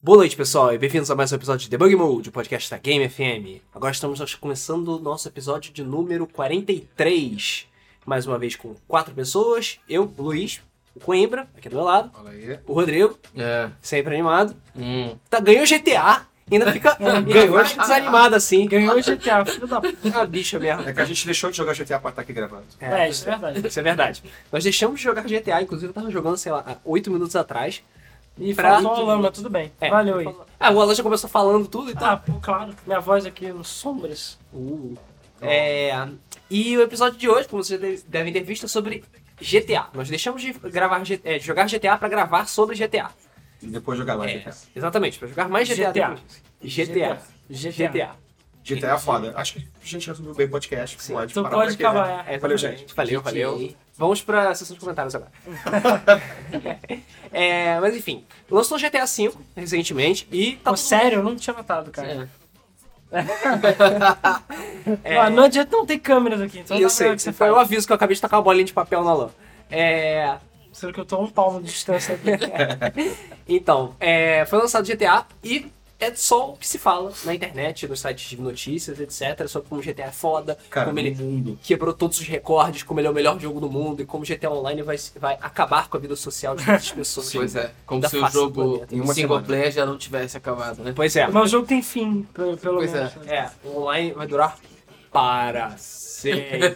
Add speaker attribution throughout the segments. Speaker 1: Boa noite, pessoal, e bem-vindos a mais um episódio de Debug Mode, o podcast da Game FM. Agora estamos nós começando o nosso episódio de número 43. Mais uma vez com quatro pessoas: eu, o Luiz, o Coimbra, aqui do meu lado,
Speaker 2: Fala aí.
Speaker 1: o Rodrigo,
Speaker 3: É.
Speaker 1: sempre animado.
Speaker 4: um
Speaker 3: Hum.
Speaker 1: Tá, ganhou GTA, ainda fica, ainda
Speaker 3: ganhou
Speaker 1: fica desanimado assim.
Speaker 3: É. Ganhou o GTA, filho da puta.
Speaker 1: Ah, bicha mesmo.
Speaker 2: É que a gente deixou de jogar GTA pra estar aqui gravando.
Speaker 3: É, isso é verdade.
Speaker 1: Isso é verdade. Nós deixamos de jogar GTA, inclusive eu tava jogando, sei lá, há 8 minutos atrás.
Speaker 3: E
Speaker 1: Pra-
Speaker 3: faltou o lama, tudo bem.
Speaker 1: É,
Speaker 3: Valeu aí.
Speaker 1: Ah, o Alan já começou falando tudo e tal.
Speaker 3: Ah, pô, claro. Minha voz aqui nos sombras.
Speaker 1: Uh. É, e o episódio de hoje, como vocês de- devem ter visto, é sobre GTA. Nós deixamos de gravar, G- é, de jogar GTA pra gravar sobre GTA.
Speaker 2: E depois jogar mais
Speaker 1: É,
Speaker 2: GTA.
Speaker 1: exatamente, pra jogar mais GTA.
Speaker 3: GTA.
Speaker 1: depois. GTA.
Speaker 3: GTA.
Speaker 2: GTA é foda. Acho que a gente resumiu bem o podcast.
Speaker 1: Sim.
Speaker 2: Pode
Speaker 3: Tu
Speaker 2: parar
Speaker 3: pode
Speaker 2: pra aqui,
Speaker 3: acabar,
Speaker 2: né?
Speaker 3: é.
Speaker 1: É,
Speaker 2: Valeu,
Speaker 1: exatamente.
Speaker 2: gente.
Speaker 1: Valeu, valeu. Vamos pra sessão de comentários agora. É, mas enfim, lançou GTA V recentemente e tá
Speaker 3: Pô, sério, eu não tinha notado, cara.
Speaker 1: É.
Speaker 3: É. Ó, não adianta não ter câmeras aqui, então
Speaker 1: E
Speaker 3: dá
Speaker 1: eu
Speaker 3: pra ver
Speaker 1: sei,
Speaker 3: o que você
Speaker 1: foi
Speaker 3: faz.
Speaker 1: um aviso que eu acabei de tacar uma bolinha de papel na lã. É,
Speaker 3: Sendo que eu tô a um palmo de distância aqui.
Speaker 1: Então, é, foi lançado GTA e é só o que se fala na internet, nos sites de notícias, etc. Sobre como o GTA é foda,
Speaker 2: Cara,
Speaker 1: como
Speaker 2: no
Speaker 1: ele
Speaker 2: mundo.
Speaker 1: quebrou todos os recordes, como ele é o melhor jogo do mundo e como o GTA Online vai, vai acabar com a vida social de muitas pessoas.
Speaker 4: Pois é, como
Speaker 1: Da
Speaker 4: se o
Speaker 1: face do
Speaker 4: jogo
Speaker 1: planeta.
Speaker 2: Em
Speaker 4: em
Speaker 2: uma
Speaker 4: single
Speaker 2: semana.
Speaker 4: player já não tivesse acabado, né?
Speaker 1: Pois é.
Speaker 3: Mas o jogo tem fim, pelo, pelo
Speaker 4: Pois
Speaker 3: menos.
Speaker 1: É, o online vai durar para sempre.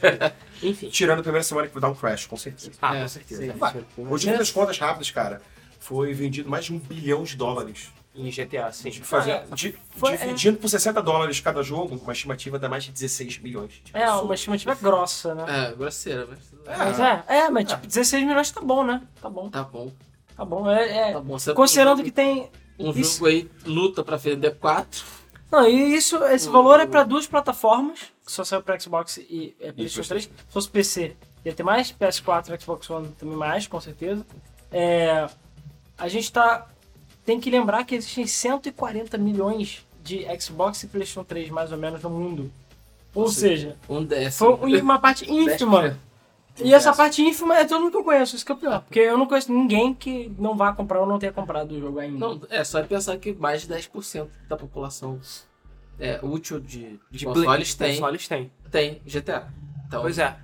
Speaker 1: Enfim.
Speaker 2: Tirando a primeira semana que vai dar um crash, com certeza.
Speaker 1: Ah,
Speaker 4: É,
Speaker 1: com certeza.
Speaker 4: sim.
Speaker 2: Vai. Hoje, nas contas rápidas, cara, foi vendido mais de um bilhão de dólares.
Speaker 1: Em GTA, sim.
Speaker 2: Fazer, di-
Speaker 3: Foi-
Speaker 2: dividindo por 60 dólares cada jogo, uma estimativa dá mais de 16 milhões. Tipo,
Speaker 3: É, uma estimativa grossa, né?
Speaker 4: É, grosseira, mas tudo bem.
Speaker 3: Mas é, é, mas tipo, 16 milhões tá bom, né? Tá bom,
Speaker 4: tá bom.
Speaker 3: tá bom. É, é.
Speaker 4: Tá bom. Você-
Speaker 3: Considerando que tem
Speaker 4: Um jogo
Speaker 3: isso-
Speaker 4: aí luta pra vender 4.
Speaker 3: Não, e isso, esse
Speaker 4: O-
Speaker 3: valor é pra duas plataformas, que só saiu pra Xbox e é,
Speaker 2: PlayStation.
Speaker 3: PlayStation 3. Se fosse PC, ia ter mais, PS4 Xbox One também mais, com certeza. É, a gente tá. Tem que lembrar que existem 140 milhões de Xbox e PlayStation 3, mais ou menos, no mundo. Ou
Speaker 4: Ou
Speaker 3: seja,
Speaker 4: Um décimo.
Speaker 3: foi uma parte ínfima. E
Speaker 2: Décimo.
Speaker 3: essa parte ínfima é todo mundo que eu conheço, isso que é o pior. Porque eu não conheço ninguém que não vá comprar ou não tenha comprado o jogo ainda.
Speaker 4: Não, é só pensar que mais de 10% da população é útil de, de,
Speaker 1: De
Speaker 4: consoles
Speaker 1: play-
Speaker 4: tem,
Speaker 1: Consoles tem.
Speaker 4: tem GTA. Então,
Speaker 1: Pois é.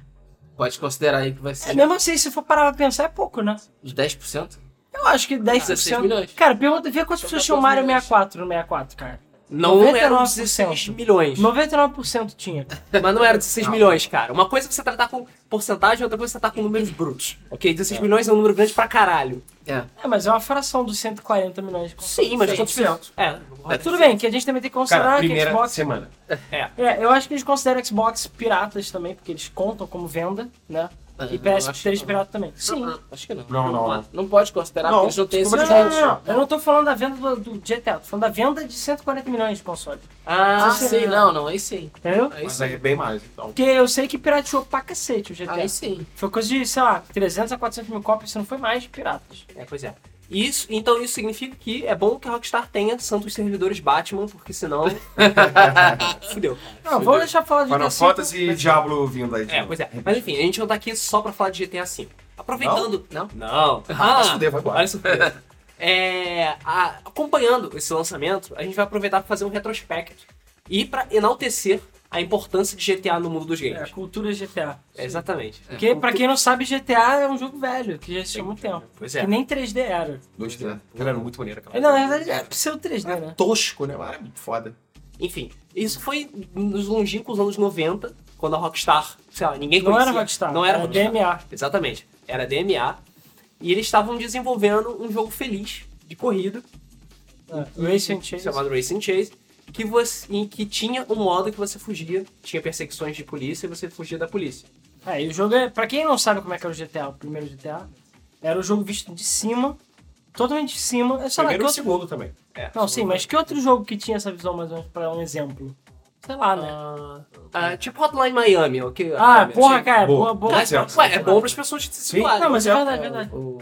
Speaker 4: pode considerar aí que vai ser
Speaker 3: É, mesmo assim, se for parar pra pensar, é pouco, né?
Speaker 4: de 10%.
Speaker 3: Eu acho que
Speaker 4: 16
Speaker 3: 10%.
Speaker 4: milhões.
Speaker 3: Cara, pergunta, vê quantas pessoas tinham Mario 64 no 64, cara.
Speaker 1: Não eram
Speaker 3: 99%.
Speaker 1: 16 milhões.
Speaker 3: 99% tinha.
Speaker 1: Mas não era 16
Speaker 2: Não.
Speaker 1: milhões, cara. Uma coisa é você tratar com porcentagem, outra coisa é você tratar com números brutos. Ok? 16 milhões é um número grande pra caralho.
Speaker 4: É.
Speaker 3: É, mas é uma fração dos 140 milhões de consoles.
Speaker 1: Sim, mas
Speaker 4: Sim.
Speaker 1: quantos pessoas? É,
Speaker 3: Mas tudo bem, que a gente também tem que considerar
Speaker 2: Cara,
Speaker 3: que
Speaker 2: primeira
Speaker 3: Xbox.
Speaker 2: semana.
Speaker 3: É, eu acho que a gente considera Xbox piratas também, porque eles contam como venda, né?
Speaker 4: Ah,
Speaker 3: E
Speaker 4: eu acho que
Speaker 3: PS3
Speaker 4: não.
Speaker 3: pirata também. Sim.
Speaker 4: Ah, Acho que não.
Speaker 2: Não, não,
Speaker 4: pode- Não pode considerar
Speaker 2: Não,
Speaker 4: porque eles não têm
Speaker 2: desculpa
Speaker 4: esses
Speaker 3: Não,
Speaker 2: de
Speaker 3: não,
Speaker 4: jogos.
Speaker 3: não, não. Eu não tô falando da venda do, do GTA, tô falando da venda de 140 milhões de consoles.
Speaker 4: Ah, sim,
Speaker 3: Sim, sim.
Speaker 4: não, não, aí sim.
Speaker 3: Entendeu?
Speaker 4: Aí
Speaker 2: Mas
Speaker 4: sim.
Speaker 2: aí é bem mais, então.
Speaker 3: Porque eu sei que pirateou pra cacete o GTA.
Speaker 4: Aí sim.
Speaker 3: Foi coisa de, sei lá, 300 a 400 mil cópias, se não foi mais, de piratas.
Speaker 1: É, pois é. Isso, então isso significa que é bom que a Rockstar tenha santos servidores Batman, porque senão. Fudeu.
Speaker 3: Não, vamos deixar falar de
Speaker 2: Final
Speaker 3: GTA V.
Speaker 2: Fantasy e Diablo vindo aí. tipo, de
Speaker 1: É,
Speaker 2: novo.
Speaker 1: pois é. Mas enfim, a gente não tá aqui só pra falar de GTA V. Aproveitando.
Speaker 4: Não?
Speaker 1: Não.
Speaker 2: Ah,
Speaker 1: Ah,
Speaker 2: fudeu, vai embora.
Speaker 1: Olha isso. É, a- acompanhando esse lançamento, a gente vai aproveitar para fazer um retrospecto e para enaltecer a importância de GTA no mundo dos
Speaker 3: É, a
Speaker 1: games.
Speaker 3: cultura GTA.
Speaker 1: É, Exatamente.
Speaker 3: Porque, pra quem não sabe, GTA é um jogo velho, que já existe há muito tempo.
Speaker 1: Pois é.
Speaker 3: Que nem 3D era.
Speaker 2: 2D. Era muito maneiro aquela.
Speaker 3: Não, na verdade, é pseudo 3D, né?
Speaker 2: tosco, né? Mas era muito foda.
Speaker 1: Enfim, isso foi nos longínquos anos 90, quando a Rockstar, sei lá, ninguém
Speaker 3: Não
Speaker 1: conhecia.
Speaker 3: era Rockstar.
Speaker 1: Não era Rockstar.
Speaker 3: DMA.
Speaker 1: Exatamente. Era DMA. E eles estavam desenvolvendo um jogo feliz de corrida,
Speaker 3: É, Racing Chase.
Speaker 1: chamado Racing Chase, que você, em que tinha um modo que você fugia, tinha perseguições de polícia e você fugia da polícia.
Speaker 3: É, e o jogo é. Pra quem não sabe como é que era o GTA, o primeiro GTA, era o jogo visto de cima, totalmente de cima. Eu sei lá, que
Speaker 2: Primeiro e
Speaker 3: outro-
Speaker 2: segundo também.
Speaker 1: É.
Speaker 3: Não, sim, mas que outro jogo que tinha essa visão mais ou menos pra um exemplo? Sei lá, né?
Speaker 1: Ah, ah, tipo Hotline Miami, ok?
Speaker 3: Ah,
Speaker 1: Hotline
Speaker 3: porra,
Speaker 1: Miami.
Speaker 3: cara, boa,
Speaker 2: Boa.
Speaker 3: boa.
Speaker 1: Mas,
Speaker 2: certo.
Speaker 1: ué, é bom para as pessoas se
Speaker 2: Sim.
Speaker 1: circularem.
Speaker 3: Não, mas é
Speaker 2: Certo.
Speaker 3: verdade, é verdade.
Speaker 4: O-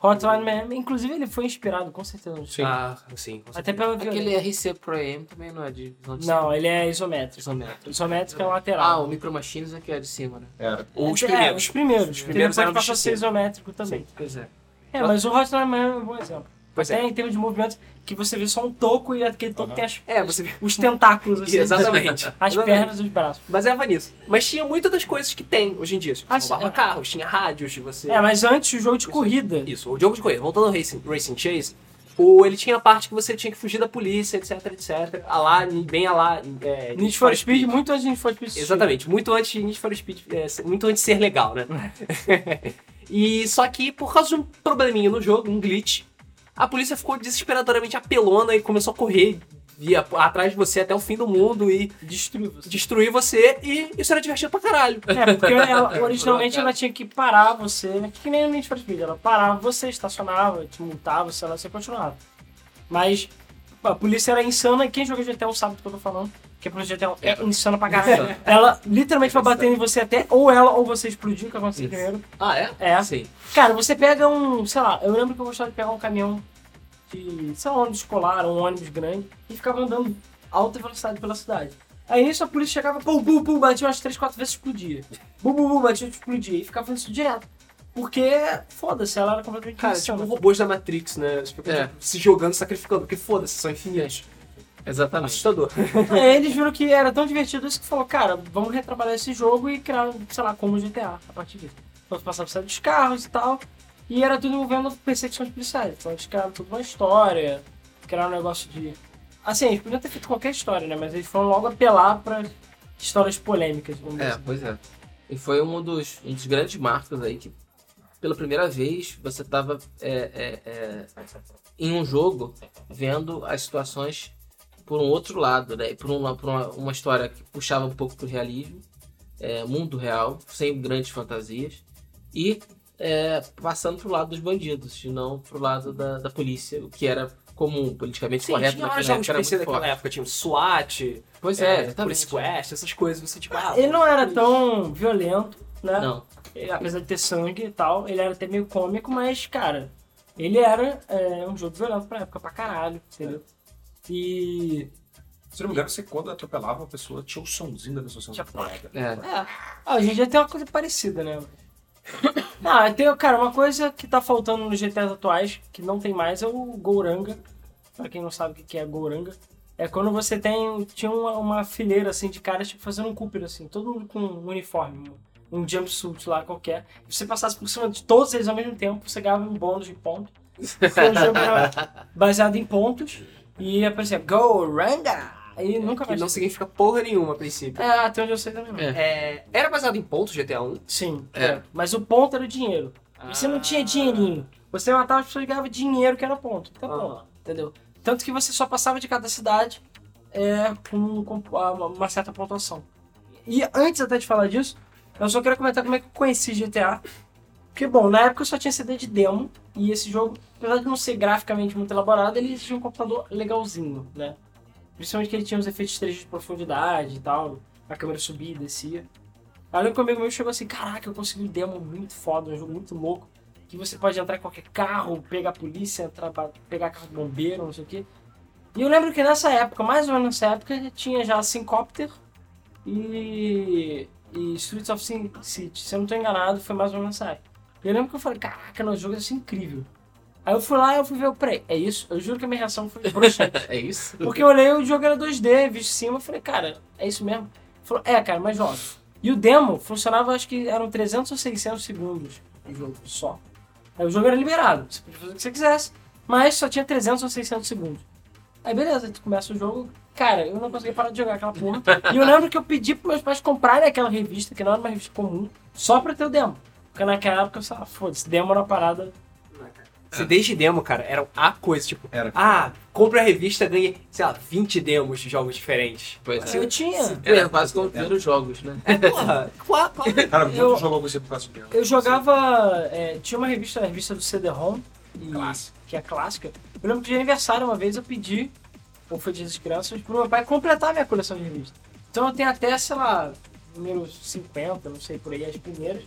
Speaker 3: Hotline Miami, inclusive ele foi inspirado, com certeza. no jogo.
Speaker 1: Ah, sim. com
Speaker 3: Até
Speaker 1: certeza.
Speaker 3: pela violência.
Speaker 4: Aquele RC Pro AM também não é de visão de
Speaker 3: Não, ele é isométrico.
Speaker 4: cima. Não.
Speaker 3: Isométrico é
Speaker 4: Ah,
Speaker 3: lateral.
Speaker 4: o Micro Machines é que é de cima, né?
Speaker 2: Era.
Speaker 1: Os primeiros.
Speaker 3: É, os primeiros. Os
Speaker 1: primeiros
Speaker 3: primeiros
Speaker 1: eram
Speaker 3: passou a
Speaker 1: de
Speaker 3: ser
Speaker 1: cima.
Speaker 3: isométrico também.
Speaker 4: Pois é.
Speaker 3: É, mas o Hotline Miami é um bom exemplo.
Speaker 1: Pois
Speaker 3: Até
Speaker 1: é.
Speaker 3: em termos de movimento, que você vê só um toco e aquele toco
Speaker 2: Aham.
Speaker 3: tem as-
Speaker 1: É, você
Speaker 3: os tentáculos, assim.
Speaker 1: Exatamente.
Speaker 3: As
Speaker 1: Exatamente.
Speaker 3: pernas e os braços.
Speaker 1: baseava nisso. Mas tinha muitas das coisas que tem hoje em dia. Tipo,
Speaker 3: Ah,
Speaker 1: você roubava
Speaker 3: sim, é.
Speaker 1: carros, tinha rádios, você.
Speaker 3: É, mas antes o jogo de corrida.
Speaker 1: Isso, o jogo de corrida. Voltando ao Racing, Racing Chase, o, ele tinha a parte que você tinha que fugir da polícia, etc, etc. A lá, bem a lá. É,
Speaker 3: Need for Speed, muito antes de Need for Speed. existir.
Speaker 1: Exatamente, muito antes de Need for Speed, é, ser- muito antes de ser legal, né?
Speaker 4: É.
Speaker 1: e só que por causa de um probleminha no jogo, um glitch, a polícia ficou desesperadoramente apelona e começou a correr ia atrás de você até o fim do mundo e
Speaker 3: Destruiu você.
Speaker 1: destruir você e isso era divertido pra caralho.
Speaker 3: É, porque ela, originalmente
Speaker 4: Cara.
Speaker 3: ela tinha que parar você, né? que nem no Need for Speed, ela parava você, estacionava, te multava, sei lá, você continuava. Mas a polícia era insana, e quem joga GTA 1 sabe do que eu tô falando, que a polícia GTA 1 é, insana É pra caralho. ela literalmente vai batendo em você até, ou ela, ou você explodir, que aconteceu
Speaker 4: Isso.
Speaker 3: primeiro.
Speaker 4: Ah, é?
Speaker 3: É.
Speaker 4: Sim.
Speaker 3: Cara, você pega um, sei lá, eu lembro que eu gostava de pegar um caminhão de, sei lá, ônibus escolar, um ônibus grande, e ficava andando alta velocidade pela cidade. Aí nisso a polícia chegava, pum, pum, pum, batia umas 3, 4 vezes e explodia. Bum, bum, bum, batia e explodia. E ficava fazendo isso direto. Porque, foda-se, ela era completamente
Speaker 1: Cara,
Speaker 3: insana.
Speaker 1: tipo robôs da Matrix, né? Eles ficam,
Speaker 4: É.
Speaker 1: tipo, se jogando, sacrificando, porque foda-se, são infinitos.
Speaker 4: Exatamente.
Speaker 1: Assustador.
Speaker 3: Aí É, eles viram que era tão divertido isso que falou, cara, vamos retrabalhar esse jogo e criar, sei lá, como GTA a partir disso. Então você passava por cima dos carros e tal. E era tudo envolvendo perseguições policiais. Então eles criaram toda uma história, criaram um negócio de. Assim, eles podiam ter feito qualquer história, né? Mas eles foram logo apelar pra histórias polêmicas, vamos dizer
Speaker 4: É,
Speaker 3: assim.
Speaker 4: pois é. E foi um dos, um dos grandes marcos aí que, pela primeira vez, você tava é, é, é, em um jogo vendo as situações por um outro lado, né? Por, uma, por uma, uma história que puxava um pouco pro realismo, é, mundo real, sem grandes fantasias, e é, passando pro lado dos bandidos, e não pro lado da, da polícia, o que era comum, politicamente
Speaker 1: Sim,
Speaker 4: correto
Speaker 1: tinha vários
Speaker 4: naquela
Speaker 1: jogos de
Speaker 4: época,
Speaker 1: PC
Speaker 4: era muito
Speaker 1: daquela
Speaker 4: forte.
Speaker 1: época, tinha o SWAT,
Speaker 4: Pois é,
Speaker 1: é,
Speaker 4: exatamente.
Speaker 1: Police Quest, essas coisas, você tipo, ah,
Speaker 3: Ele não era tão violento, né?
Speaker 4: Não,
Speaker 3: Ele, apesar de ter sangue e tal, ele era até meio cômico, mas, cara, ele era é, um jogo violento pra época pra caralho, entendeu? E.
Speaker 2: Se não me engano, você quando atropelava uma pessoa, tinha o somzinho da pessoa sendo
Speaker 3: Tinha-
Speaker 2: atropelada.
Speaker 4: é.
Speaker 3: Ah, hoje em dia tem uma coisa parecida, né? Ah, tem, cara, uma coisa que tá faltando nos GTAs atuais, que não tem mais, é o Gouranga. Pra quem não sabe o que que é Gouranga. É quando você tem. Tinha uma, uma fileira assim de caras, tipo, fazendo um Cooper, assim, todo mundo com um uniforme, um, um jumpsuit lá qualquer. E se você passasse por cima de todos eles ao mesmo tempo, você ganhava um bônus de ponto. Foi um jogo era baseado em pontos. E aparecia Gouranga! E
Speaker 1: É
Speaker 3: nunca
Speaker 1: que
Speaker 3: mais.
Speaker 1: não significa porra nenhuma a princípio.
Speaker 3: É, até onde eu sei também não.
Speaker 4: É.
Speaker 1: É, era baseado em pontos GTA 1?
Speaker 3: Sim,
Speaker 4: É.
Speaker 3: é. mas o ponto era o dinheiro. Você não tinha dinheirinho. Você matava as pessoas e ganhava dinheiro que era ponto. Então,
Speaker 1: Ah.
Speaker 3: pô, entendeu? Tanto que você só passava de cada cidade é, com, com a- uma, uma certa pontuação. E antes até de falar disso, eu só queria comentar como é que eu conheci GTA. Porque, bom, na época eu só tinha CD de demo e esse jogo, apesar de não ser graficamente muito elaborado, ele tinha um computador legalzinho, né? Principalmente que ele tinha os efeitos 3 de profundidade e tal, a câmera subia e descia. Aí eu lembro que um amigo meu chegou assim, caraca, eu consegui um demo muito foda, um jogo muito louco, que você pode entrar em qualquer carro, pegar a polícia, entrar pra- pegar carro de bombeiro, não sei o quê. E eu lembro que nessa época, mais ou menos nessa época, já tinha já Syncopter e, e Streets of Sin City. Se eu não tô enganado, foi mais ou menos nessa época. E eu lembro que eu falei, caraca, no jogo deve ser incrível. Aí eu fui lá e eu fui ver, eu, peraí, é isso? Eu juro que a minha reação foi broxante.
Speaker 4: É isso?
Speaker 3: Porque eu olhei o jogo era 2D, visto de cima, eu falei, cara, é isso mesmo? Ele Falou, é, cara, mas joga. E o demo funcionava, acho que eram 300 ou 600 segundos o jogo só. Aí o jogo era liberado, você podia fazer o que você quisesse, mas só tinha 300 ou 600 segundos. Aí beleza, tu começa o jogo, cara, eu não consegui parar de jogar aquela porra. e eu lembro que eu pedi pros meus pais comprarem aquela revista, que não era uma revista comum, só pra ter o demo. Porque naquela época eu falava, foda-se, demo era uma parada.
Speaker 4: É.
Speaker 1: CDs de demo, cara, eram a coisa, tipo,
Speaker 2: Era.
Speaker 1: ah, compra a revista, ganha, sei lá, 20 demos de jogos diferentes.
Speaker 4: Pois é.
Speaker 3: Eu tinha.
Speaker 4: Era quase como primeiros jogos, né?
Speaker 1: É, porra, claro, claro.
Speaker 2: Cara, muito
Speaker 3: Eu-
Speaker 2: jogou você por causa dela.
Speaker 3: Eu jogava. é, tinha uma revista, a revista do CD-ROM, e-
Speaker 2: Clássico.
Speaker 3: que é clássica. Eu lembro que de aniversário uma vez eu pedi, ou foi dia das crianças, pro meu pai completar minha coleção de revistas. Então eu tenho até, sei lá, número 50, não sei por aí, as primeiras.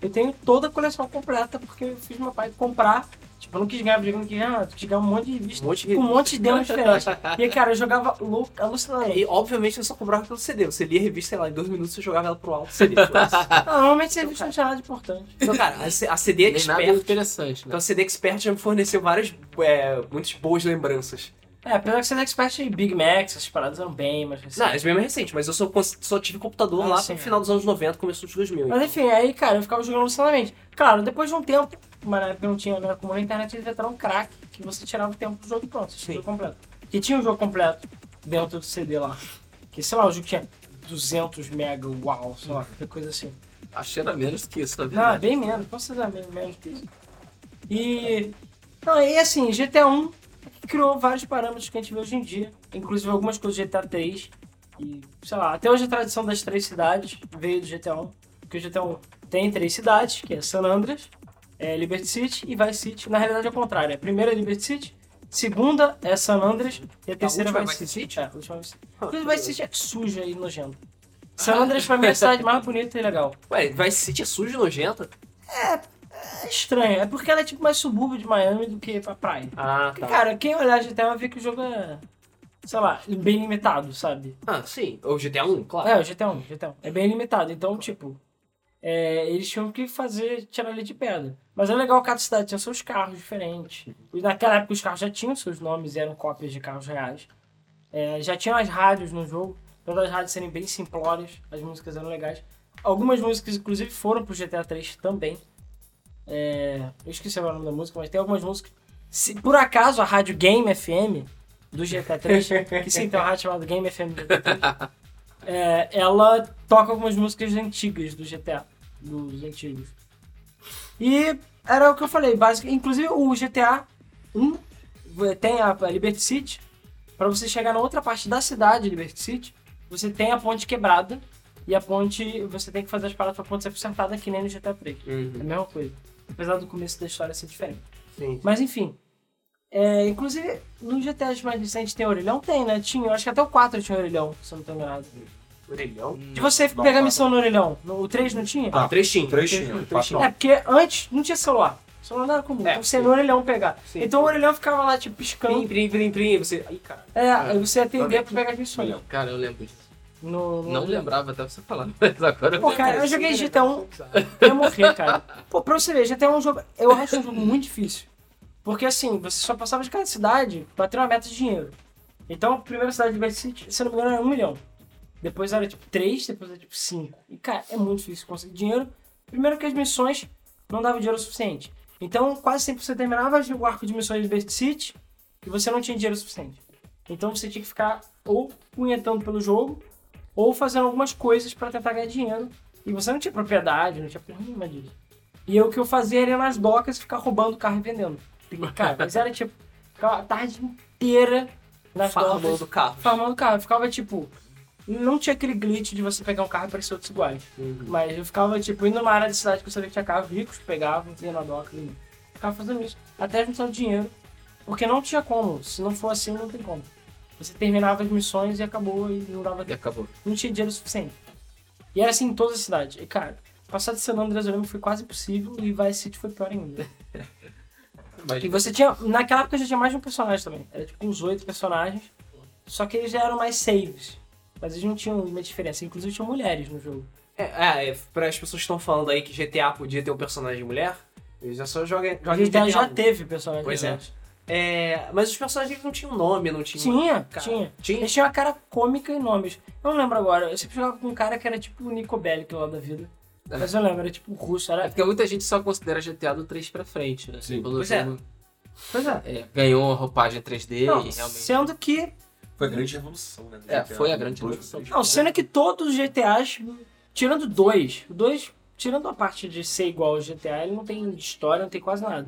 Speaker 3: Eu tenho toda a coleção completa, porque eu fiz meu pai comprar, tipo, Eu não quis ganhar videogame, eu quis ganhar, nada. eu quis ganhar um monte de revista
Speaker 1: Um monte de
Speaker 3: com um monte de demos diferentes. E, cara, eu jogava louco, alucinante.
Speaker 1: E obviamente eu só cobrava pelo CD. Você lia a revista, sei lá, em dois minutos você jogava ela pro alto CD. Tipo,
Speaker 3: Não, Normalmente essa revista não tinha nada de importante.
Speaker 1: então, cara, a, C- a CD
Speaker 4: Nem nada
Speaker 1: Expert.
Speaker 4: interessante, né?
Speaker 1: Então a CD Expert já me forneceu várias, é, muitas boas lembranças.
Speaker 3: É, apesar que você é expert em Big Macs, essas paradas eram bem mais recentes.
Speaker 1: Não, esse mesmo é recente, mas eu só, cons- só tive computador
Speaker 3: Ah,
Speaker 1: lá
Speaker 3: sim,
Speaker 1: no
Speaker 3: é.
Speaker 1: final dos anos 90, começo dos 2000.
Speaker 3: Mas
Speaker 1: então.
Speaker 3: enfim, aí, cara, eu ficava jogando alucinadamente. Claro, depois de um tempo, mas na época não tinha, não era comum na internet, eles inventaram um crack que você tirava o tempo do jogo e pronto, você tinha o
Speaker 1: Sim.
Speaker 3: jogo completo. Que tinha um jogo completo dentro do CD lá. Que, sei lá, o jogo tinha 200 mega, uau, sei lá, qualquer coisa assim.
Speaker 4: Achei era menos Então, que isso, na
Speaker 3: Não,
Speaker 4: verdade.
Speaker 3: bem menos, com certeza bem menos que isso. E. Não, e assim, GTA 1 criou vários parâmetros que a gente vê hoje em dia, inclusive algumas coisas do GTA 3. E, sei lá, até hoje a tradição das três cidades veio do GTA 1, porque o GTA 1 tem três cidades, que é San Andreas, é Liberty City e Vice City. Na realidade é o contrário, é a primeira é Liberty City, segunda é San Andreas e a terceira
Speaker 1: última é
Speaker 3: é Vice
Speaker 1: Vice Ah,
Speaker 3: City. É, a última é Vice City.
Speaker 1: então.
Speaker 3: Inclusive Vice City é suja e nojenta. San Andreas pra mim é a cidade mais bonita e legal.
Speaker 1: Ué, vai City é sujo e nojenta?
Speaker 3: É estranho, é porque ela é tipo mais subúrbio de Miami do que pra praia.
Speaker 1: Ah,
Speaker 3: Porque,
Speaker 1: tá.
Speaker 3: Cara, quem olhar GTA vai ver que o jogo é, sei lá, bem limitado, sabe?
Speaker 1: Ah, sim. Ou GTA 1, claro.
Speaker 3: É, o GTA 1, GTA 1. É bem limitado, então, tipo, é, eles tinham que fazer, tirar ele de pedra. Mas é legal, cada cidade tinha seus carros diferentes. E naquela época os carros já tinham seus nomes, eram cópias de carros reais. É, já tinham as rádios no jogo, todas as rádios serem bem simplórias, as músicas eram legais. Algumas músicas, inclusive, foram pro GTA 3 também. É, eu esqueci agora o nome da música, mas tem algumas músicas. Se, por acaso, a rádio Game FM do GTA 3, que sim, tem uma rádio chamada Game FM do GTA 3, é, ela toca algumas músicas antigas do GTA, dos antigos. E era o que eu falei, basicamente. Inclusive, o GTA 1 eh, tem a a Liberty City. Pra você chegar na outra parte da cidade, Liberty City, você tem a ponte quebrada. E a ponte, você tem que fazer as paradas pra ponte ser consertada, que nem no GTA 3. É a
Speaker 1: Uhum.
Speaker 3: mesma coisa. Apesar do começo da história ser diferente.
Speaker 1: Sim.
Speaker 3: Mas enfim. É, inclusive, no GTA mais recente tem orelhão? Tem, né? Tinha, eu acho que até o 4 tinha orelhão, se eu não tô enganado.
Speaker 1: Orelhão?
Speaker 3: De você
Speaker 2: Não,
Speaker 3: pegar
Speaker 2: não.
Speaker 3: missão no orelhão. No, o 3 não tinha?
Speaker 1: Ah, trechinho.
Speaker 2: Trechinho,
Speaker 1: trechinho.
Speaker 3: É, porque antes não tinha celular. Celular não era comum.
Speaker 1: É,
Speaker 3: então você ia
Speaker 1: sim.
Speaker 3: no orelhão pegar.
Speaker 1: Sim.
Speaker 3: Então o orelhão ficava lá, tipo, piscando.
Speaker 1: Prim, prim, prim, prim. Você... Aí, cara.
Speaker 3: É, aí você ia atender
Speaker 4: Também.
Speaker 3: pra pegar as missões.
Speaker 4: Cara, eu lembro disso.
Speaker 3: No, no-
Speaker 4: Não lembrava até você falar, mas agora eu
Speaker 3: Pô,
Speaker 4: lembro.
Speaker 3: cara, eu
Speaker 1: né?
Speaker 3: joguei GTA 1, eu ia morrer, cara. Pô, pra você ver, GTA é um jogo. Eu acho um jogo muito difícil. Porque assim, você só passava de cada cidade pra ter uma meta de dinheiro. Então, a primeira cidade de Vice City, se eu não me engano, era um milhão. Depois era tipo três, depois era tipo cinco. E cara, é muito difícil conseguir dinheiro. Primeiro que as missões não davam dinheiro suficiente. Então, quase sempre você terminava o arco de missões de Vice City e você não tinha dinheiro suficiente. Então você tinha que ficar ou punhetando pelo jogo, ou fazendo algumas coisas pra tentar ganhar dinheiro. E você não tinha propriedade, não tinha porra nenhuma disso. E eu, o que eu fazia era ir nas docas e ficar roubando o carro e vendendo. Cara, mas era tipo, ficava a tarde inteira nas docas,
Speaker 1: Farmando o carro.
Speaker 3: farmando o carro. Eu ficava tipo, não tinha aquele glitch de você pegar um carro e parecer outros iguais. Mas eu ficava tipo, indo numa área da cidade que eu sabia que tinha carro, ricos pegavam, ia na doca e ficava fazendo isso. Até juntando dinheiro, porque não tinha como. Se não for assim, não tem como. Você terminava as missões e acabou e não dava
Speaker 4: E acabou.
Speaker 3: não tinha dinheiro suficiente. E era assim em toda a cidade. E, cara, passar de San Andreas eu lembro que foi quase impossível e Vice City foi pior ainda.
Speaker 4: Mas
Speaker 3: E você tinha. Naquela época já tinha mais de um personagem também. Era tipo uns oito personagens. Só que eles já eram mais saves. Mas eles não tinham uma diferença. Inclusive tinham mulheres no jogo.
Speaker 1: É, é, para as pessoas que estão falando aí que GTA podia ter um personagem de mulher, eles já só jogam
Speaker 3: A
Speaker 1: joga em
Speaker 3: gente já,
Speaker 1: GTA.
Speaker 3: já teve personagens.
Speaker 1: Pois é.
Speaker 3: mulheres.
Speaker 1: É, mas os personagens não tinham nome, não tinham.
Speaker 3: Tinha,
Speaker 1: cara.
Speaker 3: tinha.
Speaker 1: Tinha?
Speaker 3: Eles tinham uma cara cômica e nomes. Eu não lembro agora. Eu sempre jogava com um cara que era tipo o Nico Bellic lá da vida.
Speaker 4: É.
Speaker 3: Mas eu lembro, era tipo russo.
Speaker 4: É
Speaker 3: Era...
Speaker 4: porque muita gente só considera GTA do 3 pra frente, né?
Speaker 2: Sim.
Speaker 4: Quando o
Speaker 1: Pois é.
Speaker 4: jogo,
Speaker 3: Pois é.
Speaker 4: é, ganhou a roupagem 3D
Speaker 3: Não,
Speaker 4: e realmente.
Speaker 3: sendo que
Speaker 2: Foi a grande revolução, né? do
Speaker 4: É,
Speaker 2: GTA,
Speaker 4: foi a
Speaker 2: do
Speaker 4: grande
Speaker 2: dois,
Speaker 4: revolução.
Speaker 2: três,
Speaker 3: Não, sendo que todos os GTAs, tirando dois, o dois, tirando a parte de ser igual ao GTA, ele não tem história, não tem quase nada.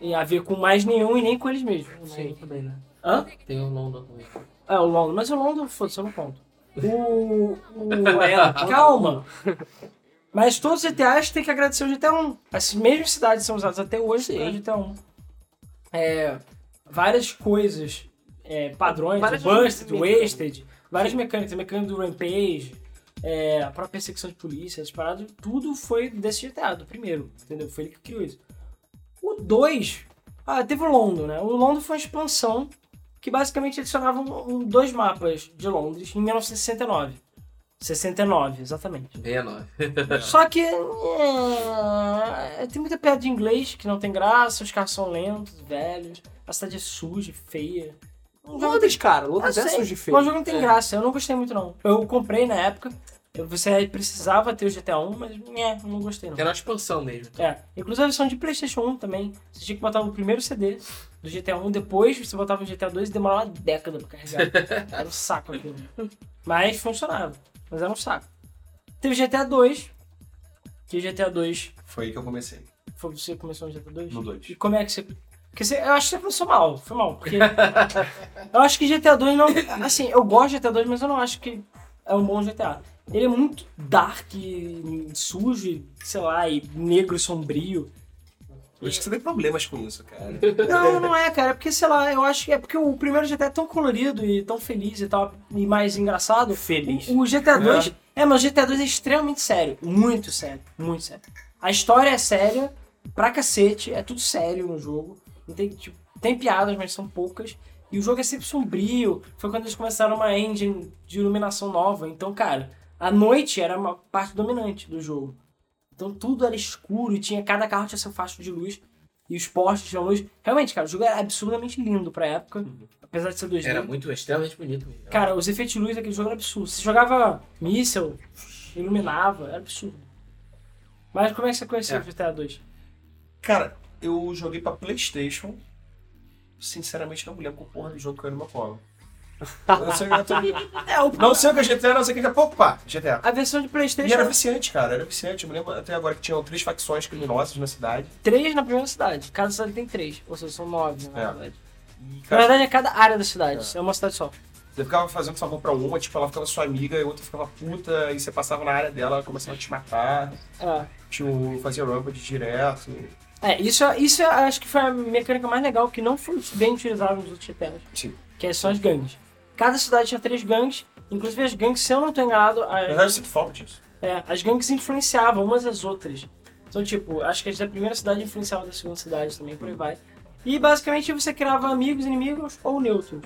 Speaker 3: E a ver com mais nenhum e nem com eles mesmos.
Speaker 4: Sim, também, né?
Speaker 3: Hã?
Speaker 4: Tem o London também.
Speaker 3: É, o Londo, mas o Londo, foda-se, é um eu não conto. O. o
Speaker 1: Ela,
Speaker 3: calma! Mas todos os GTAs têm que agradecer o GTA 1. As mesmas cidades são usadas até hoje
Speaker 4: Sim.
Speaker 3: pelo GTA 1. É, várias coisas, é, padrões,
Speaker 1: Várias
Speaker 3: o Busted, o
Speaker 1: mecânicas.
Speaker 3: Wasted, várias mecânicas, a mecânica do Rampage, é, a própria perseguição de polícia, as paradas, tudo foi desse GTA, do primeiro, entendeu? Foi ele que criou isso. O 2, Ah, teve o Londo, né? O Londo foi uma expansão que basicamente adicionava um- um- dois mapas de Londres em 1969. 69, exatamente.
Speaker 4: 69.
Speaker 3: Só que é, tem muita piada de inglês que não tem graça, os carros são lentos, velhos, a cidade é suja, feia. Um jogo
Speaker 1: Londres, cara.
Speaker 3: eu
Speaker 1: Londres é
Speaker 3: sei,
Speaker 1: sujo de feio.
Speaker 3: Mas o jogo não tem
Speaker 4: É.
Speaker 3: graça, eu não gostei muito não. Eu comprei na época, eu- você precisava ter o GTA 1, mas nhé, eu não gostei não.
Speaker 4: Era uma expansão mesmo.
Speaker 3: É, inclusive a versão de Playstation 1 também, você tinha que botar o primeiro CD do GTA 1, depois você botava o GTA 2 e demorava uma década pra carregar. Era um saco aquilo. Mas funcionava, mas era um saco. Teve GTA 2, que GTA 2
Speaker 2: Foi aí que eu comecei.
Speaker 3: foi você que começou no GTA 2?
Speaker 2: No 2.
Speaker 3: E como é que você. Porque você, eu acho que você começou mal, foi mal. Porque eu acho que GTA 2 não. Assim, eu gosto de GTA 2, mas eu não acho que é um bom GTA. Ele é muito dark, e sujo, e, sei lá, e negro e sombrio.
Speaker 2: Eu acho que você tem problemas com isso, cara.
Speaker 3: Não, não é, cara. É porque, sei lá, eu acho que é porque o primeiro GTA é tão colorido e tão feliz e tal, e mais engraçado.
Speaker 1: Feliz.
Speaker 3: O, o GTA 2. É. mas o GTA 2 é extremamente sério. Muito sério. Muito sério. A história é séria, pra cacete, é tudo sério no jogo. Não tem, tipo, tem piadas, mas são poucas. E o jogo é sempre sombrio. Foi quando eles começaram uma engine de iluminação nova. Então, cara, a noite era uma parte dominante do jogo. Então tudo era escuro e tinha cada carro tinha seu facho de luz e os postes tinham luz. Realmente, cara, o jogo era absurdamente lindo pra época, apesar de ser 2D.
Speaker 4: Era muito, extremamente bonito mesmo.
Speaker 3: Cara, os efeitos de luz daquele jogo eram absurdos. Você jogava míssel, iluminava, era absurdo. Mas como é que você conheceu
Speaker 4: É.
Speaker 3: o GTA 2?
Speaker 2: Cara, eu joguei pra Playstation. Sinceramente, não me lembro qual porra do jogo que eu era no meu colo. Eu sei que eu tô-
Speaker 3: É, o...
Speaker 2: Não sei o que é GTA, não sei o que é... Pô, pá, GTA.
Speaker 3: a versão de
Speaker 2: E era
Speaker 3: Playstation
Speaker 2: viciante, cara, era viciante. Eu me lembro até agora que tinham três facções criminosas na cidade.
Speaker 3: 3 na primeira cidade. Cada cidade tem 3, ou seja, são 9 na
Speaker 2: É.
Speaker 3: verdade.
Speaker 2: E,
Speaker 3: Na
Speaker 2: cara,
Speaker 3: verdade é cada área da cidade, é, uma cidade só.
Speaker 2: você ficava fazendo favor pra uma, tipo, ela ficava sua amiga, e a outra ficava puta, e você passava na área dela, ela começava a te matar.
Speaker 3: É.
Speaker 2: Tipo, fazia rampage direto.
Speaker 3: É, isso, isso eu acho que foi a mecânica mais legal que não foi bem utilizada nos outros GTAs.
Speaker 2: Sim.
Speaker 3: que são as gangues. Cada cidade tinha três gangues, inclusive as gangues, se eu não tô enganado,
Speaker 2: Na
Speaker 3: as,
Speaker 2: verdade, eu sinto falta disso.
Speaker 3: é, as gangues influenciavam umas as outras. Então, tipo, acho que as da primeira cidade influenciavam da segunda cidade também, por aí vai. E basicamente você criava amigos, inimigos ou neutros.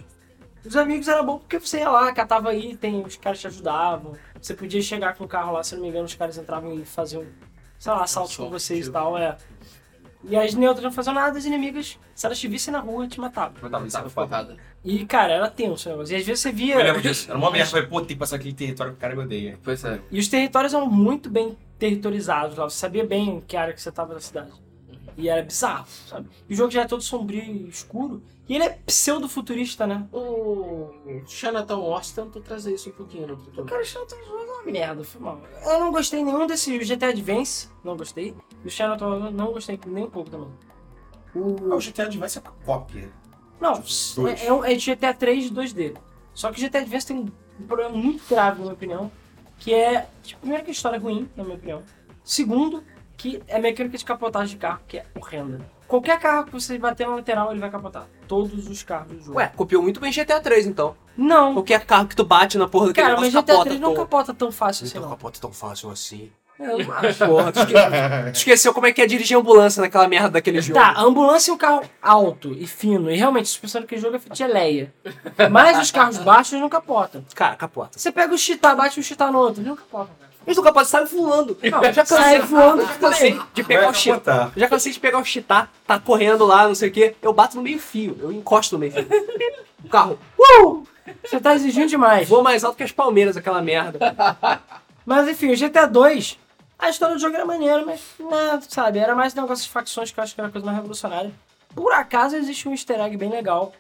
Speaker 3: Os amigos era bom porque você ia lá, catava item, os caras te ajudavam. Você podia chegar com o carro lá, se eu não me engano, os caras entravam e faziam, sei lá, assaltos com
Speaker 4: Assalto,
Speaker 3: vocês e
Speaker 2: tipo.
Speaker 4: tiro.
Speaker 3: tal, é. E as neutras não faziam nada, as inimigas, se elas te vissem na rua, te matavam.
Speaker 2: Matava,
Speaker 4: Tava
Speaker 2: tava foda.
Speaker 4: focada.
Speaker 3: E, cara, era tenso o negócio. E às vezes você via.
Speaker 2: Eu lembro disso. Era uma merda. Falei, pô, tem que passar aquele território que o cara me odeia.
Speaker 4: Pois é.
Speaker 3: E os territórios eram muito bem territorizados lá. Você sabia bem que área que você tava na cidade. E era bizarro, sabe? E o jogo já é todo sombrio e escuro. E ele é pseudo-futurista, né?
Speaker 4: O Chinatown Wars tentou trazer isso um pouquinho no
Speaker 3: O
Speaker 4: futuro.
Speaker 3: cara Sheraton é uma merda, foi mal. Eu não gostei nenhum desses GTA Advance, não gostei. E o Sheraton não gostei nem um pouco também.
Speaker 2: Ah, o GTA Advance é cópia.
Speaker 3: Não,
Speaker 2: Dois.
Speaker 3: é, é, um- é GTA 3 2D. Só que GTA Advance tem um problema muito grave, na minha opinião, que é, tipo, primeiro que a história é ruim, na minha opinião. Segundo, que é a mecânica de capotagem de carro, que é horrenda. Qualquer carro que você bater na lateral, ele vai capotar. Todos os carros do jogo.
Speaker 1: Ué, copiou muito bem GTA 3, então.
Speaker 3: Não,
Speaker 1: Qualquer carro que tu bate na porra do
Speaker 3: cara, mas
Speaker 1: negócio,
Speaker 3: GTA
Speaker 1: capota,
Speaker 3: 3 não
Speaker 1: pô.
Speaker 3: capota tão fácil assim,
Speaker 1: Então
Speaker 3: não.
Speaker 1: capota tão fácil assim.
Speaker 3: Eu ah, não acho.
Speaker 1: Porra, tu esque- tu esqueceu como é que é dirigir ambulância naquela merda daquele jogo.
Speaker 3: Tá, a ambulância é um carro alto e fino. E realmente, vocês pensaram que o jogo é geleia. Mas os carros baixos não capotam.
Speaker 1: Cara, capota.
Speaker 3: Você pega o cheetah, bate o cheetah no outro, ele não capota, cara.
Speaker 1: Mas o capota sai voando.
Speaker 3: Não,
Speaker 1: Eu já cansei
Speaker 3: sai voando
Speaker 1: já cansei de pegar o cheetah.
Speaker 2: Tá.
Speaker 1: Eu já cansei de pegar o cheetah, tá correndo lá, não sei o quê. Eu bato no meio fio, eu encosto no meio fio. O carro
Speaker 3: Uh! Você tá exigindo demais.
Speaker 1: voa mais alto que as palmeiras, aquela merda.
Speaker 3: Mas enfim, o GTA 2, a história do jogo era maneira, mas, né, sabe, era mais negócio de facções que eu acho que era a coisa mais revolucionária. Por acaso existe um easter egg bem legal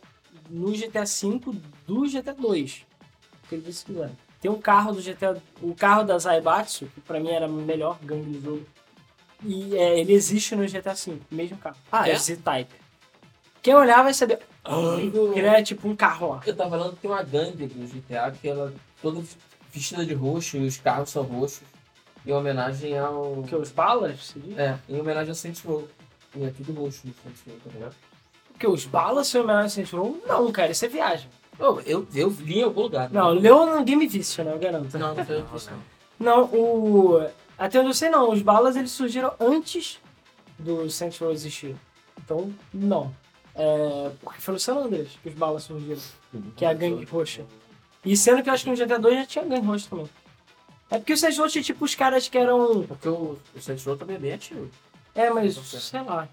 Speaker 3: no GTA V do GTA 2. Que ele disse que não é. Tem um carro do GTA. O carro da Zaibatsu, que pra mim era a melhor gangue do jogo. E é, ele existe no GTA V, o mesmo carro.
Speaker 1: Ah,
Speaker 3: que
Speaker 1: é?
Speaker 3: Z-Type. Quem olhar vai saber.
Speaker 4: Ah,
Speaker 3: Que ele era tipo um carro lá.
Speaker 4: Eu tava falando que tem uma gangue do GTA que ela é toda vestida de roxo e os carros são roxos. Em homenagem ao.
Speaker 3: Que os balas? Você diz?
Speaker 4: É, em homenagem ao Saints Row. E é tudo roxo no Saints Row, tá ligado?
Speaker 3: Porque os balas são homenagem ao Saints Row? assim, Não, cara, isso é viagem.
Speaker 4: Oh, eu, eu li em algum lugar. né?
Speaker 3: Não, leu no Game Vision, né, eu garanto.
Speaker 4: Não, não foi impressão.
Speaker 3: Não, o... Até onde eu sei, não. Os balas, eles surgiram antes do Saints Row existir. Então, não. É, porque foi no salão deles que os balas surgiram. Que é a gangue roxa. E sendo que eu acho que no GTA 2 já tinha gangue roxa também. É porque o Saints Row tinha tipo os caras que eram.
Speaker 4: Porque o, o Saints Row também é bem ativo.
Speaker 3: É, mas sei lá.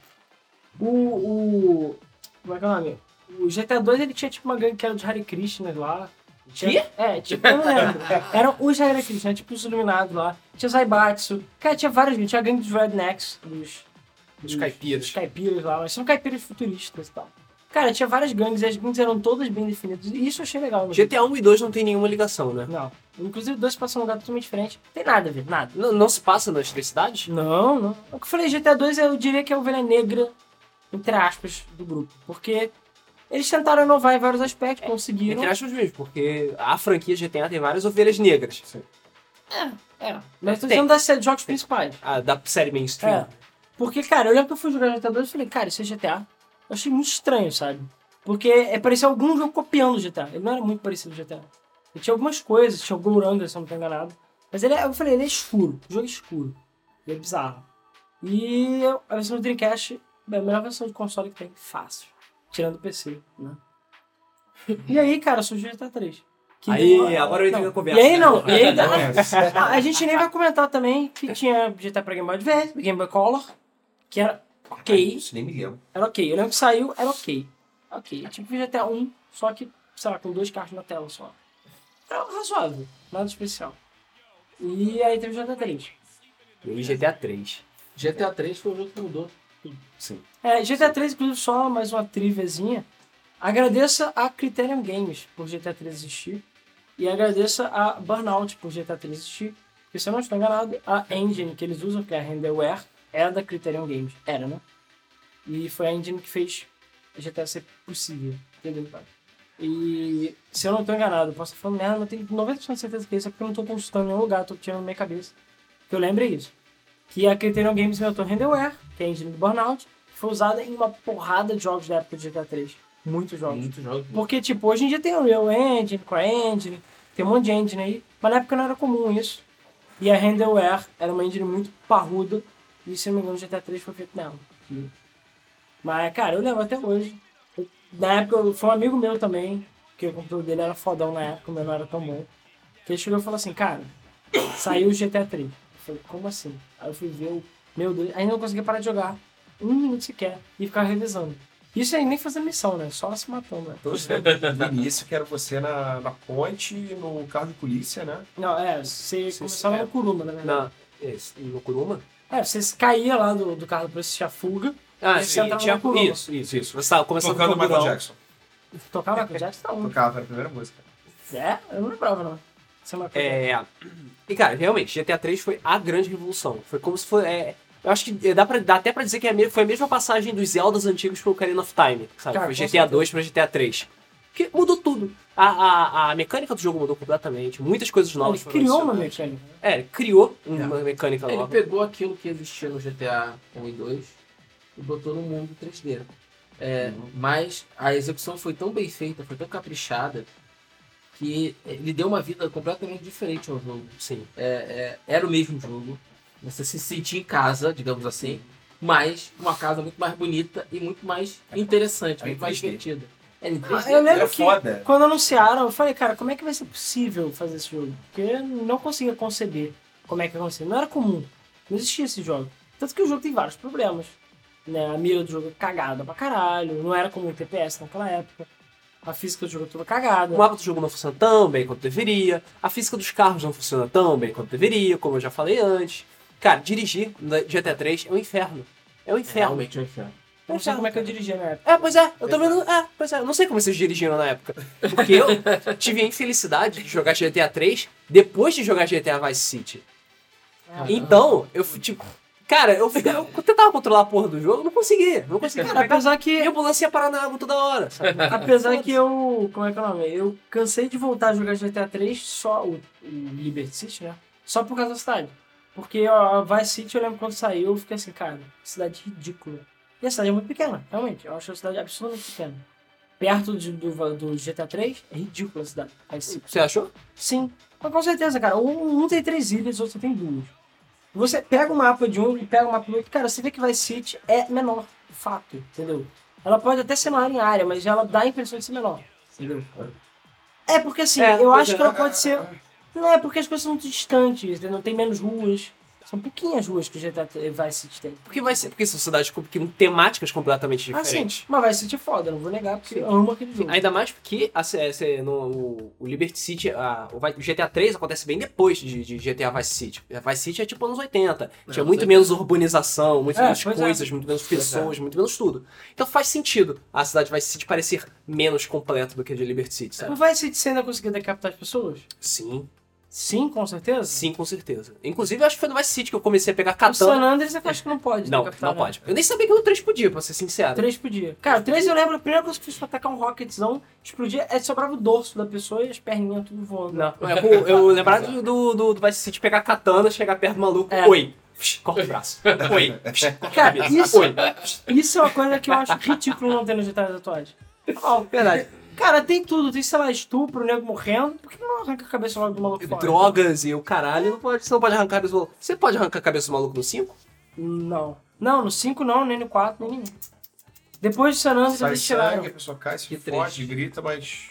Speaker 3: O, o. Como é que é o nome? O GTA 2 ele tinha tipo uma gangue que era de Hare Krishna lá. Tinha, é, tipo, eu não lembro. Eram os Hare Krishna, tipo os iluminados lá. Tinha Zaibatsu. Cara, tinha várias gangues. Tinha a gangue dos Rednecks, dos.
Speaker 1: Dos caipiras.
Speaker 3: Dos caipiras lá, mas são caipiras futuristas e tal. Cara, tinha várias gangues e as gangues eram todas bem definidas. E isso eu achei legal. no jogo.
Speaker 1: GTA 1 e 2 não tem nenhuma ligação, né?
Speaker 3: Não. Inclusive, dois passam um lugar totalmente diferente. Tem nada a ver, nada.
Speaker 1: Não, não se passa nas três cidades?
Speaker 3: Não, não. O que eu falei, GTA 2 eu diria que é a ovelha negra, entre aspas, do grupo. Porque eles tentaram inovar em vários aspectos, conseguiram.
Speaker 1: Entre aspas mesmo, porque a franquia GTA tem várias ovelhas negras.
Speaker 3: É. Mas tô
Speaker 1: Tem.
Speaker 3: dizendo das jogos principais.
Speaker 1: Ah, da série mainstream.
Speaker 3: É. Porque, cara, eu lembro que eu fui jogar GTA 2 e falei, cara, isso é GTA. Eu achei muito estranho, sabe? Porque é, parecia algum jogo copiando o GTA. Ele não era muito parecido com o GTA. Ele tinha algumas coisas, tinha o Gouranga, se eu não tô enganado. Mas ele é, eu falei, ele é escuro. O jogo é escuro. Ele é bizarro. E eu- a versão do Dreamcast é a melhor versão de console que tem, fácil. Tirando o PC, né? e aí, cara, surgiu o GTA 3. que
Speaker 1: Aí,
Speaker 3: deu uma-
Speaker 1: agora eu entro
Speaker 3: não.
Speaker 1: na conversa. né?
Speaker 3: E aí não, e aí dá-
Speaker 2: Não é.
Speaker 3: ah, a gente nem vai comentar também que tinha GTA pra Game Boy Advance, Game Boy Color, que era ok,
Speaker 2: é Isso nem me lembro.
Speaker 3: era ok. Eu lembro que saiu, era ok. Ok, é tipo GTA 1, só que, sei lá, com dois carros na tela só. Era razoável, nada especial. E aí teve GTA 3.
Speaker 1: E aí GTA 3.
Speaker 4: GTA 3 foi o jogo que mudou.
Speaker 3: É, GTA 3, inclusive, só mais uma triviazinha. Agradeça a Criterion Games por GTA 3 existir. E agradeça a Burnout por GTA 3 existir. Porque se eu não estou enganado, a engine que eles usam, que é a Renderware, é da Criterion Games. Era, né? E foi a engine que fez GTA ser possível. Entendeu, cara? E se eu não estou enganado, eu posso estar falando merda, mas eu tenho 90% de certeza que é isso, é porque eu não estou consultando em nenhum lugar, estou tirando da minha cabeça. Que eu lembro é isso que a Criterion Games inventou Renderware, que é a engine do Burnout, que foi usada em uma porrada de jogos da época de GTA 3. Muitos jogos.
Speaker 4: Muitos jogos.
Speaker 3: Porque, tipo, hoje em dia tem Unreal Engine, CryEngine, tem um monte de engine aí, mas na época não era comum isso. E a Renderware era uma engine muito parruda, e se eu não me engano, o GTA 3 foi feito nela. Mas, cara, eu lembro até hoje. Eu- na época, eu- foi um amigo meu também, que o computador dele era fodão na época, o meu não era tão bom. Que ele chegou e falou assim, cara, saiu o GTA 3. Eu falei, como assim? Aí eu fui ver, eu- meu Deus, ainda não conseguia parar de jogar. Um minuto sequer, e ficava revisando. Isso aí nem fazendo missão, né? Só se matando, né?
Speaker 2: Todos no início que era você na, na ponte, no carro de polícia, né?
Speaker 3: Não, é, você
Speaker 2: Você-
Speaker 3: começava
Speaker 2: é.
Speaker 3: no Kuruma, na verdade.
Speaker 1: Na. Esse, no Kuruma?
Speaker 3: É, você caía lá do, do carro pra assistir a fuga,
Speaker 1: Ah,
Speaker 3: Esse
Speaker 1: sim,
Speaker 3: entrava
Speaker 1: tinha
Speaker 3: no Kuruma.
Speaker 1: Isso, isso, isso. Você tava começando
Speaker 2: Tocando
Speaker 1: com o
Speaker 2: Michael
Speaker 1: Kuruma.
Speaker 2: Jackson.
Speaker 3: tocava Michael Jackson, não.
Speaker 2: Tocava, era a primeira música.
Speaker 3: É, eu não lembrava, não. Isso é Michael Jackson.
Speaker 1: É. E cara, realmente, GTA 3 foi a grande revolução. Foi como se fosse. é, eu acho que dá, pra, dá até pra dizer que é a me- foi a mesma passagem dos Zeldas antigos pro Ocarina of Time, sabe?
Speaker 3: Cara,
Speaker 1: foi
Speaker 3: com
Speaker 1: GTA
Speaker 3: certeza.
Speaker 1: 2 pra GTA 3. Que mudou tudo. A, a, a mecânica do jogo mudou completamente, muitas coisas novas
Speaker 3: Ele
Speaker 1: foram
Speaker 3: criou uma
Speaker 1: adicionadas.
Speaker 3: mecânica. né?
Speaker 1: É, ele criou uma mecânica
Speaker 4: Ele
Speaker 1: nova.
Speaker 4: pegou aquilo que existia no GTA 1 e 2 e botou no mundo 3D. É, Mas a execução foi tão bem feita, foi tão caprichada, que ele deu uma vida completamente diferente ao jogo.
Speaker 1: Sim.
Speaker 4: É, era o mesmo jogo, você se sentia em casa, digamos assim, mas uma casa muito mais bonita e muito mais interessante,
Speaker 2: Era em
Speaker 4: muito mais
Speaker 2: 3D.
Speaker 4: divertida. É né? Era em
Speaker 3: Ah,
Speaker 4: 3D.
Speaker 3: eu lembro
Speaker 2: Era
Speaker 3: que
Speaker 2: foda.
Speaker 3: quando anunciaram, eu falei, cara, como é que vai ser possível fazer esse jogo? Porque eu não conseguia conceber como é que acontecia. Não era comum. Não existia esse jogo. Tanto que o jogo tem vários problemas. Né? A mira do jogo é cagada pra caralho. Não era comum o TPS naquela época. A física do jogo é toda cagada.
Speaker 1: O mapa do Um jogo não funciona tão bem quanto deveria. A física dos carros não funciona tão bem quanto deveria, como eu já falei antes. Cara, dirigir no GTA 3 é um inferno. É um
Speaker 4: É,
Speaker 1: inferno.
Speaker 4: realmente é um inferno.
Speaker 3: Eu não sei como é que eu dirigia na época.
Speaker 1: É, pois é, eu tô vendo. É, pois é, eu não sei como vocês dirigiram na época. Porque eu tive a infelicidade de jogar GTA 3 depois de jogar GTA Vice City.
Speaker 3: É.
Speaker 1: Então, eu fui tipo. Cara, eu, eu tentava controlar a porra do jogo, não conseguia. Não conseguia.
Speaker 3: Cara, apesar
Speaker 1: E a
Speaker 3: que.
Speaker 1: ambulância ia parar na água toda hora, sabe?
Speaker 3: Apesar que eu. Como é que é o nome? Eu cansei de voltar a jogar GTA 3 só. O, o Liberty City, né? Só por causa da cidade. Porque ó, a Vice City, eu lembro quando saiu, eu fiquei assim, cara, cidade ridícula. E a cidade é muito pequena, realmente. Eu acho a cidade absurdamente pequena. Perto de- do, do GTA 3, é ridícula a cidade. Vice City.
Speaker 1: Você achou?
Speaker 3: Sim, mas com certeza, cara. Um, um tem três ilhas, outro tem duas. Você pega o mapa de um e pega o mapa do outro, cara, você vê que Vice City é menor, fato, entendeu? Ela pode até ser maior em área, mas ela dá a impressão de ser menor.
Speaker 4: Entendeu?
Speaker 3: É porque assim,
Speaker 1: É,
Speaker 3: eu
Speaker 1: pois
Speaker 3: acho
Speaker 1: é.
Speaker 3: que ela pode ser. Não é porque as coisas são muito distantes, entendeu? não tem menos ruas. São pouquinhas ruas que o GTA vai se tem.
Speaker 1: Porque é vai ser. Porque são cidades com com temáticas completamente
Speaker 3: Ah, sim,
Speaker 1: diferentes.
Speaker 3: mas vai se te foda, não vou negar, porque eu amo aquele jogo.
Speaker 1: Ainda mais porque a C- C- no- o, o Liberty City, a- o, vai- o GTA 3 acontece bem depois de, de GTA Vice City. Vice City é tipo anos 80. Tinha
Speaker 4: anos
Speaker 1: muito
Speaker 4: 80.
Speaker 1: menos urbanização, muito
Speaker 3: É,
Speaker 1: menos
Speaker 3: pois é.
Speaker 1: coisas, muito menos
Speaker 4: Pois
Speaker 1: pessoas, muito menos tudo. Então faz sentido a cidade Vice City parecer menos completa do que a de Liberty City, sabe?
Speaker 3: Não vai se você ainda conseguir decapitar as pessoas?
Speaker 1: Sim,
Speaker 3: Sim, com certeza.
Speaker 1: sim, com certeza. Inclusive, eu acho que foi no Vice City que eu comecei a pegar
Speaker 3: O San
Speaker 1: katana.
Speaker 3: Andreas eu acho que não pode.
Speaker 1: Não,
Speaker 3: decapitar,
Speaker 1: não
Speaker 3: né?
Speaker 1: pode. Eu nem sabia que um no 3 podia, pra ser sincero.
Speaker 3: Três podia. Cara, três eu lembro, a primeira coisa que eu fiz pra atacar um Rocketzão, explodia, é sobrava o dorso da pessoa e as perninhas tudo voando.
Speaker 1: Não, eu, eu lembrar do, do, do, do Vice City pegar a katana, chegar perto do maluco,
Speaker 3: É.
Speaker 1: oi, psh, corta o braço, oi, psh, corta a
Speaker 3: Cara,
Speaker 1: cabeça,
Speaker 3: isso,
Speaker 1: oi.
Speaker 3: isso é uma coisa que eu acho ridículo não ter nos detalhes atuais. Ó, verdade. Cara, tem tudo. Tem, sei lá, estupro, nego morrendo. Por que não arranca a cabeça logo do maluco fora?
Speaker 1: Drogas e o caralho, não pode, você não pode arrancar a cabeça do maluco. Você pode arrancar a cabeça do maluco no 5?
Speaker 3: Não. Não, no 5 não, nem no 4, nem nenhum. Depois do San Andreas
Speaker 2: Sai
Speaker 3: eles tiraram.
Speaker 2: sangue, a pessoa cai, se
Speaker 4: Que
Speaker 2: fode,
Speaker 4: triste.
Speaker 2: grita, mas.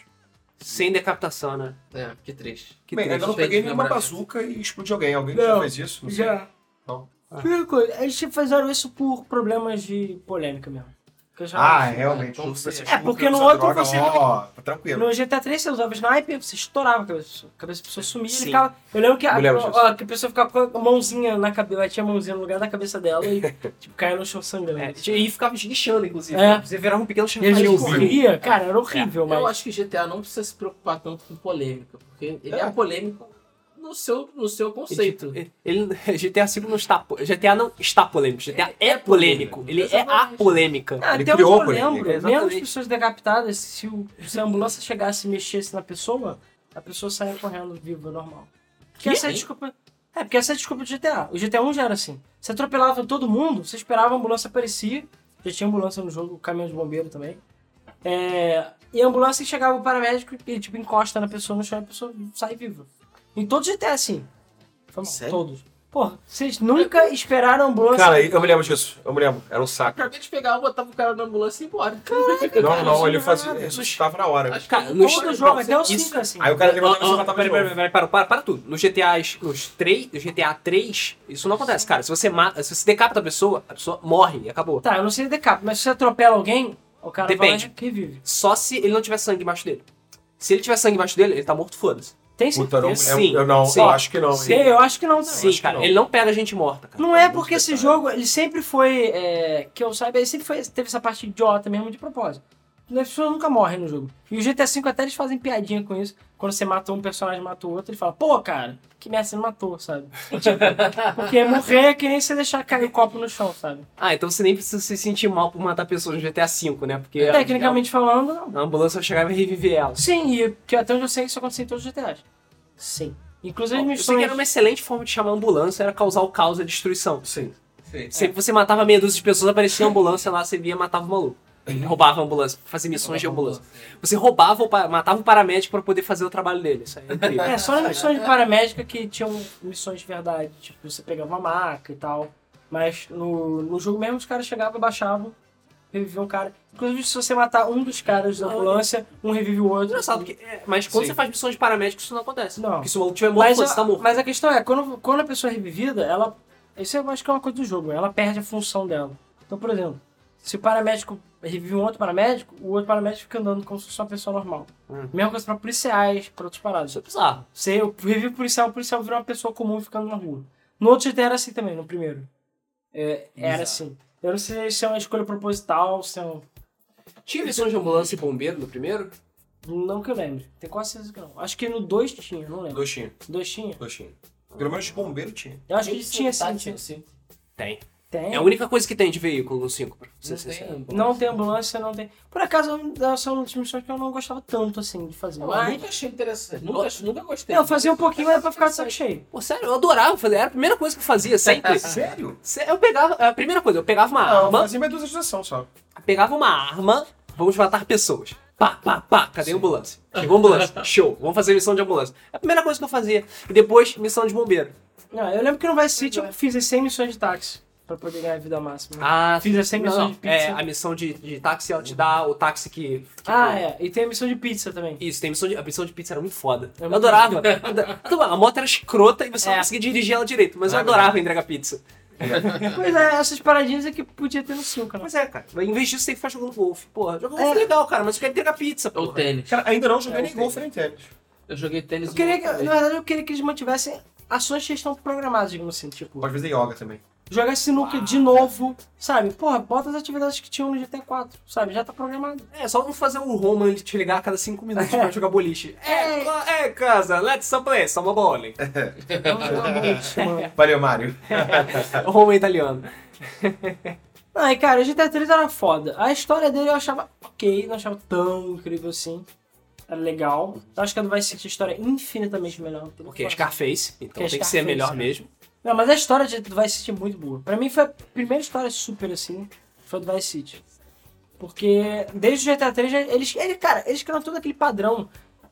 Speaker 1: Sem decapitação, né?
Speaker 4: É, que triste.
Speaker 1: Que
Speaker 2: Bem, ainda
Speaker 1: triste.
Speaker 2: não
Speaker 4: Tem
Speaker 2: peguei
Speaker 4: que
Speaker 2: nenhuma
Speaker 4: lembrar.
Speaker 2: bazuca e explodi alguém. Alguém já
Speaker 3: Não,
Speaker 2: fez isso? Não sei.
Speaker 3: Já.
Speaker 2: Não.
Speaker 1: Ah.
Speaker 3: Primeira coisa, eles fizeram isso por problemas de polêmica mesmo. Que eu já
Speaker 2: Ah,
Speaker 3: acho.
Speaker 2: realmente.
Speaker 4: Como
Speaker 2: um
Speaker 4: se-
Speaker 2: você
Speaker 3: É, porque
Speaker 2: usa
Speaker 3: no outro
Speaker 2: droga,
Speaker 3: você-
Speaker 2: Ó, tá tranquilo.
Speaker 3: No GTA 3 você usava sniper, você estourava a cabeça da pessoa. A cabeça da pessoa sumia,
Speaker 1: Sim.
Speaker 3: ele ficava. Eu lembro que a,
Speaker 2: Eu lembro disso.
Speaker 3: ó, que a pessoa ficava com a mãozinha na cabeça, ela tinha a mãozinha no lugar da cabeça dela e tipo, caía no chão
Speaker 1: É,
Speaker 3: sangrando. Tipo,
Speaker 1: e ficava esguichando, inclusive.
Speaker 3: É.
Speaker 1: Você virava um pequeno
Speaker 3: E a gente
Speaker 1: chaveirãozinho.
Speaker 3: corria, cara, era horrível,
Speaker 4: Eu
Speaker 3: mas.
Speaker 4: acho que GTA não precisa se preocupar tanto com polêmica, porque ele é,
Speaker 2: É.
Speaker 4: polêmico no seu, no seu conceito.
Speaker 1: Ele, ele, GTA V não está. po- GTA não está polêmico. GTA é polêmico. Ele é a
Speaker 4: Exatamente.
Speaker 1: polêmica.
Speaker 3: Ah,
Speaker 2: Ele
Speaker 3: até onde
Speaker 2: criou
Speaker 3: eu
Speaker 2: por ele,
Speaker 3: lembro,
Speaker 1: exatamente.
Speaker 3: menos pessoas decapitadas, se, o, se a ambulância chegasse e mexesse na pessoa, a pessoa saia correndo viva, normal. Porque
Speaker 4: Que?
Speaker 3: essa é a desculpa. É, porque essa é a desculpa do GTA. O GTA 1 já era assim. Você atropelava todo mundo, você esperava a ambulância aparecer. Já tinha ambulância no jogo, caminhão de bombeiro também. É, e a ambulância chegava o paramédico e tipo, encosta na pessoa no chão e a pessoa sai viva. Em todos os GTA é assim. Foi mal,
Speaker 4: Sério?
Speaker 3: todos. Porra, vocês nunca esperaram a ambulância.
Speaker 2: Cara, eu me lembro disso. Eu me lembro. Era um saco.
Speaker 4: Pra mim, eles pegavam, botavam o cara na ambulância e ia embora.
Speaker 2: Não, não, ele
Speaker 3: não
Speaker 2: fazia.
Speaker 3: era nada.
Speaker 2: Ressuscitava na hora.
Speaker 4: Acho que
Speaker 1: Cara,
Speaker 4: não
Speaker 1: no
Speaker 4: pode.
Speaker 3: todo jogo,
Speaker 1: não,
Speaker 3: até o
Speaker 1: isso-
Speaker 3: 5 assim.
Speaker 2: Aí o cara
Speaker 1: Ah,
Speaker 2: levantava e
Speaker 1: ah,
Speaker 2: matava
Speaker 1: peraí,
Speaker 2: de novo.
Speaker 1: peraí, peraí, para, para, para tudo. No GTA, nos 3, no GTA 3, isso não acontece, cara. Se você mata, se você decapita a pessoa, a pessoa morre e acabou.
Speaker 3: Tá, eu não sei decap, mas se você atropela alguém, o cara
Speaker 1: Depende.
Speaker 3: vai lá e revive.
Speaker 1: Só se ele não tiver sangue embaixo dele. Se ele tiver sangue embaixo dele, ele tá morto, foda-se.
Speaker 3: Tem
Speaker 2: Puta, não,
Speaker 3: certeza?
Speaker 1: Sim,
Speaker 2: eu, eu não,
Speaker 1: sim.
Speaker 2: eu acho que não.
Speaker 3: Sim, eu acho que não também.
Speaker 1: Sim,
Speaker 2: acho que
Speaker 1: cara.
Speaker 2: não.
Speaker 1: Ele não pega gente morta, cara.
Speaker 3: Não é
Speaker 2: Alguns
Speaker 3: porque esse
Speaker 2: detalhes.
Speaker 3: jogo, ele sempre foi, é, que eu saiba, ele sempre foi- teve essa parte idiota mesmo de propósito. As pessoas nunca morrem no jogo. E o GTA V até eles fazem piadinha com isso. Quando você mata um personagem, mata o outro, ele fala, pô, cara, que merda você não matou, sabe? Tipo, porque morrer é que nem você deixar cair o copo no chão, sabe?
Speaker 1: Ah, então você nem precisa se sentir mal por matar pessoas no GTA V, né? Porque
Speaker 3: É, Tecnicamente falando,
Speaker 1: a,
Speaker 3: não.
Speaker 1: a ambulância vai chegar e vai reviver elas.
Speaker 3: Sim, e que até onde eu sei, isso aconteceu em todos os GTAs. Sim. Inclusive as
Speaker 1: Eu sei
Speaker 3: missões...
Speaker 1: que era uma excelente forma de chamar a ambulância, era causar o caos e a destruição.
Speaker 2: Sim.
Speaker 4: Sim.
Speaker 1: Sempre que você matava meia dúzia de pessoas, aparecia a ambulância lá, você via e matava o maluco. Roubava a ambulância, fazia missões de ambulância. Você roubava, o pa- matava o paramédico pra poder fazer o trabalho dele. Isso aí é incrível.
Speaker 3: É, só na missão de paramédica que tinham missões de verdade. Tipo, você pegava uma maca e tal. Mas no, no jogo mesmo os caras chegavam, baixavam, reviviam um cara. Inclusive, se você matar um dos caras da ambulância, um revive o outro.
Speaker 1: Engraçado, porque, é, mas quando
Speaker 2: Sim.
Speaker 1: você faz missões de paramédico, isso não acontece.
Speaker 3: Não.
Speaker 1: Porque se o maluco tiver morto,
Speaker 3: Mas
Speaker 1: você tá
Speaker 3: a,
Speaker 1: morto.
Speaker 3: mas a questão é, quando, quando a pessoa é revivida, ela. Isso eu acho que é uma coisa do jogo, ela perde a função dela. Então, por exemplo, se o paramédico revive um outro paramédico, o outro paramédico fica andando como se fosse uma pessoa normal.
Speaker 1: Hum.
Speaker 3: Mesma coisa pra policiais, pra outros parados.
Speaker 1: Isso é bizarro.
Speaker 3: Você revive o policial, o policial vira uma pessoa comum ficando na rua. No outro GTA era assim também, no primeiro. É, era
Speaker 4: Bizarro.
Speaker 3: assim. Eu não sei se é uma escolha proposital, se é um...
Speaker 1: Tinha missões de ambulância e bombeiro no primeiro?
Speaker 3: Não que eu lembre. Tem quase certeza que não. Acho que no 2 tinha, não lembro.
Speaker 2: Doxinho,
Speaker 3: 2 tinha?
Speaker 2: doxinho. Pelo menos de bombeiro tinha.
Speaker 3: Eu acho que tinha
Speaker 4: tá
Speaker 3: sim. Tinha.
Speaker 1: Tem.
Speaker 3: Tem.
Speaker 1: É a única coisa que tem de veículo no 5, pra ser
Speaker 4: Não
Speaker 1: sincero.
Speaker 4: tem.
Speaker 3: Não tem ambulância, não tem. Por acaso, essa é uma das missões que eu não gostava tanto assim de fazer.
Speaker 4: Eu
Speaker 3: Mas-
Speaker 4: nunca achei interessante. Nunca, nunca gostei.
Speaker 3: Eu fazia um pouquinho, mas era pra ficar de saco cheio.
Speaker 1: Pô, sério, eu adorava fazer. Era a primeira coisa que eu fazia,
Speaker 3: É,
Speaker 1: sempre.
Speaker 2: Sério?
Speaker 1: Se- Eu pegava. A primeira coisa, eu pegava uma
Speaker 3: Ah,
Speaker 2: Não,
Speaker 1: arma.
Speaker 2: Ah, fazia meia dúzia de ação só.
Speaker 1: pegava uma arma, vamos matar pessoas. Pá, pá, pá, cadê a ambulância? Chegou a ambulância, show, vamos fazer missão de ambulância. É a primeira coisa que eu fazia. E depois, missão de bombeiro.
Speaker 3: Não, eu lembro que no Vice City eu fiz as 100 missões de táxi. pra poder ganhar a vida máxima.
Speaker 1: Ah,
Speaker 3: Fiz essa
Speaker 1: não,
Speaker 3: missão
Speaker 1: não.
Speaker 3: de pizza.
Speaker 1: É, a missão de, de táxi, ela te dá o táxi que. que-
Speaker 3: Ah, é. E tem a missão de pizza também.
Speaker 1: Isso, tem missão de, a missão de pizza era muito foda.
Speaker 3: É
Speaker 1: Eu
Speaker 3: muito
Speaker 1: adorava. Então, A moto era escrota e você
Speaker 3: É.
Speaker 1: não conseguia dirigir ela direito, mas eu
Speaker 2: Ah,
Speaker 1: adorava entregar pizza.
Speaker 3: Pois é, essas paradinhas é que podia ter no 5, né?
Speaker 1: Mas é, cara, em vez disso tem que ficar jogando golfe. Porra, jogar
Speaker 3: É.
Speaker 1: golfe é legal, cara, mas eu quero entregar pizza.
Speaker 4: Ou
Speaker 1: Porra.
Speaker 4: tênis.
Speaker 2: Cara, ainda não joguei
Speaker 1: É,
Speaker 2: nem
Speaker 1: tem.
Speaker 2: golfe nem tênis.
Speaker 4: Eu joguei tênis.
Speaker 3: Eu queria que,
Speaker 4: uma vez.
Speaker 3: na verdade, eu queria que eles mantivessem ações que estão programadas, digamos assim. Tipo,
Speaker 2: Às vezes é yoga também.
Speaker 3: jogar sinuca
Speaker 1: Ah.
Speaker 3: de novo, sabe? Porra, bota as atividades que tinham no GT4, sabe? Já tá programado.
Speaker 1: É, só não fazer o Roman ele te ligar a cada cinco minutos pra jogar boliche. É,
Speaker 3: É.
Speaker 1: ca- é, casa, let's play, some bowling.
Speaker 3: Vamos jogar boliche, mano.
Speaker 2: Valeu, Mário.
Speaker 1: O Roman italiano.
Speaker 3: Não, e cara, o GTA 3 era foda. A história dele eu achava ok, não achava tão incrível assim. Era legal. Eu acho que a do Vice City é a história infinitamente melhor.
Speaker 1: Porque é Scarface, então
Speaker 3: Porque é
Speaker 1: tem que ser
Speaker 3: Scarface,
Speaker 1: melhor
Speaker 3: né?
Speaker 1: mesmo.
Speaker 3: Não, mas a história de- do Vice City é muito boa. Pra mim foi a primeira história super assim, foi a do Vice City. Porque desde o GTA 3 já- eles, ele, cara, eles criaram todo aquele padrão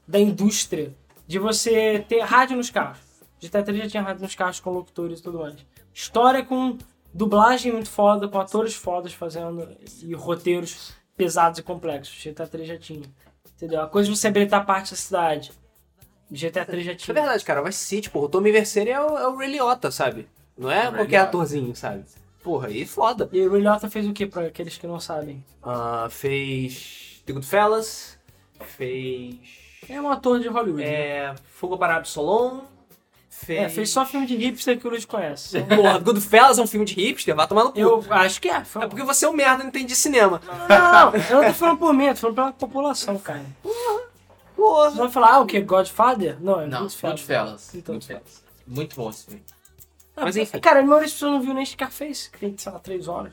Speaker 3: da indústria de você ter rádio nos carros. GTA 3 já tinha rádio nos carros com locutores e tudo mais. História com dublagem muito foda, com atores fodas fazendo e roteiros pesados e complexos. GTA 3 já tinha. Entendeu? A coisa de você habilitar parte da cidade. GTA 3 já
Speaker 1: Isso é
Speaker 3: tinha.
Speaker 1: verdade, cara, vai City, porra, o Tommy Verceiro é o, é o Ray Liotta, sabe? Não é
Speaker 2: Ray
Speaker 1: qualquer
Speaker 2: Liotta.
Speaker 1: atorzinho, sabe? Porra, e foda.
Speaker 3: E o Ray Liotta fez o que pra aqueles que não sabem?
Speaker 1: Ah, fez The Goodfellas, fez
Speaker 3: É um ator de Hollywood. né?
Speaker 1: é, Fogo para Absolon, fez...
Speaker 3: É, fez só filme de hipster que o Luiz conhece.
Speaker 1: Porra, Goodfellas é um filme de hipster, vai tomar no cu.
Speaker 3: Eu acho que é. Foi
Speaker 1: É
Speaker 3: um-
Speaker 1: porque você é um merda e não entende de cinema.
Speaker 3: Não, não, não, eu não tô falando por mim, eu tô falando pela população, cara. Vocês
Speaker 1: Porra.
Speaker 3: vão falar, ah, o que? Godfather? Não, é
Speaker 4: Não,
Speaker 3: Goodfellas.
Speaker 4: Goodfellas.
Speaker 3: Então,
Speaker 4: Goodfellas. Muito bom assim. esse filme.
Speaker 3: Ah,
Speaker 1: Mas enfim.
Speaker 3: Cara, a maioria das pessoas não viu nem Scarface, que tem, sei lá, três horas.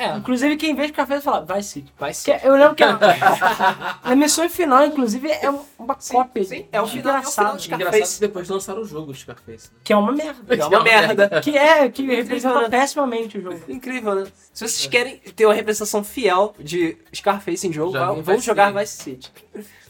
Speaker 1: É,
Speaker 3: Inclusive, quem vê Scarface fala, vai City.
Speaker 1: vai
Speaker 3: Que
Speaker 1: ser.
Speaker 3: eu lembro que a, a missão final, inclusive, é uma cópia.
Speaker 1: sim, é o final- é o final de Scarface.
Speaker 4: Engraçado que depois lançaram o jogo de Scarface. Né?
Speaker 3: Que é uma merda.
Speaker 1: É uma merda.
Speaker 3: Que é, que representa pessimamente o jogo.
Speaker 1: Incrível, né? Se vocês querem ter uma representação fiel de Scarface em jogo,
Speaker 4: Joguem
Speaker 1: vão
Speaker 4: Vice
Speaker 1: vão jogar Vice City.
Speaker 4: City.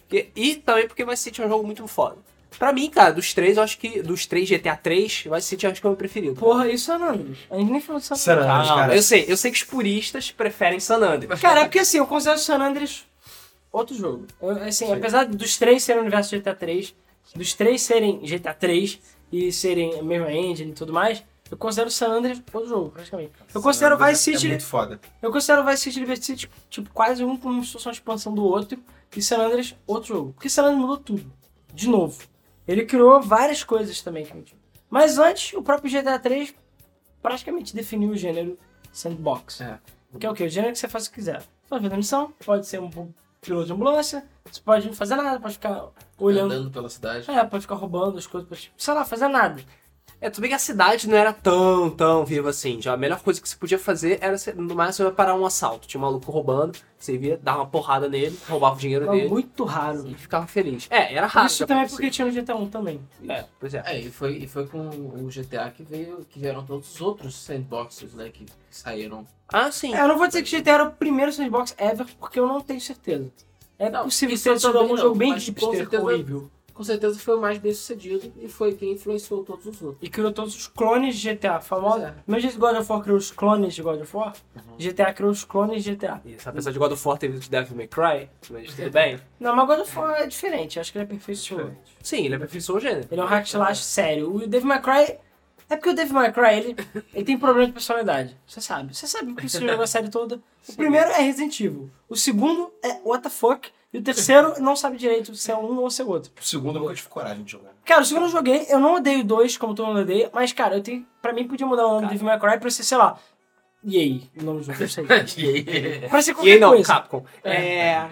Speaker 1: Porque- e também porque Vice City é um jogo muito foda. Pra mim, cara, dos três, eu acho que. Dos três GTA 3, Vice City eu acho que é o meu preferido.
Speaker 3: Porra, isso é nada. A gente nem falou de San Andreas.
Speaker 1: Calma, eu sei, eu sei que os puristas preferem San Andreas.
Speaker 3: Cara, é porque assim, eu considero o San Andreas outro jogo. Eu, assim, apesar dos três serem o universo GTA 3, dos três serem GTA 3 e serem a mesma engine e tudo mais, eu considero o San Andreas outro jogo, praticamente. Eu considero o Vice City,
Speaker 2: É muito foda.
Speaker 3: eu considero o Vice City e Liberty City tipo, tipo, quase um como se fosse uma expansão do outro e San Andreas outro jogo. Porque San Andreas mudou tudo, de novo. Ele criou várias coisas também. que não tinha. Mas antes, o próprio GTA 3 praticamente definiu o gênero sandbox.
Speaker 4: É.
Speaker 3: Que é o que? O gênero que você faz o que quiser. Você pode fazer missão, pode ser um bu- piloto de ambulância, você pode não fazer nada, pode ficar olhando.
Speaker 4: Andando pela cidade.
Speaker 3: É, pode ficar roubando as coisas, pode, sei lá, fazer nada.
Speaker 1: É, tudo bem que a cidade não era tão, tão viva assim. Já a melhor coisa que você podia fazer era, você- no máximo, parar um assalto. Tinha um maluco roubando, você via, dava uma porrada nele, roubava o dinheiro
Speaker 3: Era
Speaker 1: dele
Speaker 3: muito raro.
Speaker 1: e ficava feliz. É, era rápido.
Speaker 3: Isso também é
Speaker 1: acontecer.
Speaker 3: porque tinha no GTA 1 também.
Speaker 1: É, pois é.
Speaker 4: É, e foi, e foi com o GTA que veio, que vieram todos os outros sandboxes, né, que saíram.
Speaker 1: Ah, sim.
Speaker 3: É, eu não vou dizer que GTA era o primeiro sandbox ever, porque eu não tenho certeza. É
Speaker 4: Não,
Speaker 3: possível
Speaker 4: isso
Speaker 3: ter
Speaker 4: eu
Speaker 3: sido
Speaker 4: também
Speaker 3: algum
Speaker 4: não,
Speaker 3: jogo bem
Speaker 4: mas com
Speaker 3: hipster,
Speaker 4: certeza-
Speaker 3: horrível.
Speaker 4: Com certeza foi o mais bem sucedido e foi quem influenciou todos os outros.
Speaker 3: E criou todos os clones de GTA. Famosa.
Speaker 4: Pois é. Uhum.
Speaker 3: Mesmo jeito que God of War criou os clones de God of War, GTA criou os clones de GTA.
Speaker 1: Isso, apesar de God of War ter vindo de Devil May Cry, mas tudo bem.
Speaker 3: Não, mas God of War é diferente, acho que ele
Speaker 4: é
Speaker 3: aperfeiçoou.
Speaker 1: Sim, ele aperfeiçoou o gênero.
Speaker 3: Ele é um hack slash sério. O Dave McCray. É porque o Dave McCray, ele, ele tem problema de personalidade. Você sabe. Você sabe que você jogou a série toda. O primeiro é Resident Evil. O segundo é What the fuck. E o terceiro não sabe direito se é um ou se é outro.
Speaker 2: O segundo eu nunca tive coragem de jogar.
Speaker 3: Cara, o segundo eu joguei. Eu não odeio dois, como todo mundo odeia. Mas, cara, eu tenho. Pra mim, podia mudar o nome do Dave McCray pra ser, sei lá. E aí? O nome do jogo, não sei. Pra ser
Speaker 1: E
Speaker 3: qualquer
Speaker 1: aí não,
Speaker 3: coisa.
Speaker 1: Capcom. É.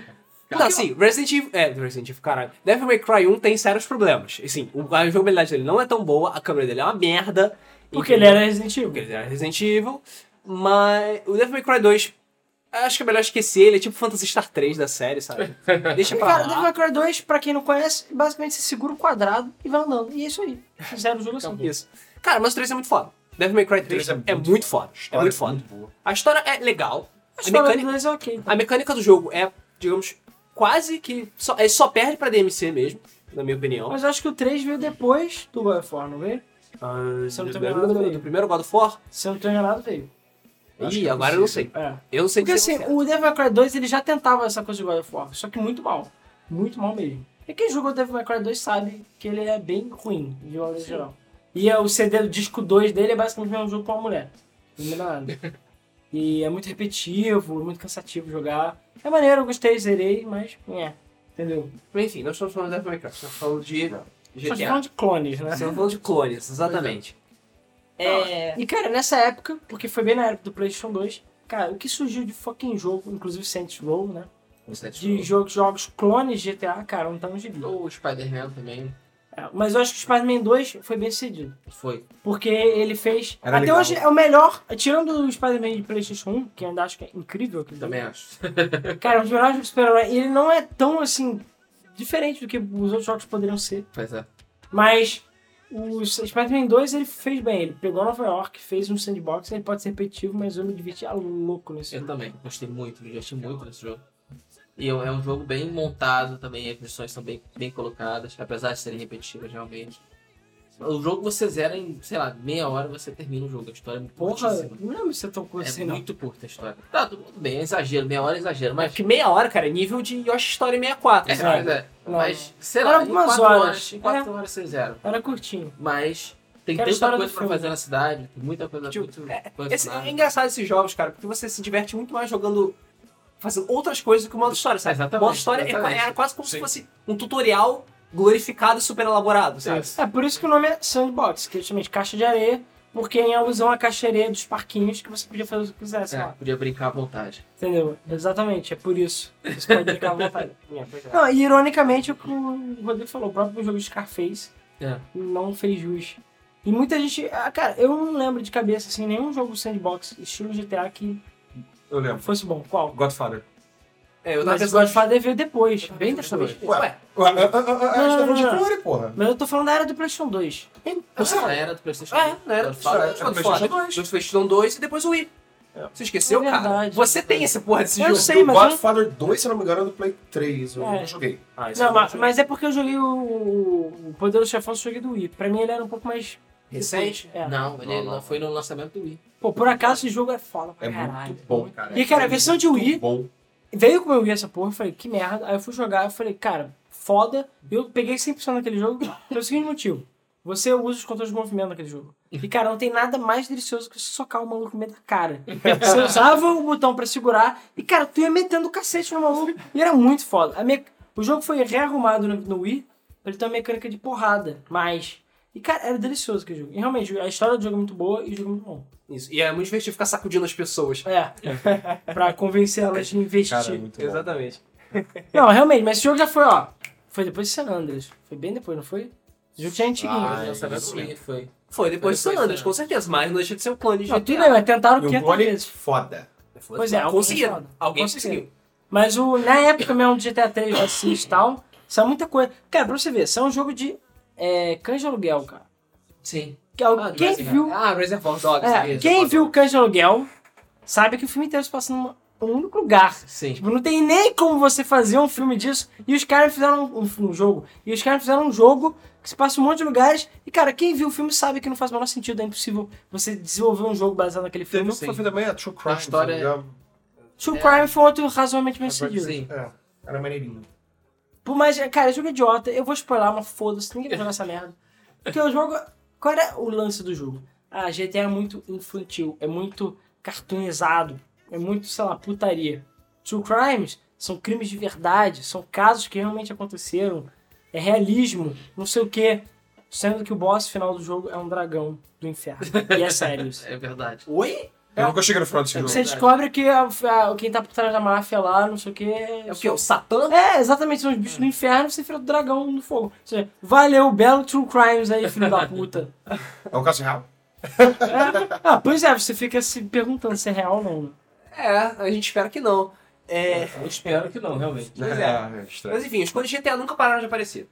Speaker 1: Não, assim, Resident Evil. É, Resident Evil, caralho. Devil May Cry 1 tem sérios problemas. E, Sim, o- a jogabilidade dele não é tão boa, a câmera dele é uma merda.
Speaker 3: Porque ele
Speaker 1: Entendeu?
Speaker 3: era Resident Evil.
Speaker 1: Porque ele era Resident Evil. Mas. O Devil May Cry 2. Acho que é melhor esquecer, ele é tipo Phantasy Star 3 da série, sabe? Deixa pra
Speaker 3: Cara, o Devil
Speaker 1: lá.
Speaker 3: May Cry 2, pra quem não conhece, basicamente você segura o quadrado e vai andando. E é isso aí. Fizeram o jogo assim.
Speaker 1: Isso. Cara, mas o 3 é muito foda. Devil May Cry 3
Speaker 2: três
Speaker 1: é
Speaker 2: é
Speaker 1: muito,
Speaker 2: muito
Speaker 1: foda. É
Speaker 2: História
Speaker 1: muito foda.
Speaker 2: boa.
Speaker 1: A história é legal.
Speaker 3: A
Speaker 1: A
Speaker 3: história
Speaker 1: mecânica, Tá
Speaker 3: do 2 é ok.
Speaker 1: A mecânica do jogo é, digamos, quase que. Só, é, só perde pra DMC mesmo, na minha opinião.
Speaker 3: Mas eu acho que o 3 veio depois do God of War, não veio? Se eu não tô enganado, veio.
Speaker 1: Ah, do primeiro God of War?
Speaker 3: Se eu não tô enganado, veio.
Speaker 2: Acho que
Speaker 1: Ih,
Speaker 2: é
Speaker 1: agora eu não sei.
Speaker 2: possível.
Speaker 3: É.
Speaker 1: Eu não sei
Speaker 3: Porque
Speaker 1: dizer
Speaker 3: assim,
Speaker 1: certo.
Speaker 3: o Devil May Cry 2 ele já tentava essa coisa de God of War, só que muito mal. Muito mal mesmo. E quem jogou Devil May Cry 2 sabe que ele é bem ruim, de modo geral. E é o CD do disco 2 dele é basicamente o mesmo jogo com uma mulher. Não me dá nada. e é muito repetitivo, muito cansativo jogar. É maneiro, eu gostei, zerei, mas. É. Entendeu?
Speaker 1: Enfim, nós estamos falando de Devil May Cry, estamos falando de
Speaker 3: Só se
Speaker 1: GTA.
Speaker 3: falando de clones, né?
Speaker 1: Estamos falando de clones, exatamente.
Speaker 3: É... E, cara, nessa época, porque foi bem na época do PlayStation 2, cara, o que surgiu de fucking jogo, inclusive Saints Row, né? De jogos, jogos clones de GTA, cara, não tá no gibi.
Speaker 4: O Spider-Man também
Speaker 3: É, Mas eu acho que o Spider-Man 2 foi bem sucedido.
Speaker 4: foi.
Speaker 3: Porque ele fez.
Speaker 2: Era
Speaker 3: até
Speaker 2: legal.
Speaker 3: hoje é o melhor. Tirando o Spider-Man de PlayStation 1, que eu ainda acho que é incrível aquilo
Speaker 4: Também acho.
Speaker 3: também. Cara, é um dos melhores jogos de super-herói. E ele não é tão assim. diferente do que os outros jogos poderiam ser.
Speaker 4: Pois é.
Speaker 3: Mas o Spider-Man 2 ele fez bem, ele pegou Nova York, fez um sandbox, ele pode ser repetitivo, mas eu me diverti a louco nesse
Speaker 4: Eu
Speaker 3: jogo.
Speaker 4: também. Gostei muito, me diverti muito desse jogo. E é um- é um jogo bem montado também, as missões são bem, bem colocadas, apesar de serem repetitivas realmente. O jogo você zera em, sei lá, meia hora você termina o jogo. A história é muito
Speaker 3: Porra,
Speaker 4: curtíssima.
Speaker 3: não lembro se eu tô com
Speaker 4: É
Speaker 3: você, assim, não.
Speaker 4: muito curta a história. Tá, tudo bem, é exagero, meia hora é exagero, mas.
Speaker 1: Porque meia hora, cara, é nível de Yoshi Story 64.
Speaker 4: É,
Speaker 1: sabe?
Speaker 4: mas, é,
Speaker 3: Não.
Speaker 4: mas sei
Speaker 3: Era
Speaker 4: lá, em
Speaker 3: algumas
Speaker 4: quatro
Speaker 3: horas. É.
Speaker 4: horas, em quatro horas você zera.
Speaker 3: Era curtinho.
Speaker 4: Mas tem
Speaker 3: Quero
Speaker 4: tanta
Speaker 3: história do
Speaker 4: coisa pra
Speaker 3: filme.
Speaker 4: fazer na cidade, tem muita coisa
Speaker 1: Tipo,
Speaker 4: muito
Speaker 1: é,
Speaker 4: coisa
Speaker 1: Esse-
Speaker 4: na-
Speaker 1: é engraçado esses jogos, cara, porque você se diverte muito mais jogando. fazendo outras coisas do que o modo história, sabe?
Speaker 4: Exatamente,
Speaker 1: o modo história é-
Speaker 4: exatamente.
Speaker 1: era quase como se
Speaker 2: Sim.
Speaker 1: fosse um tutorial glorificado e super elaborado, sabe?
Speaker 3: É por isso que o nome é sandbox, que é justamente caixa de areia, porque em alusão à caixa de areia dos parquinhos que você podia fazer o que quisesse
Speaker 4: É,
Speaker 3: lá.
Speaker 4: podia brincar à vontade.
Speaker 3: Entendeu? Exatamente, é por isso. Você pode brincar à vontade.
Speaker 1: É, pois é.
Speaker 3: Não, e ironicamente, o que o Rodrigo falou, o próprio jogo Scarface
Speaker 4: É.
Speaker 3: não fez jus. E muita gente. ah, Cara, eu não lembro de cabeça assim nenhum jogo sandbox estilo GTA que
Speaker 2: Eu lembro.
Speaker 3: fosse bom. Qual?
Speaker 2: Godfather.
Speaker 1: É, eu tava
Speaker 3: Mas o
Speaker 1: pensando.
Speaker 3: Godfather veio depois, bem dessa vez.
Speaker 4: depois.
Speaker 1: Ué,
Speaker 2: Ué, é, é, é, é, a gente tá
Speaker 3: não,
Speaker 2: falando de
Speaker 3: não.
Speaker 2: Flore, porra.
Speaker 3: Mas eu tô falando da era do PlayStation 2.
Speaker 4: Essa era do PlayStation. um.
Speaker 1: é, né? Era
Speaker 4: Eu falo,
Speaker 2: era do
Speaker 1: Quando fora.
Speaker 2: PlayStation dois.
Speaker 1: Dois PlayStation 2 e depois o Wii.
Speaker 2: É.
Speaker 1: Você esqueceu,
Speaker 3: É
Speaker 1: cara?
Speaker 3: verdade,
Speaker 1: Você
Speaker 3: é
Speaker 1: tem
Speaker 3: verdade.
Speaker 1: essa porra desse
Speaker 3: Eu
Speaker 1: jogo.
Speaker 3: sei,
Speaker 2: o
Speaker 3: mas. eu-
Speaker 2: Godfather 2, se não me engano, é do Play 3. Eu
Speaker 3: É.
Speaker 2: não joguei.
Speaker 1: Ah, isso
Speaker 3: Não,
Speaker 1: eu
Speaker 3: mas,
Speaker 1: joguei.
Speaker 3: mas é porque eu joguei o, o Poderoso Chefão, eu joguei do Wii. Pra mim ele era um pouco mais.
Speaker 1: Recente?
Speaker 3: É.
Speaker 4: Não, ele
Speaker 2: Não, não.
Speaker 4: não foi no lançamento do Wii.
Speaker 3: Pô, por acaso esse jogo é foda pra
Speaker 2: É
Speaker 3: caralho.
Speaker 2: muito bom, cara. É
Speaker 3: E cara, a versão de Wii
Speaker 2: Muito bom.
Speaker 3: veio com o meu Wii essa porra, eu falei, que merda. Aí eu fui jogar, eu falei, cara, foda. Eu peguei 100% naquele jogo pelo seguinte motivo. Você usa os controles de movimento naquele jogo. E, cara, não tem nada mais delicioso que você socar o maluco no meio da cara. Você usava o botão pra segurar e, cara, tu ia metendo o cacete no maluco. E era muito foda. A me- O jogo foi rearrumado no, no Wii pra ele ter uma mecânica de porrada. Mas... E, cara, era delicioso aquele jogo. E, realmente, a história do jogo é muito boa e o jogo é muito bom.
Speaker 1: Isso. E é muito divertido ficar sacudindo as pessoas.
Speaker 3: É. pra convencer elas de investir.
Speaker 2: Cara, é muito bom.
Speaker 1: Exatamente.
Speaker 3: Não, realmente, mas esse jogo já foi, ó. Foi depois de San Andreas. Foi bem depois, não foi? Esse jogo já é antiguinho.
Speaker 4: Ah,
Speaker 1: é,
Speaker 4: no lançamento
Speaker 1: isso
Speaker 4: do Wii foi.
Speaker 1: Foi depois de
Speaker 4: Foi depois
Speaker 1: San
Speaker 4: de
Speaker 1: Andreas,
Speaker 4: San
Speaker 1: com certeza. Mas não deixa de ser um clone de
Speaker 3: é. não,
Speaker 1: GTA.
Speaker 3: tudo bem, mas tentaram
Speaker 2: E o
Speaker 3: 500
Speaker 2: Gole,
Speaker 3: vezes.
Speaker 2: foda.
Speaker 1: Foi-
Speaker 3: Pois é, alguém
Speaker 1: conseguiram.
Speaker 3: foda.
Speaker 1: Alguém
Speaker 3: Conseguiram.
Speaker 1: conseguiu.
Speaker 3: Mas o, na época mesmo do GTA 3 assiste e tal, saiu muita coisa. Cara, pra você ver, isso é um jogo de é, cães de aluguel, cara.
Speaker 4: Sim.
Speaker 3: Que al- quem
Speaker 4: Reservoir-
Speaker 3: viu,
Speaker 4: Ah, Reservoir Dogs.
Speaker 3: é,
Speaker 4: isso,
Speaker 3: quem
Speaker 4: Reservoir
Speaker 3: viu
Speaker 4: Dogs.
Speaker 3: cães de aluguel sabe que o filme inteiro se passa num num único lugar.
Speaker 4: Sim.
Speaker 3: Tipo, não tem nem como você fazer um filme disso. E os caras fizeram um, um- um jogo. E os caras fizeram um jogo que se passa em um monte de lugares. E, cara, quem viu o filme sabe que não faz o menor sentido. É impossível você desenvolver um jogo baseado naquele
Speaker 2: Teve
Speaker 3: filme.
Speaker 2: um que foi feito também, a True Crime.
Speaker 4: A história-
Speaker 2: se não me engano.
Speaker 3: True
Speaker 4: É.
Speaker 3: Crime foi um outro razoavelmente bem
Speaker 4: Reservoir-
Speaker 3: sucedido.
Speaker 4: Sim.
Speaker 2: É, era maneirinho.
Speaker 3: Por mais, cara, jogo é idiota. Eu vou spoiler, mas foda-se. Ninguém vai jogar essa merda. Porque o jogo... Qual era o lance do jogo? Ah, GTA é muito infantil. É muito cartoonizado. É muito, sei lá, putaria. True Crimes são crimes de verdade. São casos que realmente aconteceram. é realismo, não sei o quê. Sendo que o boss final do jogo é um dragão do inferno. E é sério isso.
Speaker 4: É verdade.
Speaker 1: Oi?
Speaker 2: Eu nunca cheguei no final desse
Speaker 4: É
Speaker 2: jogo.
Speaker 3: Você descobre que a, a- quem tá por trás da máfia lá, não sei o quê.
Speaker 1: É o quê? O Satã?
Speaker 3: É, exatamente, são os bichos do inferno, você enfrenta o dragão no fogo. Ou seja, valeu, belo True Crimes aí, filho da puta.
Speaker 2: É um caso real.
Speaker 3: Ah, pois é, você fica se perguntando se é real ou não. né?
Speaker 1: É, a gente espera que não. É,
Speaker 4: Eu espero que não, realmente.
Speaker 1: Pois é.
Speaker 2: estranho.
Speaker 1: mas enfim, os clones de GTA nunca pararam de aparecer.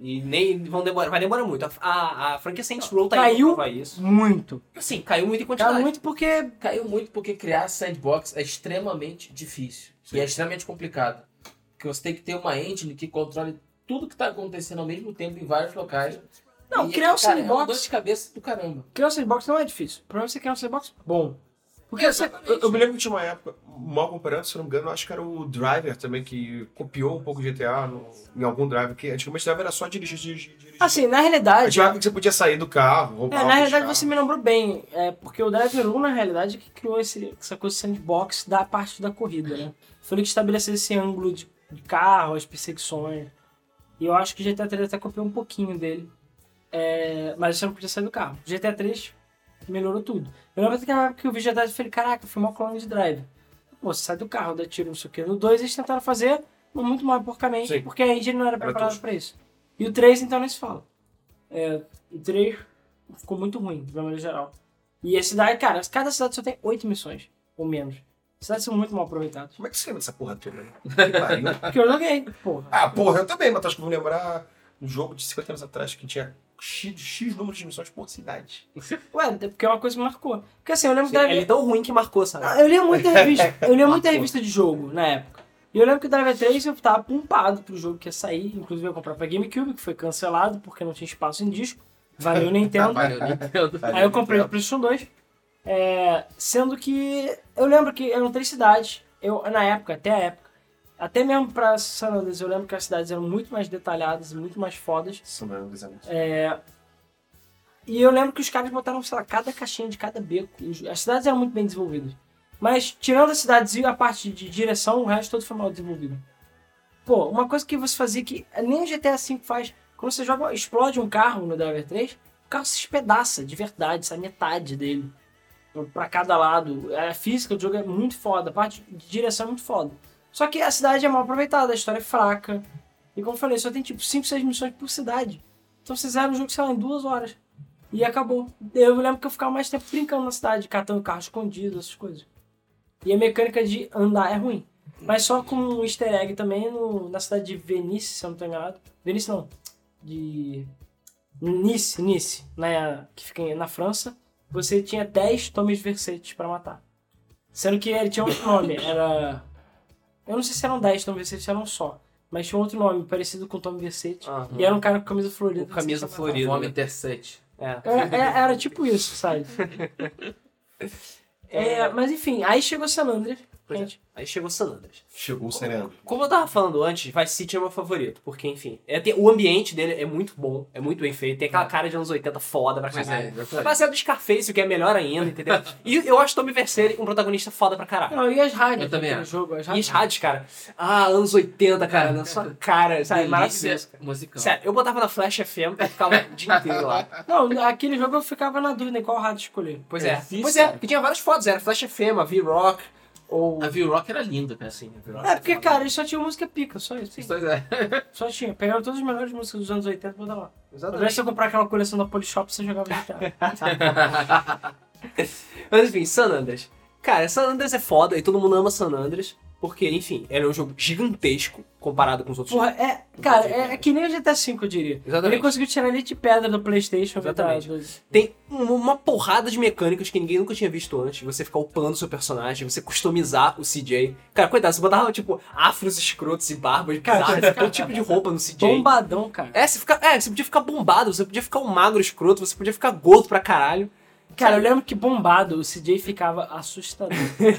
Speaker 1: E nem vão demorar, vai demorar muito. A, a, a franquia Saints Row tá aí pra
Speaker 3: Caiu.
Speaker 1: provar isso.
Speaker 3: Muito.
Speaker 1: Assim, caiu muito em quantidade.
Speaker 3: Cara, muito porque.
Speaker 4: Caiu muito porque criar sandbox é extremamente difícil. E é extremamente complicado. tá Porque você tem que ter uma engine que controle tudo que está acontecendo ao mesmo tempo em vários locais
Speaker 3: Não,
Speaker 4: E,
Speaker 3: criar o
Speaker 4: cara, é uma dor
Speaker 3: sandbox.
Speaker 4: de cabeça do caramba.
Speaker 3: Criar o sandbox não é difícil. O problema é você criar um sandbox bom. Porque você.
Speaker 2: Eu, eu me lembro que tinha uma época, mal comparando, se eu não me engano, acho que era o Driver também, que copiou um pouco o GTA no- em algum Drive, que antigamente o Driver era só dirigir, dirigir, dirigir.
Speaker 3: Assim, na
Speaker 2: Aí
Speaker 3: realidade.
Speaker 2: tinha uma época que você podia sair do carro,
Speaker 3: É,
Speaker 2: roubar
Speaker 3: na
Speaker 2: outros
Speaker 3: realidade
Speaker 2: carros.
Speaker 3: você me lembrou bem, é, porque o Driver 1, na realidade, é que criou esse, essa coisa de sandbox da parte da corrida, né? Foi ele que estabeleceu esse ângulo de, de carro, as perseguições. E eu acho que o GTA 3 até copiou um pouquinho dele. É, mas você não podia sair do carro. O GTA 3 melhorou tudo. Eu lembro daquela época que eu vi o GTA 3 e falei, caraca, foi mó clone de Drive. Pô, você sai do carro, dá tiro, não sei o quê. No 2 eles tentaram fazer muito mal porcamente,
Speaker 2: Sim.
Speaker 3: porque a engine não era preparada
Speaker 2: tosco.
Speaker 3: pra isso. E o 3 então nem se fala. É, o 3 ficou muito ruim, de maneira geral. E a cidade, cara, cada cidade só tem oito missões, ou menos. As cidades são muito mal aproveitadas.
Speaker 2: Como é que você lembra dessa porra toda? né? Que pariu.
Speaker 3: Porque eu joguei, porra.
Speaker 2: ah, porra, eu também, mas tu acha que eu vou lembrar um jogo de 50 anos atrás que tinha X, X número de missões por cidade.
Speaker 3: Ué, é porque é uma coisa que marcou. Porque assim, eu lembro da.
Speaker 1: Ele é tão ruim que marcou, sabe?
Speaker 3: Ah, Eu lia muita revista. Eu lia muita revista de jogo na época. E eu lembro que o Driver 3 eu tava pumpado pro jogo que ia sair. Inclusive eu ia comprar pra GameCube, que foi cancelado porque não tinha espaço em disco. Valeu Nintendo.
Speaker 4: Valeu, Nintendo.
Speaker 3: Aí eu comprei o PlayStation 2. É, sendo que eu lembro que eram três cidades. Eu, na época, até a época. Até mesmo pra San Andreas, eu lembro que as cidades eram muito mais detalhadas e muito mais fodas.
Speaker 2: Isso é um mesmo, exatamente.
Speaker 3: E eu lembro que os caras botaram, sei lá, cada caixinha de cada beco. E os- As cidades eram muito bem desenvolvidas. Mas, tirando as cidades e a parte de direção, o resto todo foi mal desenvolvido. Pô, uma coisa que você fazia que nem o GTA V faz, quando você joga, explode um carro no Driver 3, o carro se espedaça de verdade, sai metade dele. Pra cada lado. A física do jogo é muito foda, a parte de direção é muito foda. Só que a cidade é mal aproveitada, a história é fraca. E como eu falei, só tem tipo 5, 6 missões por cidade. Então vocês zera o jogo, sei lá, em duas horas. E acabou. Eu lembro que eu ficava mais tempo brincando na cidade, catando carro escondido, essas coisas. E a mecânica de andar é ruim. Mas só com um easter egg também no- na cidade de Venice, se eu não tô enganado. Venice não. De. Nice, Nice, né? Que fica em- na França. Você tinha 10 Tomes Versetes pra matar. Sendo que ele tinha outro nome, era. Eu não sei se eram 10 Tomes Versetes, se eram só. Mas tinha um outro nome parecido com o Tom Versete.
Speaker 1: Aham.
Speaker 3: E era um cara com camisa florida. assim,
Speaker 1: Com camisa
Speaker 3: Você
Speaker 1: florida.
Speaker 4: Fome Intercept.
Speaker 1: É.
Speaker 3: era, era- era tipo isso, sabe? É, mas enfim, aí chegou San Andreas.
Speaker 1: Pois é.
Speaker 3: gente.
Speaker 1: Aí chegou San Andreas.
Speaker 2: Chegou o Sereno.
Speaker 1: Como eu tava falando antes, Vice City é meu favorito, porque, enfim, é, tem- o ambiente dele é muito bom, é muito bem feito, tem aquela cara de anos 80 foda pra
Speaker 4: Pois
Speaker 1: caralho.
Speaker 4: é,
Speaker 1: É
Speaker 4: exatamente.
Speaker 1: baseado no Scarface, o que é melhor ainda, entendeu? e eu acho Tommy Vercelli um protagonista foda pra caralho.
Speaker 3: Não, e as rádios
Speaker 4: Eu também
Speaker 3: daquele
Speaker 4: acho.
Speaker 3: jogo, as
Speaker 1: E
Speaker 3: rádios.
Speaker 1: as rádios, cara. Ah, anos 80, cara, na sua cara, sabe?
Speaker 4: Delícia
Speaker 1: Maravilhoso. cara.
Speaker 4: é musical.
Speaker 1: Sério, eu botava na Flash FM e ficava o dia inteiro lá.
Speaker 3: Não, aquele jogo eu ficava na dúvida em qual rádio escolher.
Speaker 1: Pois é.
Speaker 4: É difícil,
Speaker 1: pois é,
Speaker 4: cara.
Speaker 1: porque tinha várias fotos, era Flash FM, a V-Rock, ou.
Speaker 4: A V-Rock era linda, cara. Assim, a V-Rock.
Speaker 3: É, porque, cara, eles só tinham música pica, só isso.
Speaker 4: Pois é.
Speaker 3: Só tinha. Pegaram todas as melhores músicas dos anos 80 e botaram lá. Ao invés
Speaker 1: Exatamente.
Speaker 3: de você comprar aquela coleção da Polishop, você jogava GTA. sabe?
Speaker 1: Mas enfim, San Andreas. Cara, San Andreas é foda e todo mundo ama San Andreas, porque, enfim, ele é um jogo gigantesco comparado com os outros.
Speaker 3: Porra, é. Cara, é, é que nem o GTA V, eu diria.
Speaker 1: Exatamente.
Speaker 3: Ele conseguiu tirar leite de pedra do PlayStation.
Speaker 1: Exatamente.
Speaker 3: da- do-
Speaker 1: Tem um- uma porrada de mecânicas que ninguém nunca tinha visto antes. Você ficar upando seu personagem, você customizar o CJ. Cara, coitado, você botava, tipo, afros escrotos e barbas
Speaker 3: Cara,
Speaker 1: bizarras, todo tipo de roupa no CJ.
Speaker 3: Bombadão, cara.
Speaker 1: É você, fica, é, você podia ficar bombado, você podia ficar um magro escroto, você podia ficar gordo pra caralho.
Speaker 3: Cara, eu lembro que bombado o CJ ficava assustador. Ele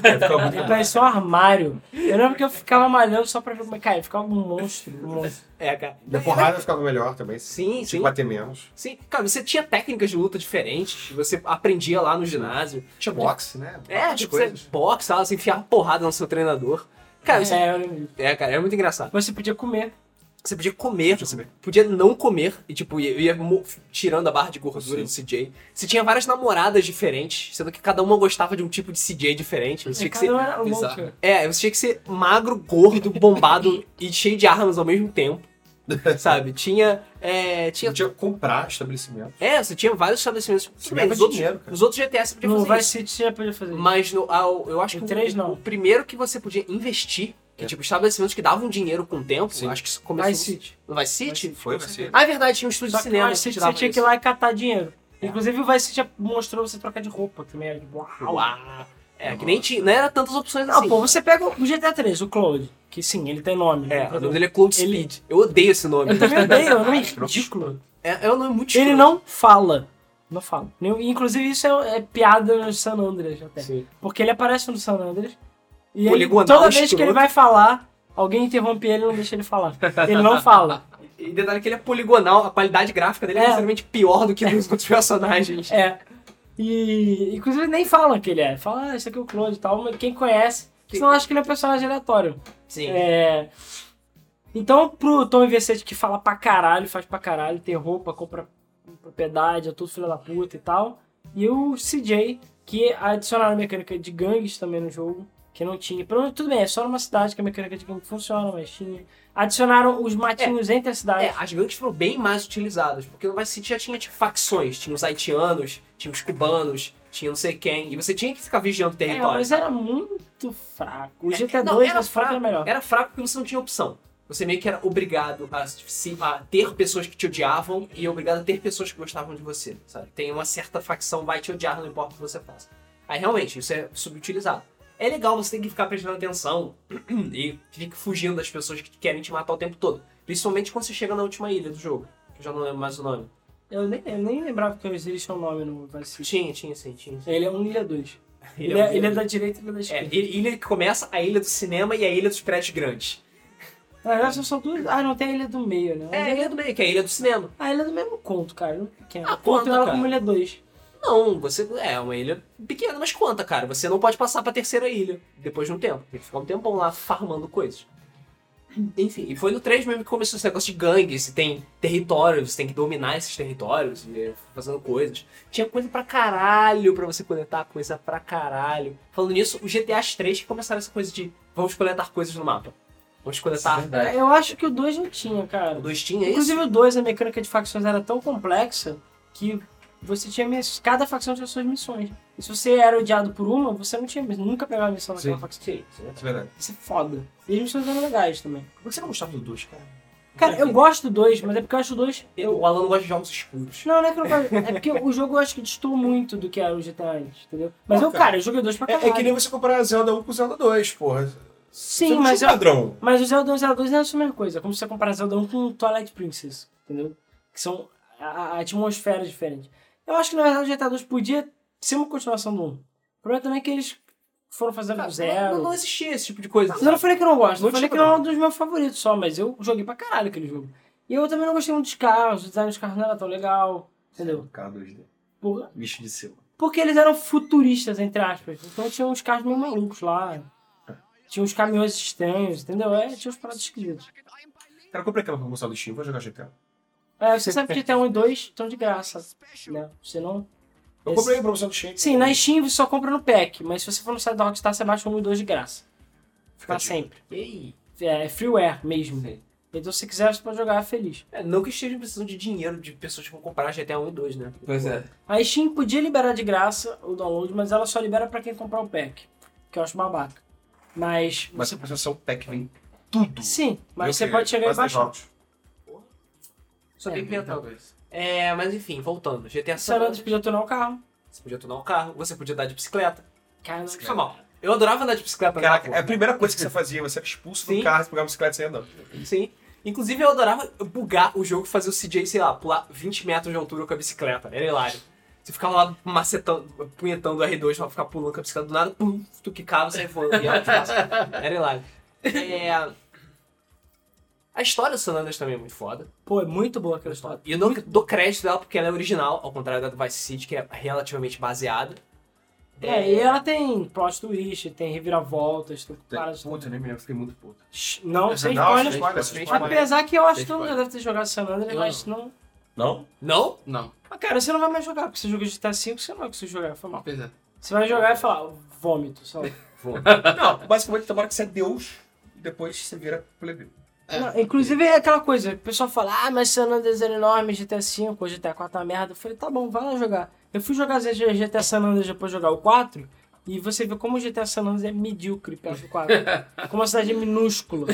Speaker 2: Ficou-
Speaker 3: parecia um armário. Eu lembro que eu ficava malhando só pra ver como é que cara, ele ficava um monstro. Um monstro.
Speaker 1: É, cara.
Speaker 2: Da porrada ficava melhor também.
Speaker 1: Sim,
Speaker 2: Tinha
Speaker 1: sim.
Speaker 2: que bater menos.
Speaker 1: Sim, cara, você tinha técnicas de luta diferentes, você aprendia lá no ginásio.
Speaker 2: Tinha boxe, né?
Speaker 1: É,
Speaker 2: Várias
Speaker 1: tipo, você
Speaker 2: coisas.
Speaker 1: boxe, sabe, você enfiava porrada no seu treinador. Cara, você-
Speaker 3: É, eu lembro.
Speaker 1: é, cara, era muito engraçado.
Speaker 3: Você podia comer.
Speaker 1: Você podia comer, podia não comer, e tipo, ia, ia mo- tirando a barra de gordura do CJ. Você tinha várias namoradas diferentes, sendo que cada uma gostava de um tipo de CJ diferente. Você tinha que
Speaker 3: Cada
Speaker 1: ser,
Speaker 3: um era
Speaker 4: bizarro.
Speaker 3: louco.
Speaker 1: é, você tinha que ser magro, gordo, bombado e cheio de armas ao mesmo tempo. Sabe? Tinha. É, tinha.
Speaker 2: Tinha que comprar estabelecimento.
Speaker 1: É, você tinha váritos estabelecimentos. Tudo bem,
Speaker 2: ganhava
Speaker 1: nos outros,
Speaker 2: dinheiro, cara.
Speaker 1: nos outros GTA você podia
Speaker 3: No
Speaker 1: fazer
Speaker 3: Vice
Speaker 1: isso.
Speaker 3: City você já podia fazer. isso.
Speaker 1: Mas no, ao- eu acho
Speaker 3: No
Speaker 1: que o-
Speaker 3: três, não.
Speaker 1: o primeiro que você podia investir, que tipo, estabelecimentos que davam dinheiro com o tempo,
Speaker 2: É. Sim.
Speaker 1: acho que isso começou. um
Speaker 3: Vice City.
Speaker 1: No Vice City?
Speaker 2: Foi, vai ser.
Speaker 1: Ah, é verdade, tinha um estúdio
Speaker 3: Só
Speaker 1: de
Speaker 3: que no
Speaker 1: cinema.
Speaker 3: Vice
Speaker 1: que
Speaker 3: City
Speaker 1: tirava
Speaker 3: você tinha que ir
Speaker 1: isso.
Speaker 3: lá e catar dinheiro.
Speaker 1: É.
Speaker 3: Inclusive o Vice City já mostrou você trocar de roupa também. era de- Uau.
Speaker 1: Uau. É, que nem tinha, não era tantas opções
Speaker 3: Não,
Speaker 1: assim.
Speaker 3: Ah, pô, você pega o GTA 3, o Cloud, que sim, ele tem nome.
Speaker 1: é,
Speaker 3: né?
Speaker 1: o nome dele é Cold
Speaker 3: Ele-
Speaker 1: Speed. Eu odeio esse nome.
Speaker 3: Eu também odeio, é um nome ridículo.
Speaker 1: É, é um nome muito
Speaker 3: Ele
Speaker 1: escroto.
Speaker 3: não fala. Não fala. Nem- Inclusive, isso é, é piada no San Andreas até.
Speaker 1: Sim.
Speaker 3: Porque ele aparece no San Andreas. E ele-
Speaker 1: Poligonal,
Speaker 3: toda vez que
Speaker 1: escroto.
Speaker 3: ele vai falar, alguém interrompe ele e não deixa ele falar. Ele não fala.
Speaker 1: E detalhe que ele é poligonal, a qualidade gráfica dele é,
Speaker 3: É.
Speaker 1: necessariamente pior do que dos outros personagens.
Speaker 3: É. E inclusive nem fala que ele é. Fala, ah, isso aqui é o Claude e tal, mas quem conhece,
Speaker 1: Que-
Speaker 3: senão acha que ele é um personagem aleatório.
Speaker 1: Sim.
Speaker 3: É. Então, pro Tom Vicente que fala pra caralho, faz pra caralho, tem roupa, compra propriedade, é tudo filha da puta e tal. E o CJ, que adicionaram a mecânica de gangues também no jogo, que não tinha. Pelo menos, tudo bem, é só numa cidade que a mecânica de gangue funciona, mas tinha. Adicionaram os matinhos entre as cidades.
Speaker 1: É, as gangues foram bem mais utilizadas, porque no Vice City já tinha tipo, facções, tinha os haitianos, tinha os cubanos, tinha não sei quem, e você tinha que ficar vigiando o
Speaker 3: É,
Speaker 1: território.
Speaker 3: mas era muito fraco. O
Speaker 1: É,
Speaker 3: GTA
Speaker 1: não,
Speaker 3: 2
Speaker 1: era
Speaker 3: era fraco, era melhor.
Speaker 1: Era fraco porque você não tinha opção. Você meio que era obrigado a, se- a ter pessoas que te odiavam e obrigado a ter pessoas que gostavam de você, sabe? Tem uma certa facção vai te odiar, não importa o que você faça. Aí realmente, isso é subutilizado. É legal você ter que ficar prestando atenção e fica fugindo das pessoas que querem te matar o tempo todo. Principalmente quando você chega na última ilha do jogo, que eu já não lembro mais o nome.
Speaker 3: Eu, nem, eu nem lembrava que existia um nome no Vice City.
Speaker 1: Tinha, tinha, sim, tinha. sim.
Speaker 3: Ele é um Ilha 2. Ele,
Speaker 1: Ilha-
Speaker 3: é, ele é da direita e ele é da
Speaker 1: É,
Speaker 3: esquerda.
Speaker 1: ilha que começa, a ilha do cinema e a ilha dos prédios grandes.
Speaker 3: Na verdade, são duas. Ah, não tem a Ilha do Meio, né?
Speaker 1: É, a ilha do meio, que é a ilha do cinema.
Speaker 3: A Ilha do Meio eu não conto, cara. Eu não quero.
Speaker 1: Ah,
Speaker 3: Eu conto
Speaker 1: conta,
Speaker 3: ela
Speaker 1: cara.
Speaker 3: como Ilha 2.
Speaker 1: Não, você é uma ilha pequena, mas conta, cara. Você não pode passar pra terceira ilha depois de um tempo. Tem que ficar um tempão lá farmando coisas. Enfim, e foi no 3 mesmo que começou esse negócio de gangue. Você tem territórios, você tem que dominar esses territórios e é, fazendo coisas. Tinha coisa pra caralho pra você coletar, coisa pra caralho. Falando nisso, os GTAs 3 que começaram essa coisa de vamos coletar coisas no mapa. Vamos coletar.
Speaker 4: é
Speaker 2: É.
Speaker 4: verdade.
Speaker 3: Eu acho que o 2 não tinha,
Speaker 1: O
Speaker 3: cara.
Speaker 1: 2 tinha é isso?
Speaker 3: Inclusive, o 2, a mecânica de facções era tão complexa que você tinha. miss- Cada facção tinha suas missões. E se você era odiado por uma, você não tinha nunca pegava a missão daquela
Speaker 2: Sim.
Speaker 3: facção.
Speaker 2: É verdade.
Speaker 3: Isso é foda. E as missões eram legais também.
Speaker 2: Por é que você não gostava do 2, cara?
Speaker 3: Cara, eu gosto do 2, mas é porque eu acho o 2.
Speaker 1: Eu, o Alan não gosta de jogos escuros.
Speaker 3: Não, não é que eu não gosto. É porque o jogo eu acho que distou muito do que era o GTA antes, entendeu? Mas
Speaker 2: Pô,
Speaker 3: eu,
Speaker 2: cara,
Speaker 3: cara, eu joguei o 2 pra
Speaker 2: É,
Speaker 3: caralho.
Speaker 2: é que nem você comparar Zelda 1 com Zelda 2, porra. você
Speaker 3: Sim,
Speaker 2: não
Speaker 3: mas,
Speaker 2: tinha um
Speaker 3: eu,
Speaker 2: padrão.
Speaker 3: mas o Zelda 1 e o Zelda 2 não é a mesma coisa. É como se você comparar Zelda 1 com Twilight Princess, entendeu? Que são a, a atmosfera diferente. Eu acho que na verdade o GTA 2 podia ser uma continuação do 1. O problema também é que eles foram fazendo do zero.
Speaker 1: Não, não existia esse tipo de coisa.
Speaker 3: Mas eu não falei que eu não gosto,
Speaker 1: Não
Speaker 3: eu falei
Speaker 1: tinha
Speaker 3: que não é
Speaker 1: problema.
Speaker 3: um dos meus favoritos só, mas eu joguei pra caralho aquele jogo. E eu também não gostei muito dos carros, o design dos carros não era tão legal, entendeu?
Speaker 2: Cara, 2D.
Speaker 3: Por-
Speaker 2: Bicho de cima.
Speaker 3: Porque eles eram futuristas, entre aspas. Então tinha uns carros meio malucos lá. Tinha uns caminhões estranhos, entendeu? É, tinha uns paradas esquisitas.
Speaker 2: Cara, eu comprei aquela promoção do Steam, vou jogar GTA.
Speaker 3: É, você sabe que GTA 1 e 2 estão de graça, né? Você não...
Speaker 2: Eu
Speaker 3: Esse-
Speaker 2: comprei a promoção do Steam.
Speaker 3: Sim, na Steam você só compra no pack, mas se você for no site da Rockstar, você baixa o 1 e 2 de graça.
Speaker 2: Fica
Speaker 3: Pra
Speaker 2: a dica.
Speaker 3: sempre.
Speaker 1: Ei.
Speaker 3: É, é freeware mesmo. Então se quiser, você pode jogar feliz.
Speaker 1: É, não que esteja precisando de dinheiro de pessoas que vão comprar GTA 1 e 2, né?
Speaker 4: Pois é.
Speaker 3: A Steam podia liberar de graça o download, mas ela só libera pra quem comprar o pack. Que eu acho babaca. Mas...
Speaker 2: Mas a promoção tech vem tudo.
Speaker 3: Sim, mas
Speaker 2: Eu
Speaker 3: você
Speaker 2: sei,
Speaker 3: pode chegar e
Speaker 2: quase dez
Speaker 3: baixar.
Speaker 2: jogos.
Speaker 1: Só
Speaker 3: É,
Speaker 1: tem que inventar. É, mas enfim, voltando. GTA San
Speaker 3: Sarandros
Speaker 1: Andreas,
Speaker 3: podia tornar o carro.
Speaker 1: você podia tunar o carro, você podia andar de bicicleta.
Speaker 3: Cara,
Speaker 1: Isso que foi mal. Eu adorava andar de bicicleta né, na
Speaker 2: Caraca,
Speaker 1: minha
Speaker 2: é a primeira coisa que você fazia, você era expulso
Speaker 1: Sim.
Speaker 2: do carro, você pegava a bicicleta e saia andando.
Speaker 1: rua. Sim. Inclusive, eu adorava bugar o jogo e fazer o CJ, sei lá, pular 20 metros de altura com a bicicleta. Era hilário. Você ficava lá macetando, punhetando o R2 pra ficar pulando com a bicicleta do nada, pum, tu quicava, saia voando. E era, fácil. era hilário. É... A história do San Andreas também é muito foda.
Speaker 3: Pô, é muito boa aquela história.
Speaker 1: E eu não dou crédito dela porque ela é original, ao contrário da do Vice City, que é relativamente baseada.
Speaker 3: É, e ela tem plot twist, tem reviravoltas, tem paradas.
Speaker 2: Puta, nem me lembro, fiquei muito puto.
Speaker 3: Shh, Não, sem
Speaker 2: Não,
Speaker 3: spoilers.
Speaker 2: sem spoiler, sem spoiler.
Speaker 3: Apesar que eu acho
Speaker 4: Sem
Speaker 3: que todo mundo
Speaker 4: spoiler.
Speaker 3: deve ter jogado San Andreas,
Speaker 4: Eu
Speaker 3: mas não.
Speaker 2: Não?
Speaker 1: Não?
Speaker 4: Não,
Speaker 3: Ah, cara, você não vai mais jogar, porque você joga GTA V, você não vai conseguir jogar, foi mal.
Speaker 4: pois é.
Speaker 3: Você vai jogar e falar, vômito, sei lá.
Speaker 2: Não, basicamente tomara que você é Deus e depois você vira plebeu.
Speaker 4: É.
Speaker 3: Não, inclusive é aquela coisa, o pessoal fala, ah, mas San Andreas era enorme, GTA V, ou GTA 4 é uma merda. Eu falei, tá bom, vai lá jogar. Eu fui jogar GTA San Andreas depois de jogar o 4, e você vê como o GTA San Andreas é medíocre perto do 4. como a cidade é minúscula.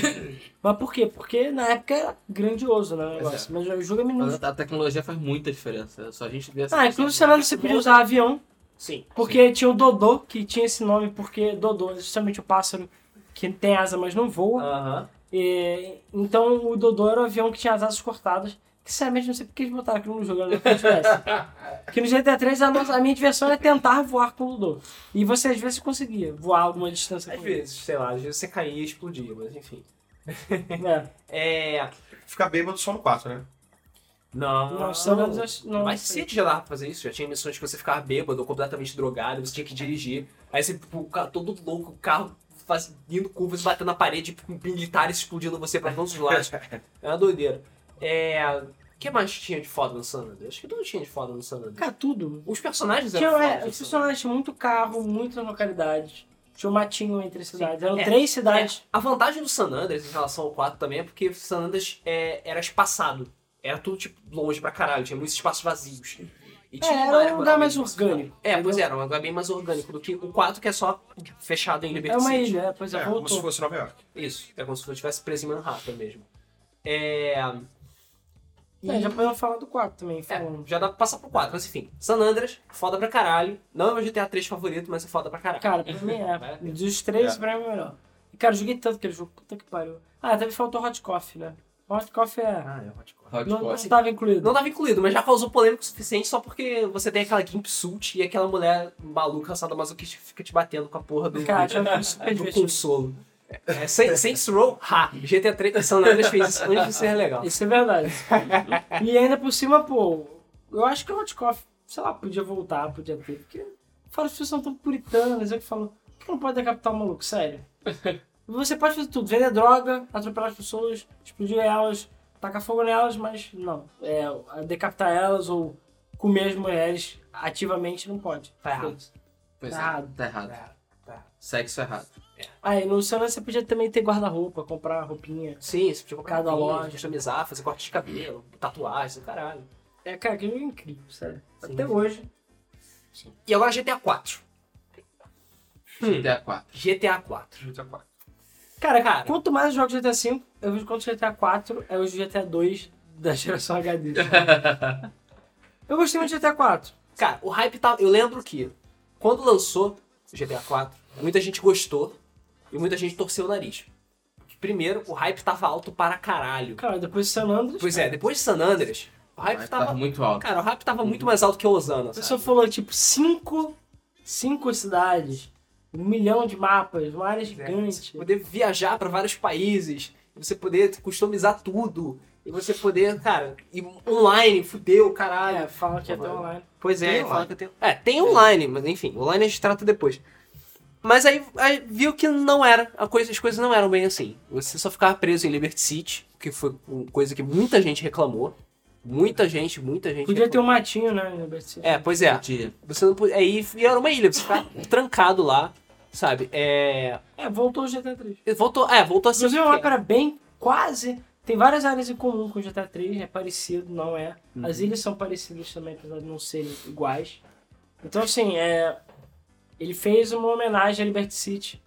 Speaker 3: mas por quê? Porque na época era grandioso né, o
Speaker 4: Pois
Speaker 3: negócio, mas o jogo é
Speaker 4: Mas
Speaker 3: minúsculo.
Speaker 4: a a tecnologia faz muita diferença. É Só a gente vê essa.
Speaker 3: Ah, inclusive o San Andreas você podia usar avião,
Speaker 1: Sim.
Speaker 3: Porque tinha o Dodô, que tinha esse nome porque Dodô é justamente o pássaro que tem asa, mas não voa.
Speaker 1: Aham.
Speaker 3: E, então o Dodô era um avião que tinha as asas cortadas. Que sinceramente não sei porque eles botaram aquilo no jogo, né? eu não tivesse. que no GTA 3 a, nossa- a minha diversão era tentar voar com o Dodô. E você às vezes conseguia voar alguma distância
Speaker 1: Às
Speaker 3: com ele.
Speaker 1: vezes, sei lá, às vezes você caía e explodia, mas enfim.
Speaker 3: É.
Speaker 1: É.
Speaker 2: Ficar bêbado só no 4, né?
Speaker 1: Não.
Speaker 3: Não, não, não,
Speaker 1: Mais cedo já dava pra fazer isso, já tinha missões que você ficava bêbado ou completamente drogado, você tinha que dirigir. Aí você, tipo, o carro todo louco, o carro fazendo curvas, batendo na parede, tipo, com militares explodindo você pra todos os lados. É uma doideira. É. O que mais tinha de foda no San Andreas? Acho que não tinha de foda no San Andreas.
Speaker 3: Cara, tudo.
Speaker 1: Os personagens
Speaker 3: Tinha,
Speaker 1: eram fodas.
Speaker 3: é, os personagens tinham muito carro, muitas localidades. Tinha um matinho entre as cidades. Eram
Speaker 1: É.
Speaker 3: três
Speaker 1: É,
Speaker 3: cidades.
Speaker 1: a vantagem do San Andreas em relação ao 4 também é porque o San Andreas é, era espaçado. Era tudo tipo longe pra caralho, tinha muitos espaços vazios. E
Speaker 3: É,
Speaker 1: tinha uma
Speaker 3: era um
Speaker 1: área
Speaker 3: lugar mais
Speaker 1: muito-
Speaker 3: orgânico,
Speaker 1: É, pois
Speaker 3: entendeu?
Speaker 1: era, um lugar bem mais orgânico do que o 4 que é só fechado em
Speaker 3: É
Speaker 1: Liberty
Speaker 3: uma
Speaker 1: City.
Speaker 3: ilha, é, pois é,
Speaker 2: é, como se
Speaker 3: voltou.
Speaker 2: fosse Nova York.
Speaker 1: Isso, é como se eu estivesse preso em Manhattan mesmo. É. e-
Speaker 3: É, já podemos falar do quarto também,
Speaker 1: é,
Speaker 3: falando.
Speaker 1: já dá pra passar pro 4, mas enfim. San Andreas, foda pra caralho. Não é meu GTA 3 favorito, mas é foda pra caralho.
Speaker 3: Cara, pra mim é.
Speaker 1: Maravilha.
Speaker 3: Dos três,
Speaker 2: É.
Speaker 3: pra mim é o melhor. E, cara, eu joguei tanto aquele jogo. Puta que pariu. Ah, também faltou Hot Coffee, né? Hot Coffee é.
Speaker 1: Ah, é hardcore.
Speaker 4: Hot
Speaker 3: Não, não
Speaker 4: Pocket.
Speaker 3: estava incluído.
Speaker 1: Não tava incluído, mas já causou polêmica o suficiente só porque você tem aquela Gimp Suit e aquela mulher maluca assada masoquista que fica te batendo com a porra do,
Speaker 3: Cara, tinha um super
Speaker 1: do
Speaker 3: divertido.
Speaker 1: consolo. É, Saints Saints Row, ha! GTA 3 San Andreas fez isso antes de ser legal.
Speaker 3: Isso é verdade. e ainda por cima, pô, eu acho que o Hot Coffee, sei lá, podia voltar, podia ter, porque fala, as pessoas são tão puritanas, eu que falo, por que não pode decapitar um maluco, sério? Você pode fazer tudo, vender droga, atropelar as pessoas, explodir elas, tacar fogo nelas, mas não. É, decapitar elas ou comer as mulheres ativamente não pode.
Speaker 1: Tá errado.
Speaker 4: Pois
Speaker 3: Tá
Speaker 4: é,
Speaker 3: errado.
Speaker 4: Tá errado. Sexo é errado.
Speaker 3: Aí no Senna você podia também ter guarda-roupa, comprar roupinha.
Speaker 1: Sim, tipo você podia comprar
Speaker 3: Cada
Speaker 1: roupinha,
Speaker 3: loja.
Speaker 1: customizar, fazer corte de cabelo, tatuagem, caralho.
Speaker 3: É, cara, aquilo é incrível, sério.
Speaker 1: Sim.
Speaker 3: Até hoje.
Speaker 1: E agora GTA 4.
Speaker 4: GTA 4.
Speaker 1: GTA 4.
Speaker 2: GTA 4.
Speaker 3: Cara,
Speaker 1: Cara.
Speaker 3: quanto mais eu jogo GTA V, eu vejo quanto GTA 4 é o GTA 2 da geração HD. eu gostei muito de GTA 4.
Speaker 1: Cara, o hype tava. Eu lembro que quando lançou o GTA 4, muita gente gostou e muita gente torceu o nariz. Primeiro, o hype tava alto para caralho.
Speaker 3: Cara, depois de San Andreas,
Speaker 1: Pois é, depois de San Andreas, o hype
Speaker 4: Mas
Speaker 1: tava.
Speaker 4: Tá muito alto.
Speaker 1: Cara, o hype tava muito mais alto que o Osana.
Speaker 3: a pessoa
Speaker 1: Sabe?
Speaker 3: falou tipo 5 cinco cidades, um milhão de mapas, uma área
Speaker 1: é.
Speaker 3: gigante.
Speaker 1: Poder viajar pra vários países, você poder customizar tudo. E você poder, cara, ir online, fudeu, caralho.
Speaker 3: É, fala que é até online.
Speaker 1: Pois é,
Speaker 4: Tem
Speaker 1: fala
Speaker 4: online.
Speaker 1: que eu tenho- É, tem online, mas enfim, online a gente trata depois. Mas aí, aí viu que não era, a coisa, as coisas não eram bem assim. Você só ficava preso em Liberty City, que foi uma coisa que muita gente reclamou. Muita gente, muita gente.
Speaker 3: Podia ter um
Speaker 1: reclamou.
Speaker 3: matinho, né, no Liberty City.
Speaker 1: É, pois é.
Speaker 4: Dia.
Speaker 1: Você não podia. Aí e era uma ilha, você ficava trancado lá, sabe? É.
Speaker 3: É, voltou o GTA 3.
Speaker 1: Voltou. É, voltou a ser.
Speaker 3: Inclusive é um
Speaker 1: o que
Speaker 3: mapa era bem quase. Tem várias áreas em comum com o GTA 3, é parecido, não é. As ilhas são parecidas também, apesar de não serem iguais. Então, assim, é, ele fez uma homenagem à Liberty City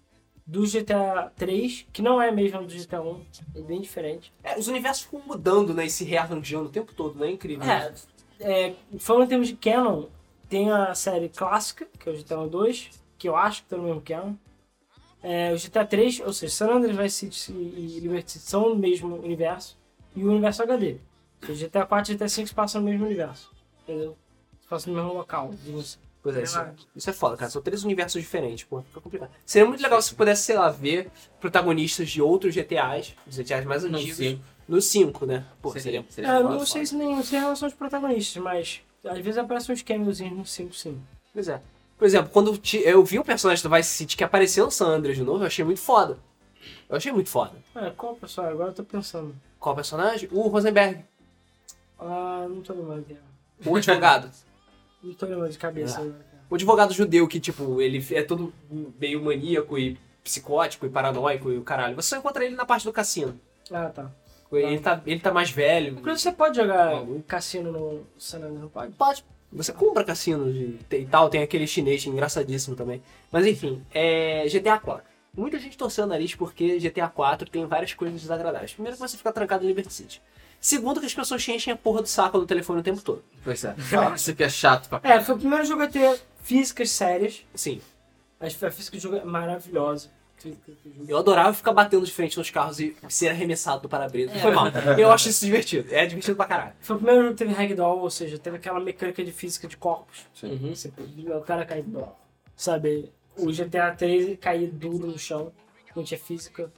Speaker 3: do GTA 3, que não é a mesma do GTA 1, é bem diferente.
Speaker 1: é. É, os universos ficam mudando, né? E se rearranjando o tempo todo, né? Incrível.
Speaker 3: É, é, falando em termos de canon, tem a série clássica, que é o GTA 2, que eu acho que tá no mesmo canon. É, o GTA 3, ou seja, San Andreas, Vice City e e Liberty City são o mesmo universo, e o universo HD. O GTA 4 e GTA 5 se passam no mesmo universo, entendeu? Se passam no mesmo local, digamos assim.
Speaker 1: Pois é, isso,
Speaker 3: Sei lá.
Speaker 1: isso é foda, cara. São três universos diferentes, pô. Fica complicado. Seria muito legal se pudesse, sei lá, ver protagonistas de outros GTAs, dos GTAs mais
Speaker 4: Não,
Speaker 1: antigos,
Speaker 4: cinco.
Speaker 1: no 5, né? Pô, seria.
Speaker 4: Seria.
Speaker 3: É, eu não
Speaker 1: foda.
Speaker 3: sei se nem se é em relação aos protagonistas, mas às vezes aparecem uns cameozinhos no 5, sim.
Speaker 1: Pois é. Por exemplo, quando eu ti- eu vi um personagem do Vice City que apareceu no San Andreas de novo, eu achei muito foda. Eu achei muito foda.
Speaker 3: É, qual pessoal? Agora eu tô pensando.
Speaker 1: Qual personagem? O Rosenberg,
Speaker 3: Ah, não tô lembrando dele.
Speaker 1: o advogado.
Speaker 3: Não tô lembrando de cabeça.
Speaker 1: Ah.
Speaker 3: agora, cara.
Speaker 1: o advogado judeu que, tipo, ele é todo meio maníaco e psicótico e paranoico e o caralho. Você só encontra ele na parte do cassino.
Speaker 3: Ah, tá.
Speaker 1: Ele tá, ele tá mais velho.
Speaker 3: Inclusive, você pode jogar o cassino no San Andreas, não pode?
Speaker 1: Pode. Você compra cassino de- e tal, tem aquele chinês engraçadíssimo também. Mas enfim, é GTA 4. Muita gente torceu o nariz porque GTA 4 tem várias coisas desagradáveis. Primeiro que você fica trancado em Liberty City. Segundo que as pessoas te enchem a porra do saco do telefone o tempo todo.
Speaker 4: Pois é. Fala, Isso aqui é chato pra
Speaker 3: É, foi o primeiro jogo a ter físicas sérias.
Speaker 1: Sim.
Speaker 3: As- A física do jogo é maravilhosa. Física do jogo.
Speaker 1: Eu adorava ficar batendo de frente nos carros e ser arremessado do para-brisa. Foi mal. Eu acho isso divertido. É divertido pra caralho.
Speaker 3: Foi o primeiro jogo que teve ragdoll, ou seja, teve aquela mecânica de física de corpos.
Speaker 4: Uhum.
Speaker 3: Você- o cara cai dó. Sabe? O GTA 3 caía duro no chão, não tinha física.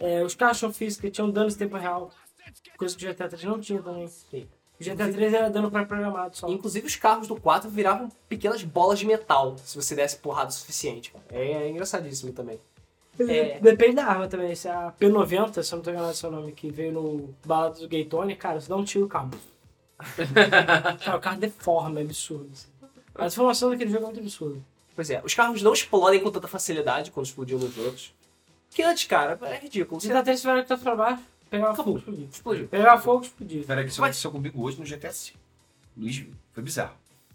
Speaker 3: É, os carros tinham física, tinham danos em tempo real. Coisa que o GTA 3 não tinha também.
Speaker 1: Sim.
Speaker 3: O GTA 3 era dano pré-programado só.
Speaker 1: Então, Inclusive, os carros do 4 viravam pequenas bolas de metal se você desse porrada o suficiente. É, é engraçadíssimo também. É.
Speaker 3: Depende da arma também. Se é a P90, se eu não tô enganado seu nome, que veio no balado do Gaytone, cara, você dá um tiro e o carro. cara, o carro deforma, é absurdo. assim. A transformação daquele jogo é muito absurda.
Speaker 1: Pois é, os carros não explodem com tanta facilidade quando explodiam nos outros. Que antes, cara, é ridículo.
Speaker 3: O
Speaker 1: Você
Speaker 3: GTA 3 tá tiveram que estar pra baixo, pegava fogo, explodia.
Speaker 1: explodiu.
Speaker 3: Pegava fogo, explodia.
Speaker 2: Peraí, que isso aconteceu comigo hoje no GTA V. Luiz, foi bizarro.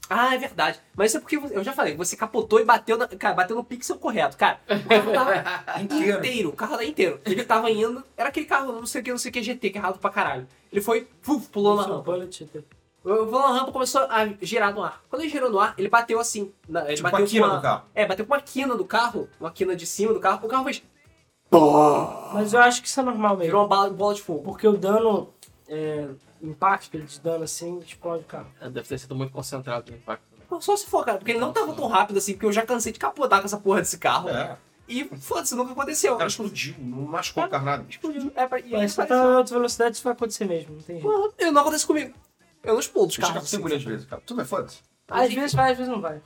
Speaker 1: Ah, é verdade. Mas isso é porque você- eu já falei, você capotou e bateu na. Cara, bateu no pixel correto. Cara, o carro tava
Speaker 2: Inteiro.
Speaker 1: inteiro, o carro tava inteiro. Ele tava indo. Era aquele carro, não sei o que, não sei o que, GT, que é errado pra caralho. Ele foi, puf, pulou
Speaker 3: é
Speaker 1: na
Speaker 3: um
Speaker 1: rampa. O Van rampa começou a girar no ar. Quando ele girou no ar, ele bateu assim. na- ele
Speaker 2: Tipo
Speaker 1: bateu
Speaker 2: a quina
Speaker 1: com uma,
Speaker 2: do carro.
Speaker 1: É, bateu com uma quina do carro, uma quina de cima do carro, o carro fez.
Speaker 3: Mas eu acho que isso é normal mesmo.
Speaker 1: Virou uma bala, bola de fogo.
Speaker 3: Porque o dano, é, impacto de dano assim, explode o carro.
Speaker 4: É, Deve ter sido muito concentrado no impacto. né?
Speaker 1: Só se for, cara, porque ele não tava tão rápido assim, porque eu já cansei de capotar com essa porra desse carro.
Speaker 2: É.
Speaker 1: E foda-se, nunca aconteceu.
Speaker 2: O cara explodiu, não machucou o carro nada.
Speaker 1: Explodiu. É, pra- e aí
Speaker 3: Mas se tá
Speaker 1: apareceu.
Speaker 3: em alta velocidade, isso vai acontecer mesmo, não tem jeito.
Speaker 1: Porra, eu não acontece comigo. Eu não explodo os
Speaker 2: Chega
Speaker 1: carros.
Speaker 2: com 5
Speaker 1: assim.
Speaker 2: milhões de vezes, cara. Tudo é foda-se.
Speaker 3: Às vezes vai, às vezes não vai.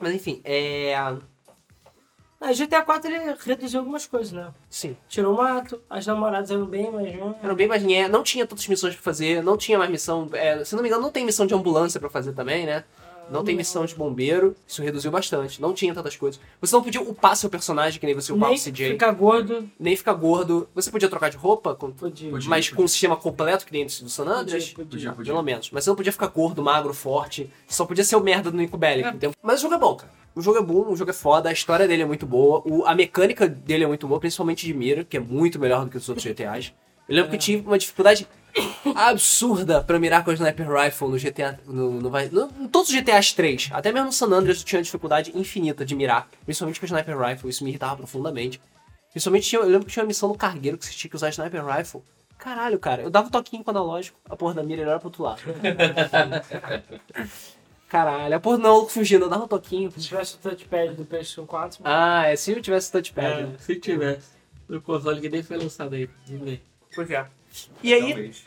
Speaker 1: Mas enfim, é.
Speaker 3: A GTA 4 ele reduziu algumas coisas, né?
Speaker 1: Sim.
Speaker 3: Tirou o mato, as namoradas eram bem mais né?
Speaker 1: Era bem mais nhé, não tinha tantas missões pra fazer, não tinha mais missão. é, se não me engano, não tem missão de ambulância pra fazer também, né?
Speaker 3: Ah,
Speaker 1: Não tem missão de bombeiro, isso reduziu bastante, não tinha tantas coisas. Você não podia upar seu personagem, que nem você upava
Speaker 3: Nem
Speaker 1: o CJ,
Speaker 3: ficar gordo,
Speaker 1: nem ficar gordo. Você podia trocar de roupa, com-
Speaker 3: podia.
Speaker 2: Podia.
Speaker 1: mas com um sistema completo, que nem do San Andreas.
Speaker 3: Podia, podia.
Speaker 2: Podia, podia.
Speaker 1: Pelo menos. Mas você não podia ficar gordo, magro, forte. Você só podia ser o merda do Nico Bellic. entendeu? Mas o jogo é bom, cara. O jogo é bom, o jogo é foda, a história dele é muito boa, o- a mecânica dele é muito boa, principalmente de mira, que é muito melhor do que os outros GTAs. Eu lembro que eu tive uma dificuldade absurda pra mirar com a Sniper Rifle no GTA. No, no, Vice- no- em todos os GTAs 3. Até mesmo no San Andreas eu tinha uma dificuldade infinita de mirar, principalmente com a Sniper Rifle, isso me irritava profundamente. Principalmente tinha- eu lembro que tinha uma missão no cargueiro que você tinha que usar Sniper Rifle. Caralho, cara, eu dava um toquinho com o analógico, a porra da mira era pro outro lado. Caralho, a porra não, fugindo, eu dava um toquinho.
Speaker 3: Se tivesse o touchpad do PlayStation 4,
Speaker 1: Ah, é se eu tivesse touchpad. né?
Speaker 4: se tivesse. No console que nem foi lançado aí. Tudo bem.
Speaker 1: Pois é. E aí,
Speaker 2: Talvez.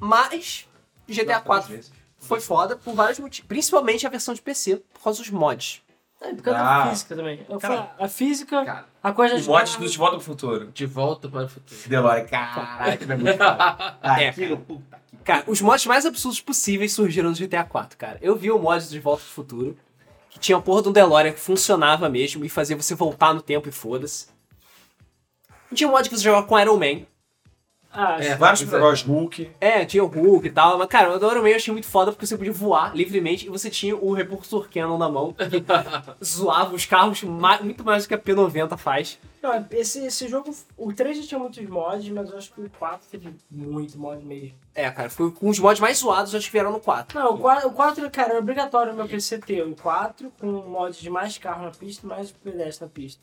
Speaker 1: mas GTA
Speaker 2: Não, talvez
Speaker 1: 4
Speaker 2: vezes.
Speaker 1: foi foda por vários motivos, principalmente a versão de PC, por causa dos mods.
Speaker 3: é por causa da
Speaker 2: Ah.
Speaker 3: física também. Eu
Speaker 2: Cara.
Speaker 3: falo, a física,
Speaker 2: Cara,
Speaker 3: a coisa
Speaker 2: o mod do De Volta pro Futuro.
Speaker 4: De volta para o futuro.
Speaker 2: DeLorean, caralho, aquilo é muito foda.
Speaker 1: É,
Speaker 2: Aquilo, puta que
Speaker 1: Cara, os mods mais absurdos possíveis surgiram no GTA IV, cara. Eu vi o mod de Volta pro Futuro, que tinha a porra de um DeLorean que funcionava mesmo e fazia você voltar no tempo e foda-se. E Tinha um mod que você jogava com Iron Man.
Speaker 3: Ah,
Speaker 4: É.
Speaker 2: Vários super-heróis Hulk.
Speaker 1: É, tinha o Hulk e tal, mas cara, o do Iron Man eu achei muito foda porque você podia voar livremente e você tinha o Repulsor Cannon na mão, que zoava os carros ma- muito mais do que a P90 faz.
Speaker 3: Não, esse, esse jogo, o 3 já tinha muitos mods, mas eu acho que o 4 teve muito mod mesmo.
Speaker 1: É, cara, foi um dos mods mais zoados eu acho que vieram no 4.
Speaker 3: Não, o 4, o 4, cara, era obrigatório no meu PC ter o 4 com mods de mais carro na pista, mais pedestre na pista.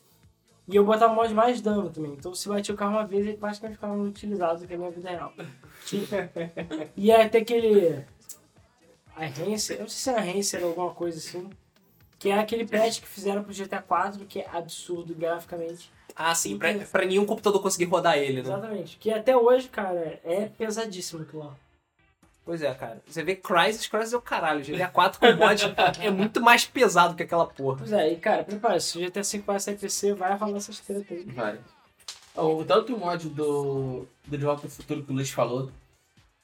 Speaker 3: E eu botava mod de mais dano também. Então se batia o carro uma vez, ele basicamente ficava inutilizado, do que é a minha vida real. e aí tem aquele. A Hancer, eu não sei se era Hancer ou alguma coisa assim. Que é aquele patch que fizeram pro GTA 4, que é absurdo graficamente.
Speaker 1: Ah, sim, pra, pra nenhum computador conseguir rodar ele, né?
Speaker 3: Exatamente. Que até hoje, cara, é pesadíssimo aquilo lá.
Speaker 1: Pois é, cara. Você vê Crysis, Crysis é o caralho. GTA 4 com mod é muito mais pesado que aquela porra.
Speaker 3: Pois é, e cara, prepara-se, se o GTA V vai sair PC, vai rolar essas tretas aí.
Speaker 4: Vai. O tanto o mod do, do De Volta pro Futuro que o Luiz falou,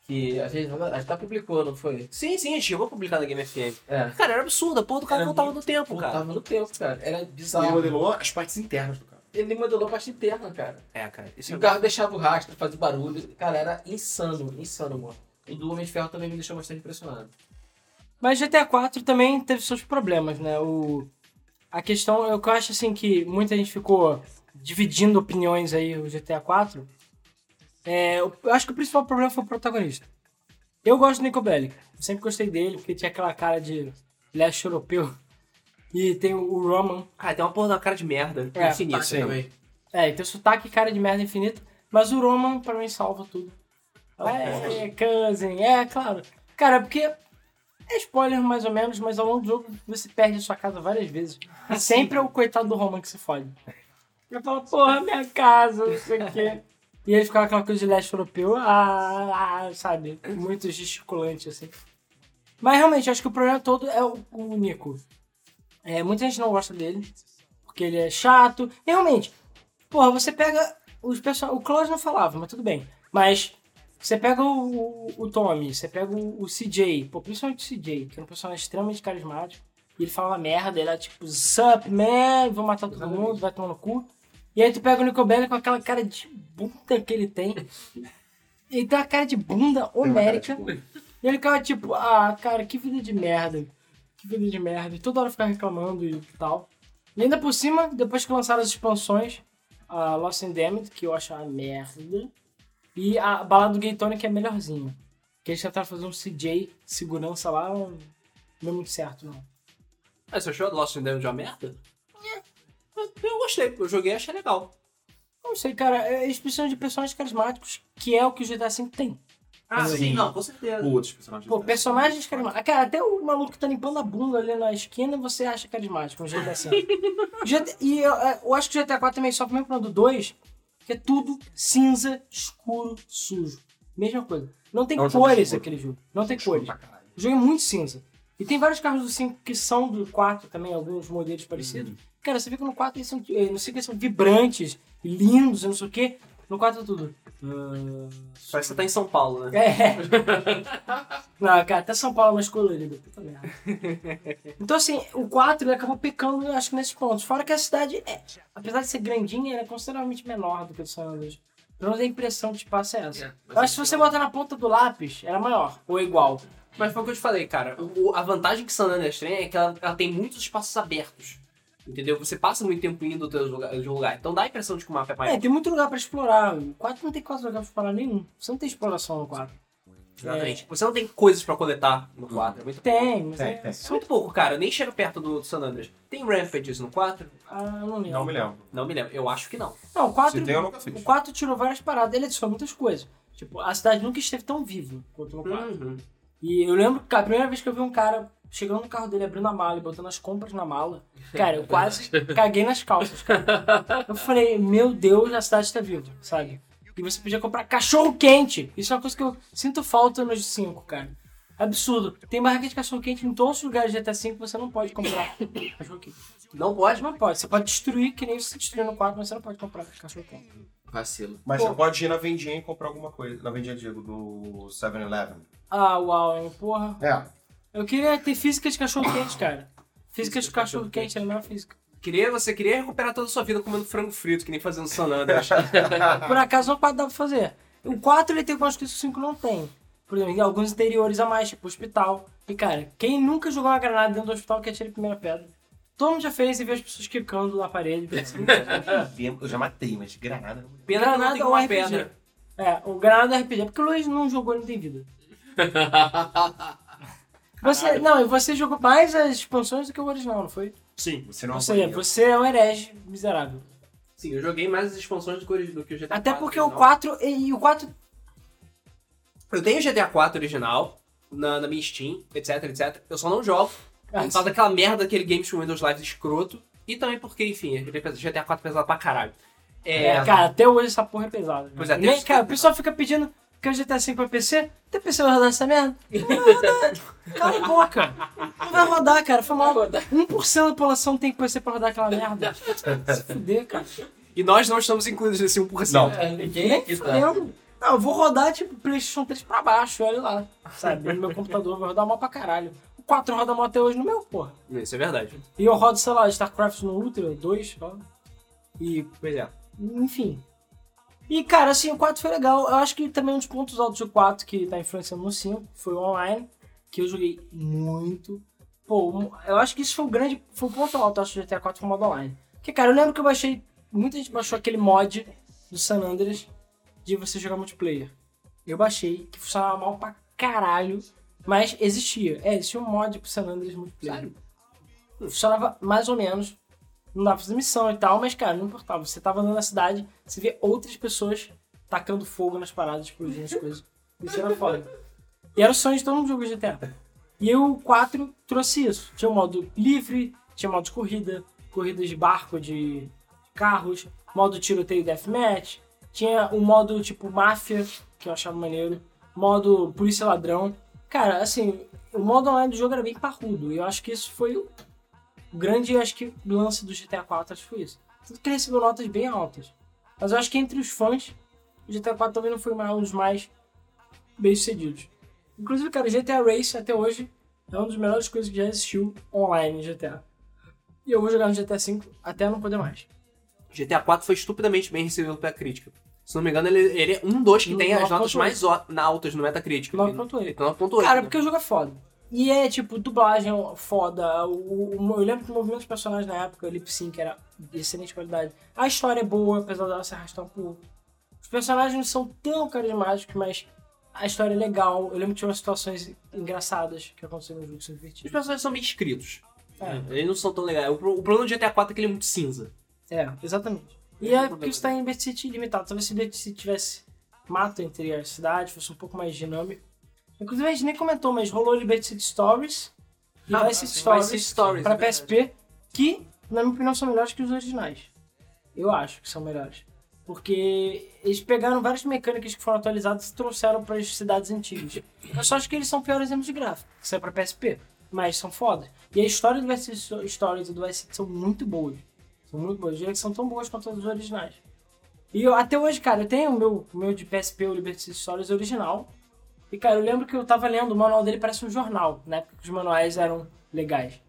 Speaker 4: que a gente, a gente até publicou, não foi?
Speaker 1: Sim, sim, a gente chegou a publicar na Game FM.
Speaker 4: É.
Speaker 1: Cara, era absurdo. A porra do cara
Speaker 4: Era
Speaker 1: voltava
Speaker 4: muito-
Speaker 1: no tempo,
Speaker 4: Voltava
Speaker 1: cara.
Speaker 4: no tempo, cara. Era
Speaker 2: Ele
Speaker 4: bizarro.
Speaker 2: modelou as partes internas do carro.
Speaker 4: Ele modelou a parte interna, cara.
Speaker 1: É, cara. Isso
Speaker 4: E
Speaker 1: é...
Speaker 4: o carro deixava o rastro, fazia barulho. Cara, era insano, insano, mano. O do Homem de Ferro também me deixou bastante impressionado.
Speaker 3: Mas GTA IV também teve seus problemas, né? O... A questão, eu que eu acho assim que muita gente ficou dividindo opiniões aí o GTA IV. É, eu eu acho que o principal problema foi o protagonista. Eu gosto do Nico Bellic, sempre gostei dele, porque tinha aquela cara de leste europeu. E tem o Roman.
Speaker 1: Cara, tem uma porra da cara de merda.
Speaker 3: É,
Speaker 1: infinita
Speaker 4: Sim.
Speaker 1: também.
Speaker 3: É, e tem sotaque e cara de merda infinito. Mas o Roman, pra mim, salva tudo. É, cousin, é, claro. Cara, é porque... É spoiler, mais ou menos, mas ao longo do jogo você perde a sua casa várias vezes. E sempre é o coitado do Roman que se fode. Eu falo, porra, minha casa, não sei o quê. E ele ficava com aquela coisa de leste europeu, ah, ah, sabe? Muito gesticulante, assim. Mas realmente, acho que o problema todo é o, o Nico. É, muita gente não gosta dele, porque ele é chato. E realmente, porra, você pega os pessoal. O Klaus não falava, mas tudo bem. Mas você pega o, o, o Tommy, você pega o, o CJ, pô, principalmente o CJ, que é um personagem extremamente carismático. E ele fala uma merda, ele é tipo, sup, man, vou matar todo mundo, vai tomar no cu. E aí tu pega o Nico Bellic com aquela cara de bunda que ele tem. Ele tem uma cara de bunda homérica. E ele ficava tipo, ah, cara, que vida de merda. Que vida de merda. E toda hora ficava reclamando e tal. E ainda por cima, depois que lançaram as expansões, a Lost and Damned, que eu acho uma merda, e a balada do Gay Tonic é melhorzinha. Que eles tentaram fazer um CJ segurança lá, não deu muito certo, não.
Speaker 1: Mas você achou a Lost in Damned uma merda? É. Eu eu gostei, eu joguei e achei legal.
Speaker 3: Não sei, cara, é, eles precisam de personagens carismáticos, que é o que o GTA V tem.
Speaker 1: Ah,
Speaker 2: Sim.
Speaker 4: assim,
Speaker 1: sim, não, com certeza.
Speaker 2: Outros personagens.
Speaker 3: Pô,
Speaker 2: né?
Speaker 3: personagens carismáticos. Cara, até o maluco que tá limpando a bunda ali na esquina, você acha é carismático no GTA V. GTA e eu, é, eu acho que o GTA IV também sofre mesmo problema do 2, que é tudo cinza, escuro, sujo. Mesma coisa. Não tem
Speaker 2: É um jogo
Speaker 3: cores
Speaker 2: escuro.
Speaker 3: aquele jogo. Não tem
Speaker 2: Escuro
Speaker 3: cores.
Speaker 2: pra caralho.
Speaker 3: O jogo é muito cinza. E tem vários carros do 5 que são do 4 também, alguns modelos parecidos.
Speaker 2: Hum.
Speaker 3: Cara, você vê que no 4 eles são, eh, não sei o que, são vibrantes, lindos, eu não sei o que. No 4 é tudo.
Speaker 1: Parece que você tá em São Paulo, né?
Speaker 3: É. Não, cara, até São Paulo é mais colorido. Puta merda. Então, assim, o 4 ele acabou pecando, eu acho que nesses pontos. Fora que a cidade, é, apesar de ser grandinha, ela é consideravelmente menor do que o de San Andreas. Pelo menos a impressão de espaço é essa.
Speaker 4: É, mas
Speaker 3: eu acho
Speaker 1: assim,
Speaker 3: que se você botar na ponta do lápis, era maior ou igual.
Speaker 1: Mas foi o que eu te falei, cara. O- o- a vantagem que San Andreas tem é que ela, ela tem muitos espaços abertos. Entendeu? Você passa muito tempo indo de lugar, de um lugar. Então dá a impressão de que o mapa é maior.
Speaker 3: É, tem muito lugar pra explorar. O 4 não tem quase lugar pra explorar nenhum. Você não tem exploração no 4.
Speaker 1: Exatamente. Você não tem coisas pra coletar
Speaker 4: Uhum.
Speaker 1: no 4. É muito pouco.
Speaker 3: Tem, mas
Speaker 2: Tem,
Speaker 3: é.
Speaker 2: tem.
Speaker 1: Isso é muito pouco, cara. Eu nem chega perto do, do San Andreas. Tem Rampages no 4?
Speaker 3: Ah, não lembro.
Speaker 2: Não me lembro.
Speaker 1: Não me lembro. Eu acho que não.
Speaker 3: Não, o 4.
Speaker 2: Se tem, eu nunca fiz.
Speaker 3: O 4 tirou várias paradas, ele adicionou muitas coisas. Tipo, a cidade nunca esteve tão viva quanto no 4.
Speaker 1: Uhum.
Speaker 3: E eu lembro que a primeira vez que eu vi um cara chegando no carro dele, abrindo a mala e botando as compras na mala, cara, eu quase caguei nas calças, cara. Eu falei, meu Deus, a cidade está viva, sabe? E você podia comprar cachorro quente. Isso é uma coisa que eu sinto falta nos 5, cara. Absurdo. Tem barraca de cachorro quente em todos os lugares de GTA V, você não pode comprar cachorro quente.
Speaker 1: Não pode,
Speaker 3: Não pode. Você pode destruir, que nem você destruiu no 4, mas você não pode comprar cachorro quente.
Speaker 4: Vacilo.
Speaker 2: Mas
Speaker 3: Pô.
Speaker 2: você pode ir na vendinha e comprar alguma coisa. Na vendinha, digo, do 7-Eleven.
Speaker 3: Ah, uau, hein? Porra.
Speaker 2: É.
Speaker 3: Eu queria ter física de cachorro quente, cara. Física de cachorro quente é a melhor física.
Speaker 1: Queria, você queria recuperar toda a sua vida comendo frango frito, que nem fazendo San Andreas.
Speaker 3: Por acaso, o 4 dá pra fazer. O 4 ele tem algumas coisas que o 5 não tem. Por exemplo, tem alguns interiores a mais, tipo hospital. E, cara, quem nunca jogou uma granada dentro do hospital que atira a primeira pedra? Todo mundo já fez e vê as pessoas quicando na parede.
Speaker 2: Eu já matei, mas granada não
Speaker 1: Pena que não
Speaker 3: Granada um
Speaker 1: tem
Speaker 3: ou
Speaker 1: uma
Speaker 3: RPG.
Speaker 1: pedra.
Speaker 3: É, o granada é RPG. Porque o Luiz não jogou, ele não tem vida. Você, não, e você jogou mais as expansões do que o original, não foi?
Speaker 1: Sim.
Speaker 2: Você não
Speaker 3: Ou seja,
Speaker 2: apanha.
Speaker 3: você é um herege miserável.
Speaker 1: Sim, eu joguei mais as expansões do que o do que o GTA
Speaker 3: Até
Speaker 1: 4
Speaker 3: porque o
Speaker 1: original.
Speaker 3: 4 e o 4
Speaker 1: Eu tenho o GTA 4 original na, na minha Steam, etc, etc. Eu só não jogo por causa daquela merda daquele Games com Windows Live escroto. E também porque, enfim, aquele pes- GTA 4 pesado pra caralho. É,
Speaker 3: É, cara, até hoje essa porra é pesada.
Speaker 1: Pois é,
Speaker 3: E
Speaker 1: tem
Speaker 3: nem,
Speaker 1: isso
Speaker 3: cara, o
Speaker 1: também.
Speaker 3: pessoal fica pedindo que o GTA V pra PC. Tem PC vai rodar essa merda? Não vai rodar. Cala a boca. Não vai rodar, cara. Foi mal. 1% da população tem PC pra rodar aquela merda. Se fuder, cara.
Speaker 1: E nós não estamos incluídos nesse 1%.
Speaker 2: Não.
Speaker 4: É, ninguém
Speaker 3: Nem
Speaker 4: aqui tá.
Speaker 3: fudendo. Não, eu vou rodar, tipo, Playstation 3 pra baixo, olha lá. Sabe? No meu computador vai rodar mal pra caralho. O 4 roda mal até hoje no meu, porra.
Speaker 1: Isso é verdade.
Speaker 3: E eu rodo, sei lá, StarCraft no Ultra 2, ó. E
Speaker 1: Pois é.
Speaker 3: enfim. E, cara, assim, o 4 foi legal. Eu acho que também um dos pontos altos do 4 que tá influenciando no 5 foi o online, que eu joguei muito. Pô, um- eu acho que isso foi o grande. Foi o ponto alto, eu acho, do GTA 4 com o modo online. Porque, cara, eu lembro que eu baixei. Muita gente baixou aquele mod do San Andreas de você jogar multiplayer. Eu baixei, que funcionava mal pra caralho. Mas existia. É, existia um mod pro San Andreas multiplayer.
Speaker 1: Sério?
Speaker 3: funcionava mais ou menos. Não dava pra fazer missão e tal, mas, cara, não importava. Você tava andando na cidade, você via outras pessoas tacando fogo nas paradas, explodindo as coisas. Isso era foda. E era o sonho de todo mundo jogo de GTA. E aí o 4 trouxe isso. Tinha o modo livre, tinha modo de corrida, corridas de barco, de carros, modo tiroteio deathmatch, tinha o modo tipo máfia, que eu achava maneiro, modo polícia ladrão. Cara, assim, o modo online do jogo era bem parrudo, e eu acho que isso foi o grande, acho que, lance do GTA IV, acho que foi isso. Tanto que ele recebeu notas bem altas. Mas eu acho que entre os fãs, o GTA IV também não foi mais um dos mais bem sucedidos. Inclusive, cara, o GTA Race até hoje é uma das melhores coisas que já existiu online em GTA. E eu vou jogar no GTA V até não poder mais.
Speaker 1: GTA 4 foi estupidamente bem recebido pela crítica. Se não me engano, ele, ele é um dos que tem as notas
Speaker 3: 9.8.
Speaker 1: mais o- na altas no Metacritic.
Speaker 3: 9.8.
Speaker 1: Ele tem 9.8.
Speaker 3: Cara,
Speaker 1: né?
Speaker 3: porque o jogo é foda. E é tipo, dublagem foda. O, o- eu lembro que o movimento dos personagens na época, o lip sync, era de excelente qualidade. A história é boa, apesar dela se arrastar um pouco. Os personagens não são tão carismáticos, mas a história é legal. Eu lembro que tinha umas situações engraçadas que aconteceram no jogo, que são
Speaker 1: Os
Speaker 3: divertidas.
Speaker 1: personagens são bem escritos.
Speaker 3: É.
Speaker 1: Eles não são tão legais. O, pro- o problema do GTA 4 é que ele é muito cinza.
Speaker 3: É, exatamente. E
Speaker 1: Esse é o
Speaker 3: é porque
Speaker 1: problema.
Speaker 3: isso tá em Liberty City limitado. Talvez se Liberty City tivesse mato entre as cidades, fosse um pouco mais dinâmico. Inclusive, a gente nem comentou, mas rolou Liberty City Stories e
Speaker 1: Ah,
Speaker 3: Vice City
Speaker 1: sim,
Speaker 3: Stories,
Speaker 1: Vice City Stories,
Speaker 3: pra
Speaker 1: é verdade.
Speaker 3: PSP, que, na minha opinião, são melhores que os originais. Eu acho que são melhores. Porque eles pegaram várias mecânicas que foram atualizadas e trouxeram para as cidades antigas. Eu só acho que eles são piores em termos de gráfico, que saiu pra PSP. Mas são fodas. E a história do Vice City Stories e do Vice City são muito boas. São muito boas. Eu diria que são tão boas quanto as originais. E eu, até hoje, cara, eu tenho o meu, o meu de PSP, o Liberty City Stories original. E, cara, eu lembro que eu tava lendo, o manual dele parece um jornal, na época que os manuais eram legais.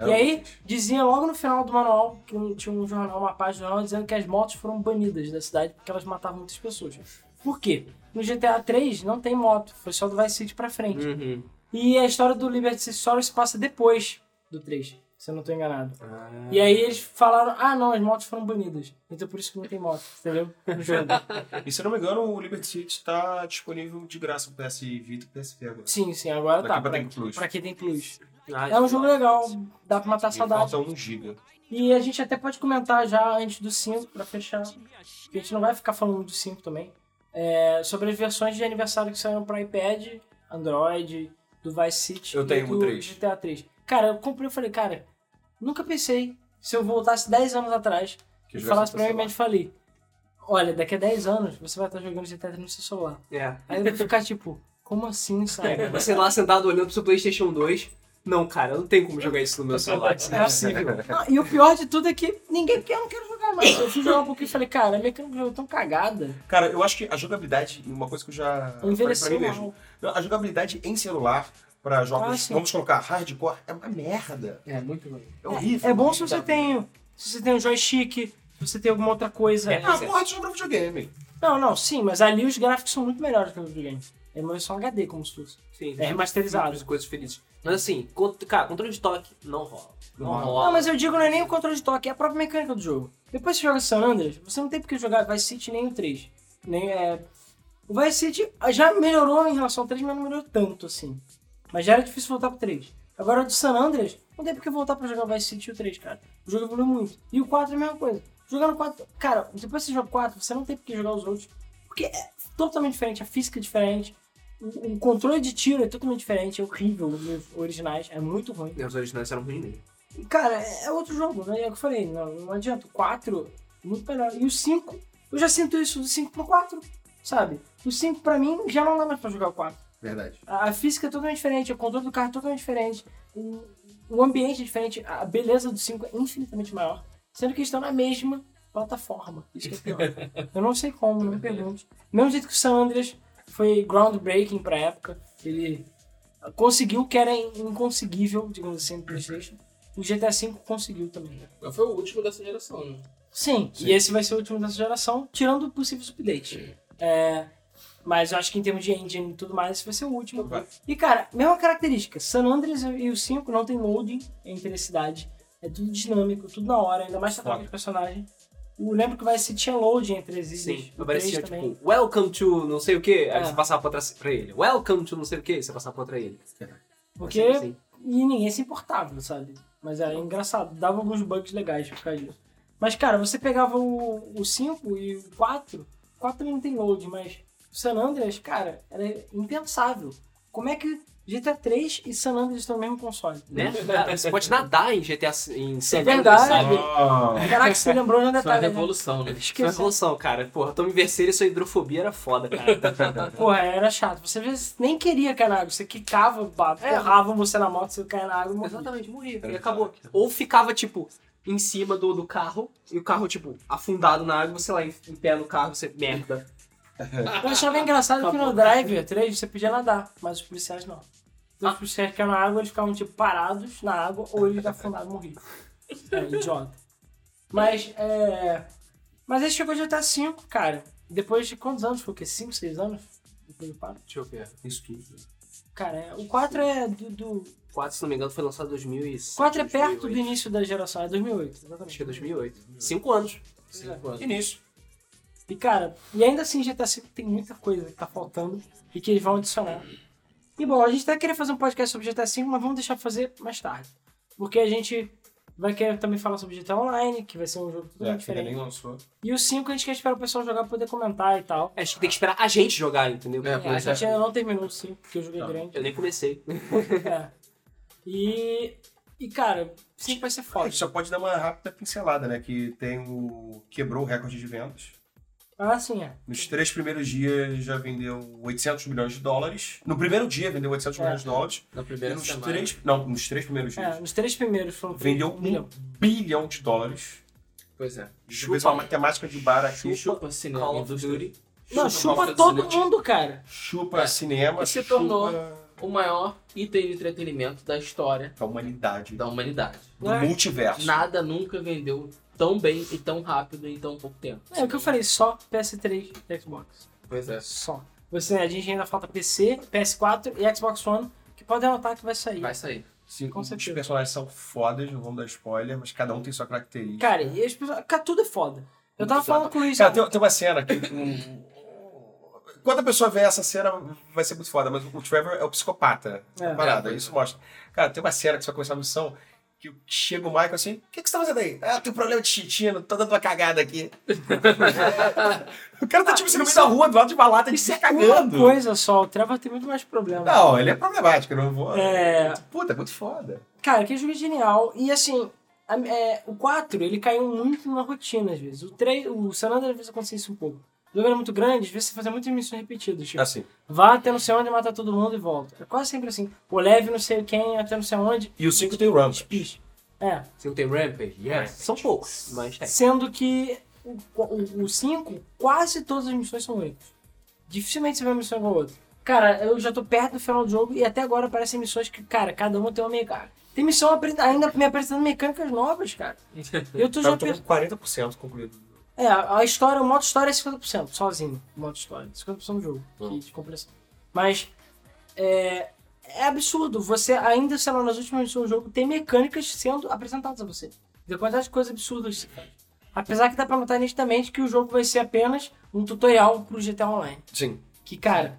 Speaker 3: e aí, dizia logo no final do manual, que um- tinha um jornal, uma página do jornal, dizendo que as motos foram banidas da cidade porque elas matavam muitas pessoas. Por quê? No GTA 3 não tem moto, foi só do Vice City pra
Speaker 2: Hum.
Speaker 3: frente.
Speaker 1: Uhum.
Speaker 3: E a história do Liberty City Stories passa depois do 3, se eu não tô enganado.
Speaker 1: Ah.
Speaker 3: E aí eles falaram, ah não, as motos foram banidas. Então por isso que não tem moto, entendeu? No jogo.
Speaker 2: E se eu não me engano, o Liberty City tá disponível de graça pro PS Vita e PSP agora.
Speaker 3: Sim, sim, agora
Speaker 2: Daqui
Speaker 3: tá.
Speaker 2: pra
Speaker 3: Pra,
Speaker 2: tem plus.
Speaker 3: pra quem tem plus.
Speaker 1: Ah,
Speaker 3: É um jogo legal, dá pra matar a
Speaker 2: E
Speaker 3: saudade.
Speaker 2: Falta 1 GB.
Speaker 3: E a gente até pode comentar já antes do 5 pra fechar. Porque a gente não vai ficar falando do 5 também. É, sobre as versões de aniversário que saíram pra iPad, Android, do Vice City.
Speaker 2: Eu tenho um
Speaker 3: e
Speaker 2: o
Speaker 3: do
Speaker 2: 3.
Speaker 3: GTA 3. Cara, eu comprei e falei, cara, nunca pensei se eu voltasse 10 anos atrás
Speaker 2: Que
Speaker 3: e
Speaker 2: jogasse
Speaker 3: falasse
Speaker 2: no
Speaker 3: pra mim,
Speaker 2: celular.
Speaker 3: mas falei. Olha, daqui a 10 anos você vai estar jogando GTA 3 no seu celular.
Speaker 1: É.
Speaker 3: Aí eu vou ficar tipo, como assim, sabe?
Speaker 1: Você lá sentado olhando pro seu PlayStation 2. Não, cara, não tem como jogar isso no meu celular. Isso não é possível.
Speaker 3: Não, e o pior de tudo é que ninguém quer, eu não quero jogar mais. Eu fui jogar um pouquinho e falei, cara, a mecânica do jogo é tão cagada.
Speaker 2: Cara, eu acho que a jogabilidade, uma coisa que eu já. falei É, pra
Speaker 3: Envelheceu
Speaker 2: mim mesmo.
Speaker 3: mal.
Speaker 2: Não, A jogabilidade em celular pra
Speaker 3: Ah,
Speaker 2: jogos,
Speaker 3: sim.
Speaker 2: vamos colocar hardcore, é uma merda.
Speaker 4: É, muito ruim.
Speaker 2: É horrível.
Speaker 3: É bom se você tem. Se você tem um joystick, se você tem alguma outra coisa.
Speaker 2: Ah, porra, tu joga pra videogame.
Speaker 3: Não, não, sim, mas ali os gráficos são muito melhores que no videogame. É uma versão HD, como se fosse.
Speaker 1: Sim,
Speaker 3: É remasterizado.
Speaker 1: Coisas felizes. Mas assim, cont- cara, controle de toque não rola. Não rola.
Speaker 3: Não, mas eu digo, não é nem o controle de toque, é a própria mecânica do jogo. Depois que você joga San Andreas, você não tem porque jogar Vice City nem o 3. Nem, é... O Vice City já melhorou em relação ao 3, mas não melhorou tanto assim. Mas já era difícil voltar pro 3. Agora o de San Andreas, não tem porque voltar pra jogar Vice City e o 3, cara. O jogo evoluiu muito. E o 4 é a mesma coisa. Jogar no 4, cara, depois que você joga o 4, você não tem porque jogar os outros. Porque é totalmente diferente, a física é diferente. O, o controle de tiro é totalmente diferente, é horrível os originais, é muito ruim.
Speaker 1: Os originais eram ruins mesmo.
Speaker 3: E, Cara, é outro jogo, né? É o que eu falei, não, não adianta. O 4, muito melhor. E o 5, eu já sinto isso do 5 pro 4, sabe? O 5 pra mim já não dá mais pra jogar o 4.
Speaker 2: Verdade.
Speaker 3: A a física é totalmente diferente, o controle do carro é totalmente diferente, o, o ambiente é diferente, a beleza do 5 é infinitamente maior, sendo que eles estão na mesma plataforma. Isso que é pior. eu não sei como, não me pergunte. Mesmo jeito que o San Andreas foi groundbreaking pra época, ele conseguiu o que era in- inconseguível, digamos assim, no PlayStation. O GTA V conseguiu também. né?
Speaker 4: Mas foi o último dessa geração, né?
Speaker 3: Sim, e esse vai ser o último dessa geração, tirando possíveis updates. É, mas eu acho que em termos de engine e tudo mais, esse vai ser o último.
Speaker 2: Vai.
Speaker 3: E cara, mesma característica, San Andreas e o 5 não tem loading entre a cidade. É tudo dinâmico, tudo na hora, ainda mais se troca de personagem. Eu lembro que vai ser tinha loading entre as ilhas.
Speaker 1: Sim,
Speaker 3: o
Speaker 1: aparecia
Speaker 3: três também.
Speaker 1: tipo, welcome to não sei o que, aí
Speaker 3: É.
Speaker 1: você passava pra, trás, pra ele. Welcome to não sei o que, você passava pra outra ele.
Speaker 3: Porque
Speaker 1: Assim, assim.
Speaker 3: e ninguém se importava, sabe? Mas era engraçado, dava alguns bugs legais por causa disso. Mas, cara, você pegava o, o 5 e o 4, o 4 também não tem load, mas o San Andreas, cara, era impensável. Como é que GTA 3 e San Andreas estão no mesmo console?
Speaker 1: Né? Cara, você pode nadar em GTA em San Andreas,
Speaker 3: É verdade.
Speaker 1: sabe?
Speaker 2: Ah,
Speaker 3: Caraca, você lembrou de um
Speaker 4: Isso é uma
Speaker 3: detalhe. né?
Speaker 4: revolução, né?
Speaker 1: Isso é uma revolução, cara. Porra, Tommy Verceiro e sua hidrofobia era foda, cara.
Speaker 3: Porra, era chato. Você às vezes nem queria cair na água, você quicava, ba-
Speaker 1: É.
Speaker 3: porravam você na moto, você caia na água e morria.
Speaker 1: Exatamente, morria. E
Speaker 2: Era
Speaker 1: acabou.
Speaker 2: foda.
Speaker 1: Ou ficava, tipo, em cima do, do carro, e o carro, tipo, afundado na água, sei lá, em, em pé no carro, você merda.
Speaker 3: Eu achava engraçado que no Driver 3 você podia nadar, mas os policiais não. Então,
Speaker 1: Ah.
Speaker 3: Os policiais que eram na água, eles ficavam tipo parados na água ou eles afundavam e morriam. É, idiota. Mas, é... Mas aí chegou GTA V, cara. Depois de quantos anos? Foi o quê? 5, 6 anos? Depois do 4?
Speaker 1: Deixa eu ver.
Speaker 2: isso tudo.
Speaker 3: Cara, é- o 4 é do... do...
Speaker 1: 4, se não me engano, foi lançado em 2005.
Speaker 3: O 4 é perto do
Speaker 1: 2008.
Speaker 3: início da geração. É 2008, exatamente.
Speaker 1: Acho que é 2008. 5 anos.
Speaker 4: Cinco anos.
Speaker 2: Início.
Speaker 3: E cara, e ainda assim GTA V tem muita coisa que tá faltando e que eles vão adicionar. E bom, a gente até queria fazer um podcast sobre GTA V, mas vamos deixar pra fazer mais tarde. Porque a gente vai querer também falar sobre GTA Online, que vai ser um jogo
Speaker 2: É,
Speaker 3: totalmente
Speaker 2: que ainda nem
Speaker 3: diferente.
Speaker 2: lançou.
Speaker 3: E o 5 a gente quer esperar o pessoal jogar pra poder comentar e tal.
Speaker 1: É, Acho que tem que esperar a gente jogar, entendeu?
Speaker 4: É,
Speaker 3: É, a
Speaker 4: pois
Speaker 3: gente ainda não terminou o 5, porque o jogo é
Speaker 4: Não.
Speaker 3: grande.
Speaker 1: Eu nem comecei.
Speaker 3: É. E. E cara, 5 vai ser
Speaker 2: A
Speaker 3: foda.
Speaker 2: gente só pode dar uma rápida pincelada, né? Que tem o. quebrou o recorde de vendas.
Speaker 3: Ah, sim, é.
Speaker 2: Nos três primeiros dias já vendeu 800 milhões de dólares. No primeiro dia vendeu 800
Speaker 3: É.
Speaker 2: milhões de dólares.
Speaker 4: Na
Speaker 2: E
Speaker 4: primeira
Speaker 2: nos
Speaker 4: semana.
Speaker 2: três. Não, nos três primeiros dias.
Speaker 3: É, nos três primeiros foram.
Speaker 2: Vendeu um
Speaker 3: milhão.
Speaker 2: bilhão de dólares.
Speaker 4: Pois é.
Speaker 2: Deixa eu ver se é uma matemática de bar aqui.
Speaker 4: Chupa, cinema,
Speaker 1: Call of
Speaker 4: indústria.
Speaker 1: Duty.
Speaker 3: Não,
Speaker 4: Call of
Speaker 3: chupa
Speaker 4: Duty.
Speaker 3: todo mundo, cara.
Speaker 2: Chupa
Speaker 4: É.
Speaker 2: cinema.
Speaker 4: E se tornou-
Speaker 2: chupa
Speaker 4: O maior item de entretenimento da história
Speaker 2: a humanidade.
Speaker 4: da humanidade.
Speaker 2: Do
Speaker 3: É.
Speaker 2: multiverso.
Speaker 4: Nada nunca vendeu tão bem e tão rápido em tão pouco tempo.
Speaker 3: É o que eu falei, só PS3 e Xbox.
Speaker 4: Pois é.
Speaker 3: Só. Você, a gente ainda falta PC, PS4 e Xbox One, que pode anotar que vai sair.
Speaker 4: Vai sair.
Speaker 2: Sim,
Speaker 3: com
Speaker 2: os
Speaker 3: certeza.
Speaker 2: personagens são fodas, não vamos dar spoiler, mas cada um tem sua característica.
Speaker 3: Cara, e as pessoas. Cara, tudo é foda. Eu tava
Speaker 4: Muito
Speaker 2: é
Speaker 3: falando com o Luiz.
Speaker 2: Cara, tem, tem uma cena que. um- Quando a pessoa vê essa cena, vai ser muito foda, mas o Trevor é o psicopata.
Speaker 3: É.
Speaker 2: É, parada,
Speaker 4: É,
Speaker 2: isso mostra. Cara, tem uma cena que você vai começar a missão que chega o Michael assim: O que, que você tá fazendo aí? Ah, tem problema de xixino, tô dando uma cagada aqui. o cara tá tipo assim no meio da rua, do lado de uma lata, ele se
Speaker 3: é Uma
Speaker 2: cagando.
Speaker 3: coisa só, o Trevor tem muito mais problema.
Speaker 2: Não, ele é problemático, eu não vou.
Speaker 3: É.
Speaker 2: Puta, é muito foda.
Speaker 3: Cara, que jogo é genial. E assim, a- é, o 4, ele caiu muito na rotina, às vezes. O 3, o San Andreas, às vezes acontecia isso um pouco. O jogo era muito grande, às vezes você fazia muitas missões repetidas. Tipo,
Speaker 2: Assim.
Speaker 3: vá até não sei onde, mata todo mundo e volta. É quase sempre assim. Ou leve não sei quem, até não sei onde,
Speaker 2: E o 5 tem o Rumble.
Speaker 3: piche. É.
Speaker 1: Se não tem Rampage, yes. São poucos, mas tem.
Speaker 3: Sendo que o- o 5, quase todas as missões são únicas. Dificilmente você vê uma missão igual a outra. Cara, eu já tô perto do final do jogo e até agora aparecem missões que, cara, cada uma tem uma mecânica. Tem missão apre- ainda me apresentando mecânicas novas, cara. Eu tô já
Speaker 2: Eu tô
Speaker 3: per...
Speaker 2: tá com 40% concluído.
Speaker 3: É, a história, o modo história é 50%, sozinho. O modo história, 50% do jogo, que de compreensão. Mas é, é absurdo. Você ainda, sei lá, nas últimas missões do jogo, tem mecânicas sendo apresentadas a você. De quantidade de coisas absurdas que você faz. Apesar que dá pra notar nitidamente que o jogo vai ser apenas um tutorial pro GTA Online.
Speaker 2: Sim.
Speaker 3: Que, cara,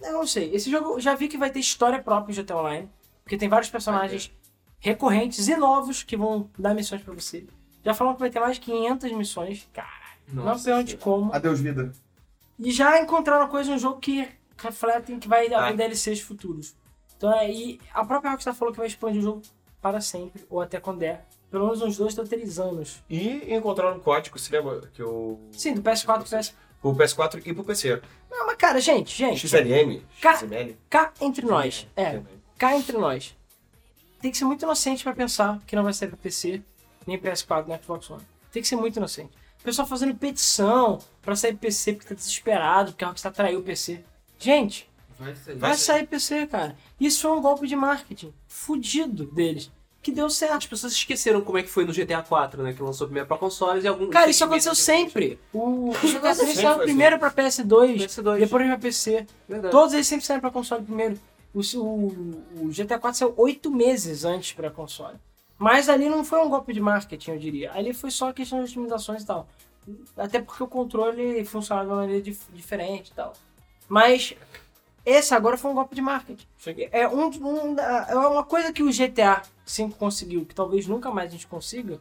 Speaker 3: eu não sei. Esse jogo eu já vi que vai ter história própria em GTA Online. Porque tem vários personagens recorrentes e novos que vão dar missões pra você. Já falam que vai ter mais de 500 missões. Cara, não sei onde como.
Speaker 2: Adeus, vida.
Speaker 3: E já encontraram coisa no jogo que refletem que vai haver
Speaker 2: Ah.
Speaker 3: DLCs futuros. Então é, e a própria Rockstar falou que vai expandir o jogo para sempre, ou até quando der. Pelo menos uns dois ou três anos.
Speaker 2: E encontraram um código, você lembra que eu.
Speaker 3: Sim, do PS4 pro PS...
Speaker 2: Pro PS4 e pro PC.
Speaker 3: Não, mas cara, gente, gente,
Speaker 2: XLM?
Speaker 3: Ca-
Speaker 2: XML?
Speaker 3: cá entre nós. É, cá entre nós. Tem que ser muito inocente pra pensar que não vai sair pra PC, nem PS4, nem Xbox One. Tem que ser muito inocente. O pessoal fazendo petição pra sair PC porque tá desesperado, porque a Rockstar traiu o PC. Gente,
Speaker 4: Vai sair.
Speaker 3: vai sair PC, cara. Isso foi um golpe de marketing fudido deles. Que deu certo.
Speaker 1: Ah, As pessoas esqueceram como é que foi no GTA 4, né? Que lançou primeiro pra consoles e alguns.
Speaker 3: Cara, isso aconteceu sempre. O GTA 3
Speaker 2: Sempre
Speaker 3: saiu
Speaker 2: foi
Speaker 3: primeiro pra PS2,
Speaker 1: PS2.
Speaker 3: depois pra PC.
Speaker 1: Verdade.
Speaker 3: Todos eles sempre saíram pra console primeiro. O, o- o GTA 4 saiu oito meses antes pra console. Mas ali não foi um golpe de marketing, eu diria. Ali foi só questão de otimizações e tal. Até porque o controle funcionava de uma maneira dif- diferente e tal. Mas Esse agora foi um golpe de marketing.
Speaker 2: Sim.
Speaker 3: É, um, um- é uma coisa que o GTA V conseguiu, que talvez nunca mais a gente consiga,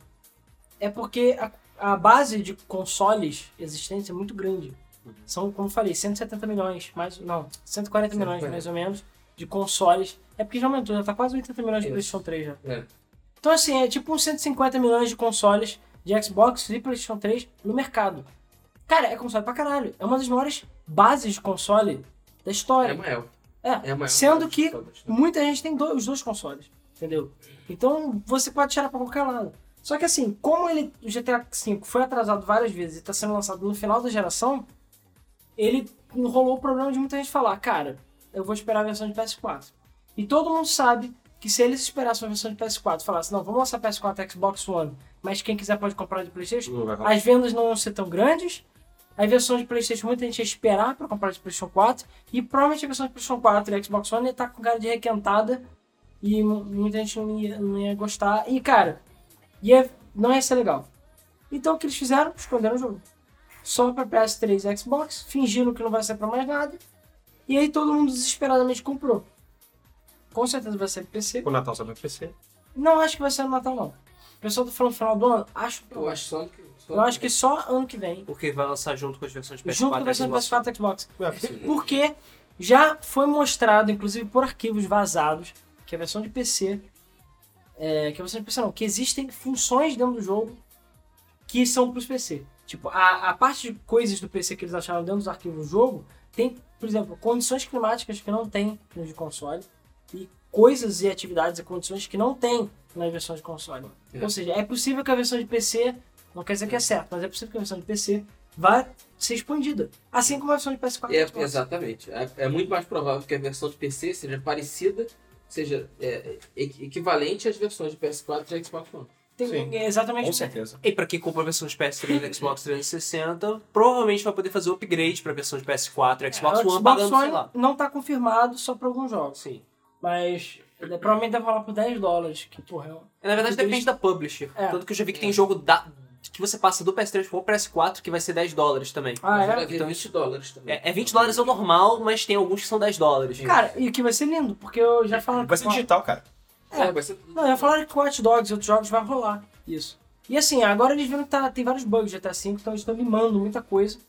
Speaker 3: é porque a, a base de consoles existentes é muito grande.
Speaker 4: Uhum.
Speaker 3: São, como eu falei, 170 milhões, mais, não, 140 milhões
Speaker 4: 140.
Speaker 3: mais ou menos, de consoles. É porque já aumentou, já tá quase 80 milhões de
Speaker 4: Isso.
Speaker 3: PlayStation 3 já.
Speaker 4: É.
Speaker 3: Então, assim, é tipo uns 150 milhões de consoles de Xbox e PlayStation 3 no mercado. Cara, é console pra caralho. É uma das maiores bases de console
Speaker 4: É
Speaker 3: da história.
Speaker 4: maior.
Speaker 3: É,
Speaker 4: É maior.
Speaker 3: Sendo que
Speaker 4: Todas, né?
Speaker 3: muita gente tem dois- os dois consoles, entendeu? Então, você pode tirar pra qualquer lado. Só que assim, como ele, o GTA V foi atrasado várias vezes e tá sendo lançado no final da geração, ele rolou o problema de muita gente falar, cara, eu vou esperar a versão de PS4. E todo mundo sabe que se eles esperassem a versão de PS4 e falassem, não, vamos lançar PS4 e Xbox One, mas quem quiser pode comprar de Playstation,
Speaker 2: Não vai rolar.
Speaker 3: as vendas não iam ser tão grandes, a versão de Playstation muita gente ia esperar pra comprar de Playstation 4, e provavelmente a versão de Playstation 4 e Xbox One ia estar com cara de requentada, e mu- muita gente não ia, não ia gostar, e cara, ia, não ia ser legal. Então o que eles fizeram? Esconderam o jogo. Só pra PS3 e Xbox, fingiram que não vai ser pra mais nada, e aí todo mundo desesperadamente comprou. Com certeza vai ser PC.
Speaker 2: O Natal sabe o PC.
Speaker 3: Não acho que vai ser no Natal, não. O pessoal tá falando final do ano? Acho que
Speaker 4: Eu acho só que. só
Speaker 3: eu acho que só ano que vem.
Speaker 1: Porque vai lançar junto com as versões de PS4.
Speaker 3: Junto com a versão do
Speaker 1: Xbox.
Speaker 3: PS4 e Xbox.
Speaker 2: Não é possível.
Speaker 3: Porque já foi mostrado, inclusive por arquivos vazados, que a versão de PC. é, que a versão de PC não, que existem funções dentro do jogo que são pros PC. Tipo, a, a parte de coisas do PC que eles acharam dentro dos arquivos do jogo tem, por exemplo, condições climáticas que não tem no de console. E coisas e atividades e condições que não tem nas versões de console.
Speaker 4: É.
Speaker 3: Ou seja, é possível que a versão de PC, não quer dizer que é certo, mas é possível que a versão de PC vá ser expandida. Assim como a versão de PS4.
Speaker 4: É,
Speaker 3: Xbox.
Speaker 4: exatamente. É, é muito mais provável que a versão de PC seja parecida, seja é, equ- equivalente às versões de PS4 e Xbox One.
Speaker 3: Tem-
Speaker 2: Sim.
Speaker 3: é exatamente
Speaker 2: Com
Speaker 3: o-
Speaker 2: certeza.
Speaker 1: E pra quem compra a versão de PS3 e Xbox 360, provavelmente vai poder fazer o upgrade pra versão de PS4 e Xbox
Speaker 3: É, o
Speaker 1: One pagando,
Speaker 3: One
Speaker 1: sei lá.
Speaker 3: não tá confirmado só pra alguns jogos.
Speaker 1: Sim.
Speaker 3: Mas ele provavelmente deve rolar por 10 dólares, que porra. é um-
Speaker 1: Na verdade,
Speaker 3: Porque
Speaker 1: depende da publisher.
Speaker 3: É.
Speaker 1: Tanto que eu já vi que tem jogo da... que você passa do PS3 pro PS4 que vai ser 10 dólares também.
Speaker 3: Ah,
Speaker 4: Mas vai
Speaker 3: é?
Speaker 4: vir
Speaker 1: um
Speaker 4: 20 dólares também.
Speaker 1: É, é 20 dólares é o normal, mas tem alguns que são 10 dólares.
Speaker 3: Cara, e o que vai ser lindo, porque eu já falaram
Speaker 2: Vai ser
Speaker 3: que-
Speaker 2: digital, cara.
Speaker 4: É, vai ser tudo.
Speaker 3: Não, já falaram que com Watch Dogs e outros jogos vai rolar isso. E assim, agora eles viram que tá- tem vários bugs de GTA V, então eles estão limando muita coisa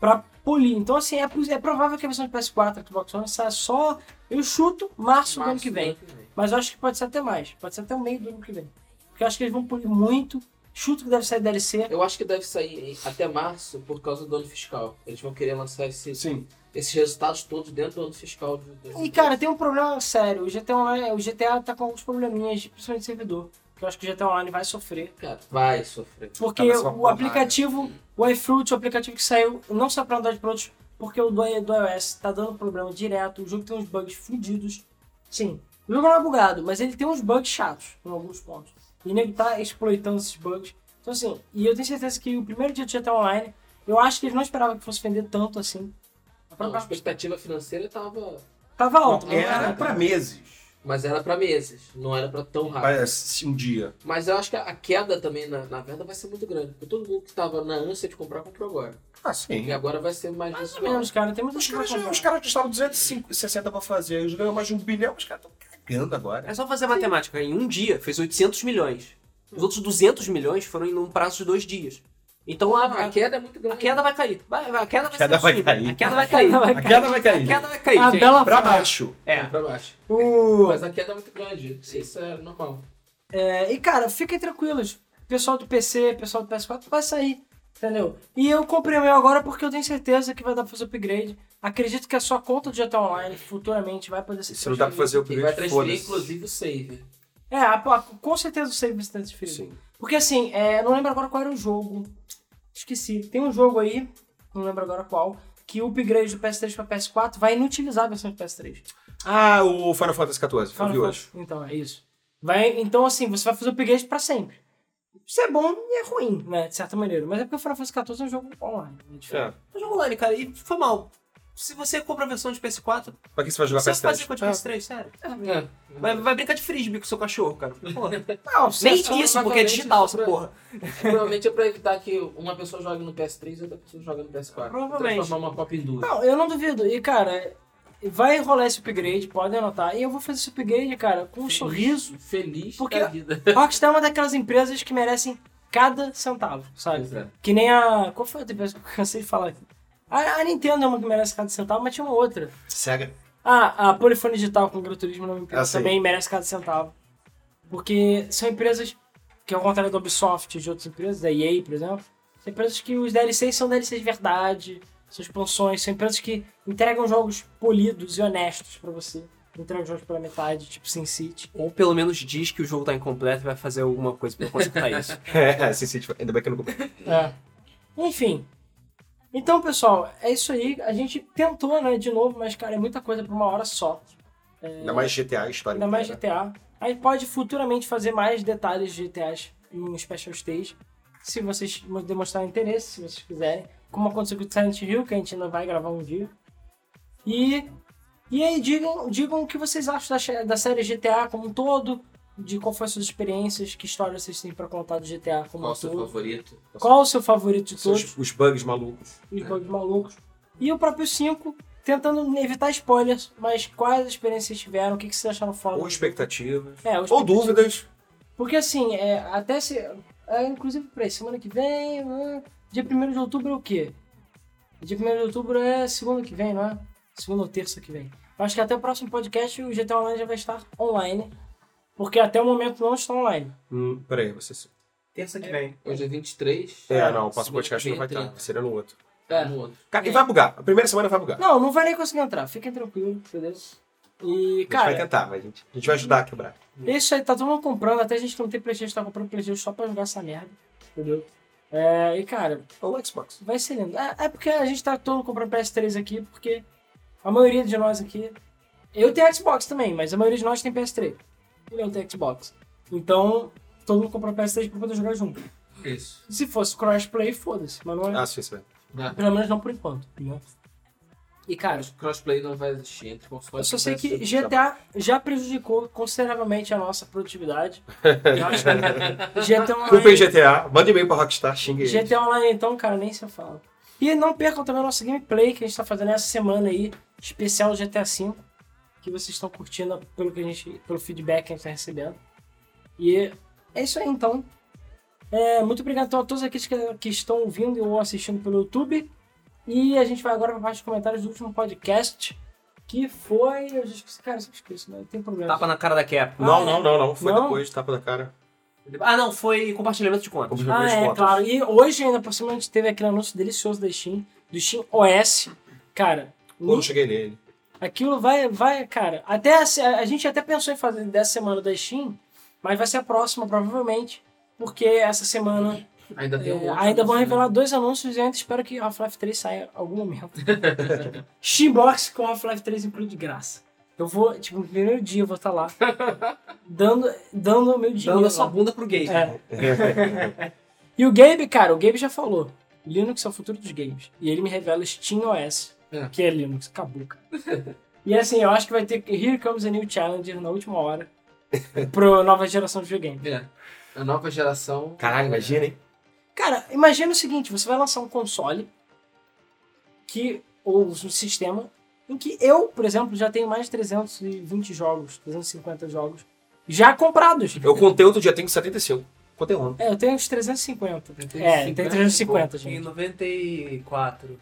Speaker 3: pra polir. Então assim, é, pos- é provável que a versão de PS4 e Xbox One saia só, eu chuto, março, do ano
Speaker 1: né?
Speaker 3: que vem. Mas eu acho que pode ser até mais, pode ser até o meio do ano que vem. Porque eu acho que eles vão polir muito, chuto que deve sair DLC.
Speaker 4: Eu acho que deve sair em- até março por causa do ano fiscal. Eles vão querer lançar esse-
Speaker 2: Sim.
Speaker 4: esses resultados todos dentro do ano fiscal. De, de-
Speaker 3: E cara, tem um problema sério, o GTA, Online, o GTA tá com alguns probleminhas, principalmente de servidor. Que eu acho que o GTA Online vai sofrer.
Speaker 4: Cara, vai sofrer.
Speaker 3: Porque
Speaker 2: Tá, mas uma
Speaker 3: o
Speaker 2: porrada.
Speaker 3: aplicativo, o iFruit, o aplicativo que saiu, não só pra Android para outros, porque o do, do iOS tá dando problema direto, o jogo tem uns bugs fudidos. Sim, o jogo não é bugado, mas ele tem uns bugs chatos em alguns pontos. E o nego tá exploitando esses bugs. Então assim, e eu tenho certeza que o primeiro dia do GTA Online, eu acho que eles não esperavam que fosse vender tanto assim. A
Speaker 4: Não, a
Speaker 3: própria-
Speaker 4: expectativa financeira tava.
Speaker 3: Tava né?
Speaker 2: Não, é,
Speaker 3: alto, mas não
Speaker 2: era
Speaker 3: era.
Speaker 2: pra meses.
Speaker 4: Mas era pra meses, não era pra tão rápido.
Speaker 2: Mas um dia.
Speaker 4: Mas eu acho que a queda também na, na venda vai ser muito grande. Porque todo mundo que tava na ânsia de comprar, comprou agora.
Speaker 2: Ah, sim.
Speaker 4: E agora vai ser mais
Speaker 3: Mais ou
Speaker 4: visual.
Speaker 3: menos, cara, tem muita
Speaker 2: Os
Speaker 3: coisa pra
Speaker 2: caras,
Speaker 3: comprar.
Speaker 2: os caras gastavam 260 pra fazer, eles ganham mais de um bilhão, os caras estão cagando agora.
Speaker 1: É só fazer a matemática. Em um dia, fez 800 milhões. Os outros 200 milhões foram em um prazo de dois dias. Então a,
Speaker 4: A
Speaker 3: Ah,
Speaker 1: a,
Speaker 4: queda é muito grande.
Speaker 1: a queda vai cair. Vai- vai- a queda vai,
Speaker 2: A queda
Speaker 1: ser
Speaker 2: vai
Speaker 1: absurda.
Speaker 2: cair.
Speaker 1: A queda vai cair.
Speaker 3: Vai
Speaker 2: A É, queda vai
Speaker 1: A
Speaker 2: cair.
Speaker 1: queda vai cair.
Speaker 3: A
Speaker 1: gente.
Speaker 3: bela
Speaker 2: Pra baixo.
Speaker 1: É.
Speaker 4: pra baixo.
Speaker 3: O-
Speaker 4: Mas a queda é muito grande. Isso é normal.
Speaker 3: É, e cara, fiquem tranquilos. Pessoal do PC, pessoal do PS4 vai sair, entendeu? E eu comprei o meu agora porque eu tenho certeza que vai dar pra fazer upgrade. Acredito que a sua conta do GTA Online futuramente vai poder ser.
Speaker 2: Se não dá pra fazer o
Speaker 4: E vai
Speaker 2: upgrade,
Speaker 4: transferir,
Speaker 2: foda-se.
Speaker 4: inclusive, o save.
Speaker 3: É, a- a- com certeza o save vai ser transferido.
Speaker 2: Sim.
Speaker 3: Porque assim, é, não lembro agora qual era o jogo. Esqueci. Tem um jogo aí, não lembro agora qual, que o upgrade do PS3 pra PS4 vai inutilizar a versão do PS3.
Speaker 2: Ah, o Final Fantasy XIV, eu
Speaker 3: Final
Speaker 2: vi hoje.
Speaker 3: Fantasy. Então, é isso. Vai, então, assim, você vai fazer o upgrade pra sempre. Isso é bom e é ruim, né? De certa maneira. Mas é porque o Final Fantasy XIV é um jogo online. né, diferente.
Speaker 2: É.
Speaker 1: Mas vamos lá, cara. E foi mal. Se você compra a versão de PS4,
Speaker 2: Pra que você vai jogar
Speaker 1: você vai fazer
Speaker 2: PS3?
Speaker 1: com a de PS3, sério.
Speaker 3: Tá
Speaker 4: É.
Speaker 1: Vai, vai brincar de frisbee com o seu cachorro, cara. Porra.
Speaker 3: Não, se
Speaker 1: Nem
Speaker 3: é só-
Speaker 1: isso, porque é digital essa porra.
Speaker 4: Provavelmente é pra evitar que uma pessoa jogue no PS3 e outra pessoa jogue no PS4.
Speaker 1: Provavelmente.
Speaker 4: Transformar uma copa em duas.
Speaker 3: Não, eu não duvido. E, cara, vai rolar esse upgrade, podem anotar. E eu vou fazer esse upgrade, cara, com um
Speaker 4: Feliz-
Speaker 3: sorriso.
Speaker 4: Feliz
Speaker 3: Porque-
Speaker 4: da vida.
Speaker 3: Rockstar é uma daquelas empresas que merecem cada centavo, sabe?
Speaker 4: Pois é.
Speaker 3: Que nem a. Qual foi a outra empresa que eu cansei de falar aqui? A, a Nintendo é uma que merece cada centavo, mas tinha uma outra.
Speaker 2: Cega.
Speaker 3: Ah, a Polifone Digital com o Gran Turismo não me
Speaker 2: Ah, sim.
Speaker 3: também merece cada centavo. Porque são empresas que, ao contrário da Ubisoft e de outras empresas, da EA, por exemplo, são empresas que os DLCs são DLCs de verdade, são expansões, são empresas que entregam jogos polidos e honestos pra você. Não Entregam jogos pela metade, tipo SimCity.
Speaker 1: Ou pelo menos diz que o jogo tá incompleto e vai fazer alguma coisa pra consertar isso.
Speaker 2: É, sim, sim, tipo, ainda bem que eu não comprei.
Speaker 3: É. Enfim. Então, pessoal, é isso aí. A gente tentou, né, de novo, mas, cara, é muita coisa pra uma hora só.
Speaker 2: Ainda mais GTA, a história.
Speaker 3: Ainda mais
Speaker 2: inteira.
Speaker 3: GTA. A gente pode futuramente fazer mais detalhes de GTAs em Special Stage, se vocês demonstrarem interesse, se vocês quiserem. Como aconteceu com o Silent Hill, que a gente ainda vai gravar um dia. E, e aí, digam, digam o que vocês acham da, che- da série GTA como um todo, de qual foram suas experiências, que história vocês têm pra contar do GTA como
Speaker 4: Qual
Speaker 3: um
Speaker 4: o seu
Speaker 3: todo.
Speaker 4: favorito?
Speaker 3: Qual o seu favorito de todos?
Speaker 2: Os, os bugs malucos.
Speaker 3: os
Speaker 4: né?
Speaker 3: bugs malucos. E o próprio 5, tentando evitar spoilers, mas quais as experiências vocês tiveram, o que que vocês acharam fora.
Speaker 2: Ou expectativas.
Speaker 3: É, ou
Speaker 2: Ou dúvidas.
Speaker 3: Porque assim, é, até se. é, inclusive, peraí, semana que vem. né? dia 1 de outubro é o quê? Dia 1 de outubro é segunda que vem, não é? Segunda ou terça que vem. Eu acho que até o próximo podcast o GTA Online já vai estar online. Porque até o momento não está online.
Speaker 2: Hum, peraí, você.
Speaker 1: Terça que vem.
Speaker 4: Hoje é 23.
Speaker 2: É, não, o próximo
Speaker 4: segunda
Speaker 2: podcast não vai
Speaker 4: vem é
Speaker 2: estar. Seria no outro.
Speaker 4: 30.
Speaker 3: É.
Speaker 4: No Um outro.
Speaker 2: Cara, e vai bugar. A primeira semana vai bugar.
Speaker 3: Não, não vai nem conseguir entrar. Fiquem tranquilos, entendeu? E,
Speaker 2: a gente vai
Speaker 3: cara,
Speaker 2: tentar, mas a gente, a gente vai ajudar a quebrar.
Speaker 3: isso aí tá todo mundo comprando. Até a gente que não tem PlayStation, tá comprando PlayStation só pra jogar essa merda. Entendeu? É, e, cara,
Speaker 2: Ou Xbox.
Speaker 3: Vai ser lindo. É, é porque a gente tá todo comprando PS3 aqui, porque a maioria de nós aqui. Eu tenho Xbox também, mas a maioria de nós tem PS3. E não tem Xbox. Então, todo mundo comprou PS3 pra poder jogar junto.
Speaker 4: Isso.
Speaker 3: Se fosse crossplay, foda-se, mas não é.
Speaker 2: Ah, sim, sim.
Speaker 4: Ah,
Speaker 3: Pelo menos não por enquanto. né? E cara,
Speaker 4: Crossplay não vai existir entre
Speaker 3: eu
Speaker 4: consoles.
Speaker 3: só sei que
Speaker 4: Vai-
Speaker 3: GTA já prejudicou consideravelmente a nossa produtividade. Eu acho que GTA
Speaker 2: Culpa em
Speaker 3: Online,
Speaker 2: GTA. Manda e-mail pra Rockstar, xingue eles.
Speaker 3: GTA Online, então, cara, nem se fala. E não percam também o nosso gameplay que a gente tá fazendo essa semana aí, especial GTA V, que vocês estão curtindo pelo, que a gente, pelo feedback que a gente tá recebendo. E é isso aí então. É, muito obrigado então, a todos aqueles que, que estão ouvindo ou assistindo pelo YouTube. E a gente vai agora para parte dos comentários do último podcast, que foi. Eu já esqueci, cara, eu sempre esqueço, né? Tem problema.
Speaker 1: Tapa na cara da Capcom.
Speaker 2: Não, não, não, não. Foi
Speaker 3: Ah, Não?
Speaker 2: depois, tapa na cara.
Speaker 1: Ah, não, foi compartilhamento de contas.
Speaker 2: Os
Speaker 3: Ah,
Speaker 2: meus
Speaker 3: é,
Speaker 2: votos.
Speaker 3: claro. E hoje, ainda por cima, a gente teve aquele anúncio delicioso da Steam, do Steam OS. Cara,
Speaker 2: Ou não cheguei nele.
Speaker 3: aquilo vai, vai, cara. Até a, se- a gente até pensou em fazer dessa semana da Steam, mas vai ser a próxima, provavelmente, porque essa semana
Speaker 4: Ainda tem
Speaker 3: é,
Speaker 4: um outro
Speaker 3: ainda vão
Speaker 4: anúncio,
Speaker 3: revelar dois anúncios e eu ainda espero que Half-Life 3 saia em algum momento. Steam Box com Half-Life 3 incluído de graça. Eu vou, tipo, no primeiro dia eu vou estar lá, dando, dando o meu dinheiro.
Speaker 1: Dando a sua
Speaker 3: lá.
Speaker 1: bunda pro gay.
Speaker 3: É. E o Gabe, cara, o Gabe já falou. Linux é o futuro dos games. E ele me revela Steam OS,
Speaker 4: É.
Speaker 3: que é Linux. Acabou, cara. e assim, eu acho que vai ter Here Comes a New Challenger na última hora pro nova geração de videogame.
Speaker 4: né? É. A nova geração.
Speaker 2: Caralho, imagina, hein?
Speaker 3: Cara, imagina o seguinte, você vai lançar um console que ou um sistema em que eu, por exemplo, já tenho mais de 320 jogos, 350 jogos já comprados.
Speaker 2: Eu contei outro dia, tenho 75. Contei ontem.
Speaker 3: É, eu tenho uns 350.
Speaker 4: Tem
Speaker 3: é, tem
Speaker 4: 50 e
Speaker 3: 350,
Speaker 1: Em
Speaker 3: gente.
Speaker 1: 94.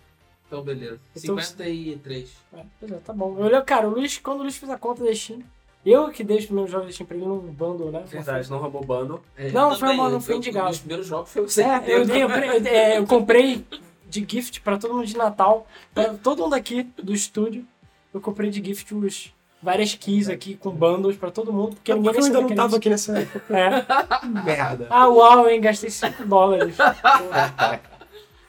Speaker 4: Então, beleza.
Speaker 3: Então-
Speaker 4: 53.
Speaker 3: É, pois é, tá bom. Eu olhei, cara, o Luiz, quando o Luiz fez a conta da Steam, eu que dei os primeiros jogos da Steam pra ele num bundle, né?
Speaker 1: Verdade, não roubou bundle.
Speaker 4: É,
Speaker 3: Não,
Speaker 4: eu
Speaker 3: foi
Speaker 4: também,
Speaker 3: uma- não
Speaker 4: eu-
Speaker 3: foi
Speaker 4: eu-
Speaker 3: indicado.
Speaker 4: Um dos primeiros jogos foi você.
Speaker 3: É, eu, dei, eu, pre- é, eu comprei de gift pra todo mundo de Natal, pra todo mundo aqui do estúdio. Eu comprei de gift os várias keys aqui com bundles pra todo mundo, porque
Speaker 2: É
Speaker 3: ninguém
Speaker 2: porque eu ainda
Speaker 3: recebeu
Speaker 2: não tava
Speaker 3: aquele-
Speaker 2: aqui nessa
Speaker 3: É.
Speaker 2: merda.
Speaker 3: Ah, uau, hein, gastei 5 dólares.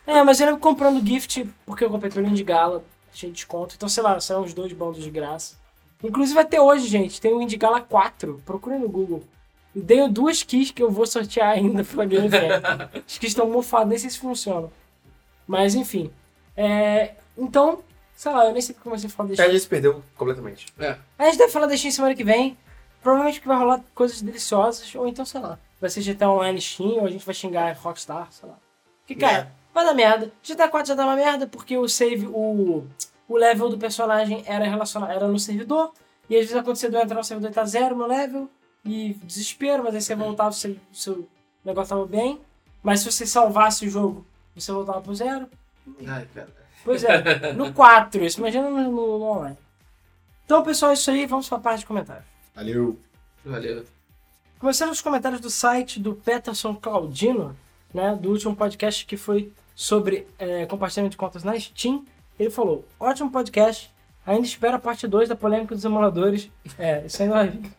Speaker 3: é, mas eu lembro comprando gift porque eu comprei pelo Indigala, cheio de desconto. Então, sei lá, saíram uns dois bundles de graça. Inclusive até hoje, gente, tem um o Indigala 4. Procura no Google. E dei duas keys que eu vou sortear ainda pela Game Jam. As keys estão mofadas, nem sei se funcionam. Mas enfim. É, então, sei lá, eu nem sei porque comecei a falar desse
Speaker 2: É, a gente se perdeu completamente.
Speaker 4: É.
Speaker 3: a gente deve falar da Steam semana que vem. Provavelmente que vai rolar coisas deliciosas, ou então, sei lá, vai ser GTA Online Steam, ou a gente vai xingar tá Rockstar, sei lá. Que, cara, vai dar merda. GTA 4 já dá uma merda, porque o save, o o level do personagem era relacionado, era no servidor, e às vezes acontecia de eu entrar no servidor e tá zero meu level, e desespero, mas aí você voltava, seu, seu negócio tava bem, mas se você salvasse o jogo, você voltava pro zero.
Speaker 4: Ai, cara.
Speaker 3: Pois é, no 4, isso imagina no, no- no online. Então, pessoal, é isso aí, vamos pra parte de comentário.
Speaker 2: Valeu.
Speaker 4: Valeu.
Speaker 3: Começando os comentários do site do Peterson Claudino, né, do último podcast que foi sobre é, compartilhamento de contas na Steam, ele falou: ótimo podcast, ainda espera a parte 2 da polêmica dos emuladores. É, isso ainda vai vir.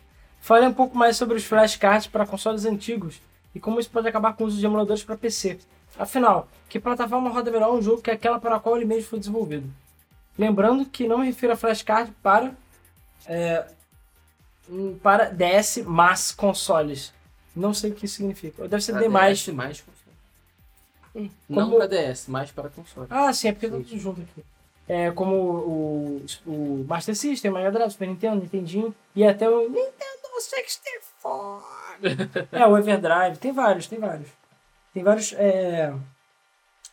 Speaker 3: Falei um pouco mais sobre os flashcards para consoles antigos e como isso pode acabar com o uso de emuladores para PC. Afinal, que plataforma roda melhor um jogo que aquela para a qual ele mesmo foi desenvolvido? Lembrando que não me refiro a flashcard para Hum, para DS mas consoles. Não sei o que isso significa. Deve ser
Speaker 4: Pra
Speaker 3: D+. Hum,
Speaker 4: DS, mais console. Não
Speaker 3: Como-
Speaker 4: pra DS, mais para console.
Speaker 3: Ah, sim, é porque tá tudo junto aqui. É, como o, o Master System, Mega Drive, Super Nintendo, Nintendinho e até o Nintendo 64. é, o Everdrive. Tem vários, tem vários. Tem vários, é,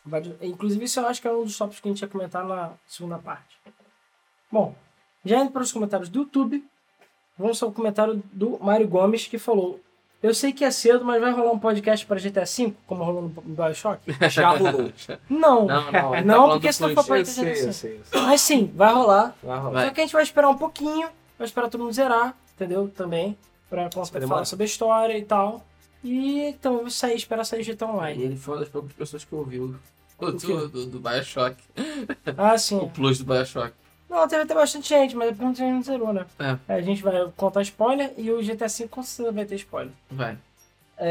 Speaker 3: vários- Inclusive, isso eu acho que é um dos tópicos que a gente ia comentar na segunda parte. Bom, já indo para os comentários do YouTube, vamos ao comentário do Mário Gomes, que falou... Eu sei que é cedo, mas vai rolar um podcast para GTA V, como rolou no Bioshock?
Speaker 1: Já rolou.
Speaker 3: Não,
Speaker 4: Não, não, ele tá
Speaker 3: não
Speaker 4: falando
Speaker 3: porque
Speaker 4: do
Speaker 3: senão o
Speaker 4: Switch.
Speaker 3: papai tá dizendo assim. Mas sim, vai rolar.
Speaker 1: Vai rolar.
Speaker 4: Vai.
Speaker 3: Só que a gente vai esperar um pouquinho, vai esperar todo mundo zerar, entendeu? Também, pra
Speaker 1: vai
Speaker 3: conseguir
Speaker 1: demorar.
Speaker 3: falar sobre a história e tal. E então eu vou sair, esperar sair GTA
Speaker 4: E
Speaker 3: Online.
Speaker 4: ele foi uma das poucas pessoas que ouviu o
Speaker 3: Ah, é. O quê?
Speaker 4: do, do, do Bioshock.
Speaker 3: Ah, sim.
Speaker 4: O plus do Bioshock.
Speaker 3: Não, teve até bastante gente, mas é porque muita gente não zerou, né?
Speaker 4: É.
Speaker 3: A gente vai contar spoiler e o GTA V com certeza vai ter spoiler.
Speaker 4: Vai.
Speaker 3: Então